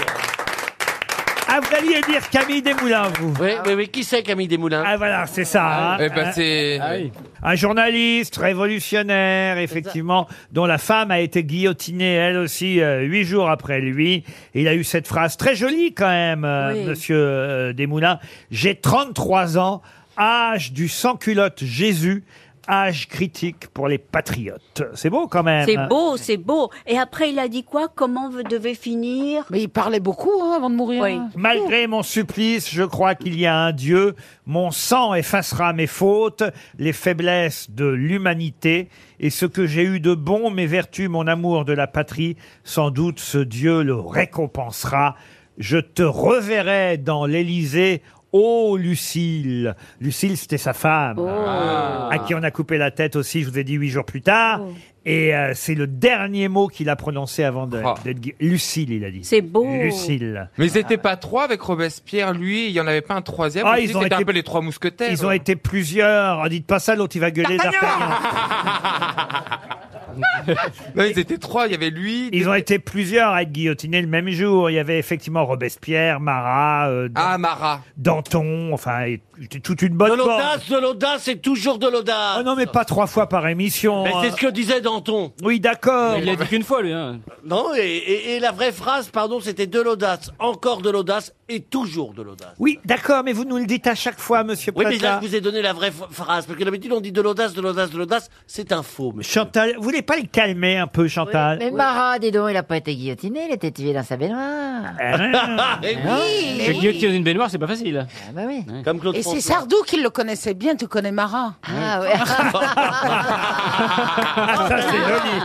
Ah, vous alliez dire Camille Desmoulins, vous Oui, oui, oui. Qui c'est Camille Desmoulins Ah, voilà, c'est ça. hein. Eh ben, c'est- Un- Un journaliste révolutionnaire, effectivement, dont la femme a été guillotinée, elle aussi, euh, huit jours après lui. Et il a eu cette phrase très jolie, quand même, euh, Oui. monsieur euh, Desmoulins. J'ai 33 ans, âge du sans-culotte Jésus, âge critique pour les patriotes. C'est beau, quand même. hein. C'est beau, c'est beau. Et après, il a dit quoi Comment vous devez finir Mais il parlait beaucoup hein, avant de mourir. Oui. Malgré mon supplice, je crois qu'il y a un Dieu. Mon sang effacera mes fautes, les faiblesses de l'humanité, et ce que j'ai eu de bon, mes vertus, mon amour de la patrie, sans doute ce Dieu le récompensera. Je te reverrai dans l'Élysée. ô Lucille Lucille, c'était sa femme, à qui on a coupé la tête aussi, je vous ai dit huit jours plus tard. Et euh, c'est le dernier mot qu'il a prononcé avant de- Oh. d'être... gui- Lucille, il a dit. C'est beau. Lucille. Mais ils n'étaient pas trois avec Robespierre, lui, il n'y en avait pas un troisième. Ah, aussi, ils ont c'était un été- peu les trois mousquetaires. Ils ont été plusieurs. Ah, dites pas ça, l'autre il va gueuler. D'Artagnan. <laughs> Non, ils étaient trois, il y avait lui. Ils ont été plusieurs à être guillotinés le même jour. Il y avait effectivement Robespierre, Marat, euh, Ah, Dan- Danton, enfin et- c'était toute une bonne De bande. l'audace, de l'audace, c'est toujours de l'audace. Ah non mais pas trois fois par Ben, émission. Mais c'est hein. ce que disait Danton. Oui d'accord. Il l'a dit qu'une fois lui. Non, et, et- et la vraie phrase, pardon, c'était de l'audace, encore de l'audace et toujours de l'audace. Oui d'accord, mais vous nous le dites à chaque fois, Monsieur Oui, mais Plaza. là, je vous ai donné la vraie ph- phrase, parce que d'habitude, on dit de l'audace, de l'audace, de l'audace, c'est un faux, monsieur. Chantal, vous voulez pas le calmer un peu, Chantal Mais Marat, dis donc, il a pas été guillotiné, il était tué dans sa baignoire. Eh oui. Oui, Parce que oui. guillotiner une baignoire, c'est pas facile. Ah bah oui. Comme Claude Et c'est François. Sardou qui le connaissait bien, tu connais Marat. Ah <laughs> ouais. Ah, ça c'est joli.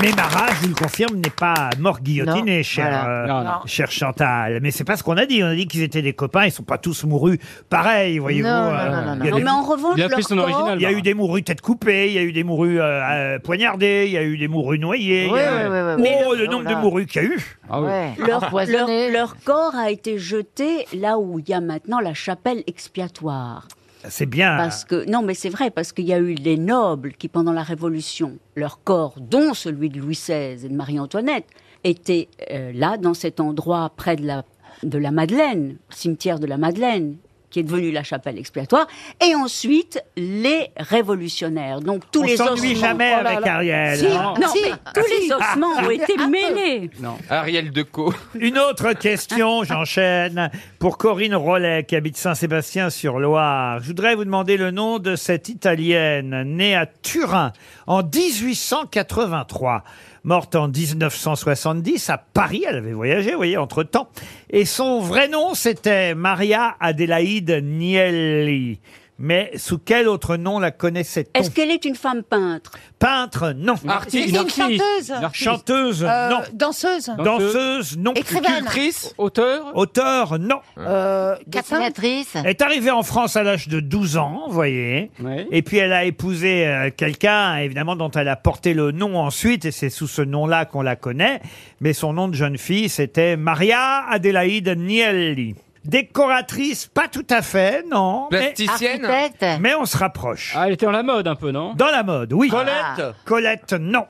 Mais Marat, je vous le confirme, n'est pas mort guillotiné, Non, cher, voilà. euh, Non, non. cher Chantal. Mais c'est pas ce qu'on a dit. On a dit qu'ils étaient des copains. Ils sont pas tous mourus pareil, voyez-vous. Non, non, euh, non, non, non. il y a Non, des- mais en revanche, Il a fait leur son corps- original, Il y a Marat. eu des mourus tête coupée, il y a eu des mourus euh, euh, poignardés, il y a eu des mourus noyés. il y Ouais, a- ouais, ouais, ouais, ouais. Oh, Mais le le- nombre voilà. de mourus qu'il y a eu. Ah Leur, leur- leur corps a été jeté là où il y a maintenant la chapelle expiatoire. C'est bien. Parce que non, mais c'est vrai parce qu'il y a eu les nobles qui, pendant la Révolution, leur corps, dont celui de Louis XVI et de Marie-Antoinette, étaient euh, là dans cet endroit près de la de la Madeleine, cimetière de la Madeleine, qui est devenu la chapelle expiatoire, et ensuite les révolutionnaires. Donc tous On les ossements. s'ennuie jamais Oh là avec là. Ariel, Si, hein. non, Si. mais Ah, tous les ossements ont été mêlés. Ariel Decaux. Une autre question, j'enchaîne, pour Corinne Rollet, qui habite Saint-Sébastien-sur-Loire. Je voudrais vous demander le nom de cette Italienne, née à Turin en 1883, morte en 1970 à Paris. Elle avait voyagé, vous voyez, entre-temps. Et son vrai nom, c'était Maria Adélaïde Nielli. Mais sous quel autre nom la connaissait-on Est-ce qu'elle est une femme peintre Ah, Peintre, non. Artiste, une chanteuse. Chanteuse, Euh, non. Danseuse. Danseuse, non. Écrivaine. Auteur Auteur, non. Euh, Dessinatrice. Elle est arrivée en France à l'âge de 12 ans, vous voyez. Et puis elle a épousé euh, quelqu'un, évidemment, dont elle a porté le nom ensuite, et c'est sous ce nom-là qu'on la connaît. Mais son nom de jeune fille, c'était Maria Adélaïde Nielli. Décoratrice, pas tout à fait, non. Mais- Plasticienne Architecte Mais on se rapproche. Ah, elle était dans la mode un peu, non Dans la mode, oui. Colette Euh. Colette, non.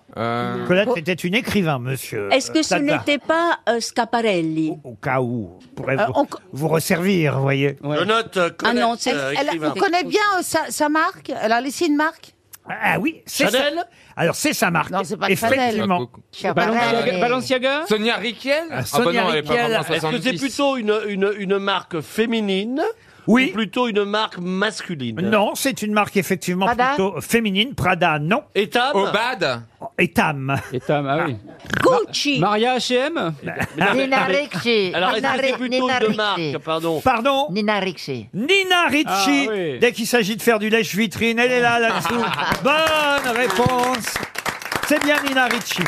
Colette était une écrivain, monsieur. Est-ce que ce Tata. n'était pas euh, Scaparelli Au cas où, on pourrait Euh, vous, on co- vous resservir, vous voyez. Je note euh, Ah Colette, non, c'est- euh, elle- écrivain. on connaît bien euh, sa, sa marque. Elle a laissé une marque. Ah oui, c'est Chanel ça. Alors c'est sa marque. Non, c'est pas Effectivement. Chanel. C'est pas Balenciaga- pareil. Balenciaga Sonia Riquel Ah, Sonia Riquel. Est-ce que c'est plutôt une, une, une marque féminine Oui. Ou plutôt une marque masculine Non, c'est une marque effectivement Prada plutôt féminine. Prada, non. Etam Obad Etam. Etam, ah oui. Gucci Maria H&M Nina Ricci. Alors, est-ce que Nina c'est Ri- plutôt Nina de Ricci. marque, pardon. Pardon Nina Ricci. Nina Ricci, Ah, oui. dès qu'il s'agit de faire du <laughs> lèche-vitrine, elle est là, là-dessous. Bonne réponse. C'est bien Nina Ricci.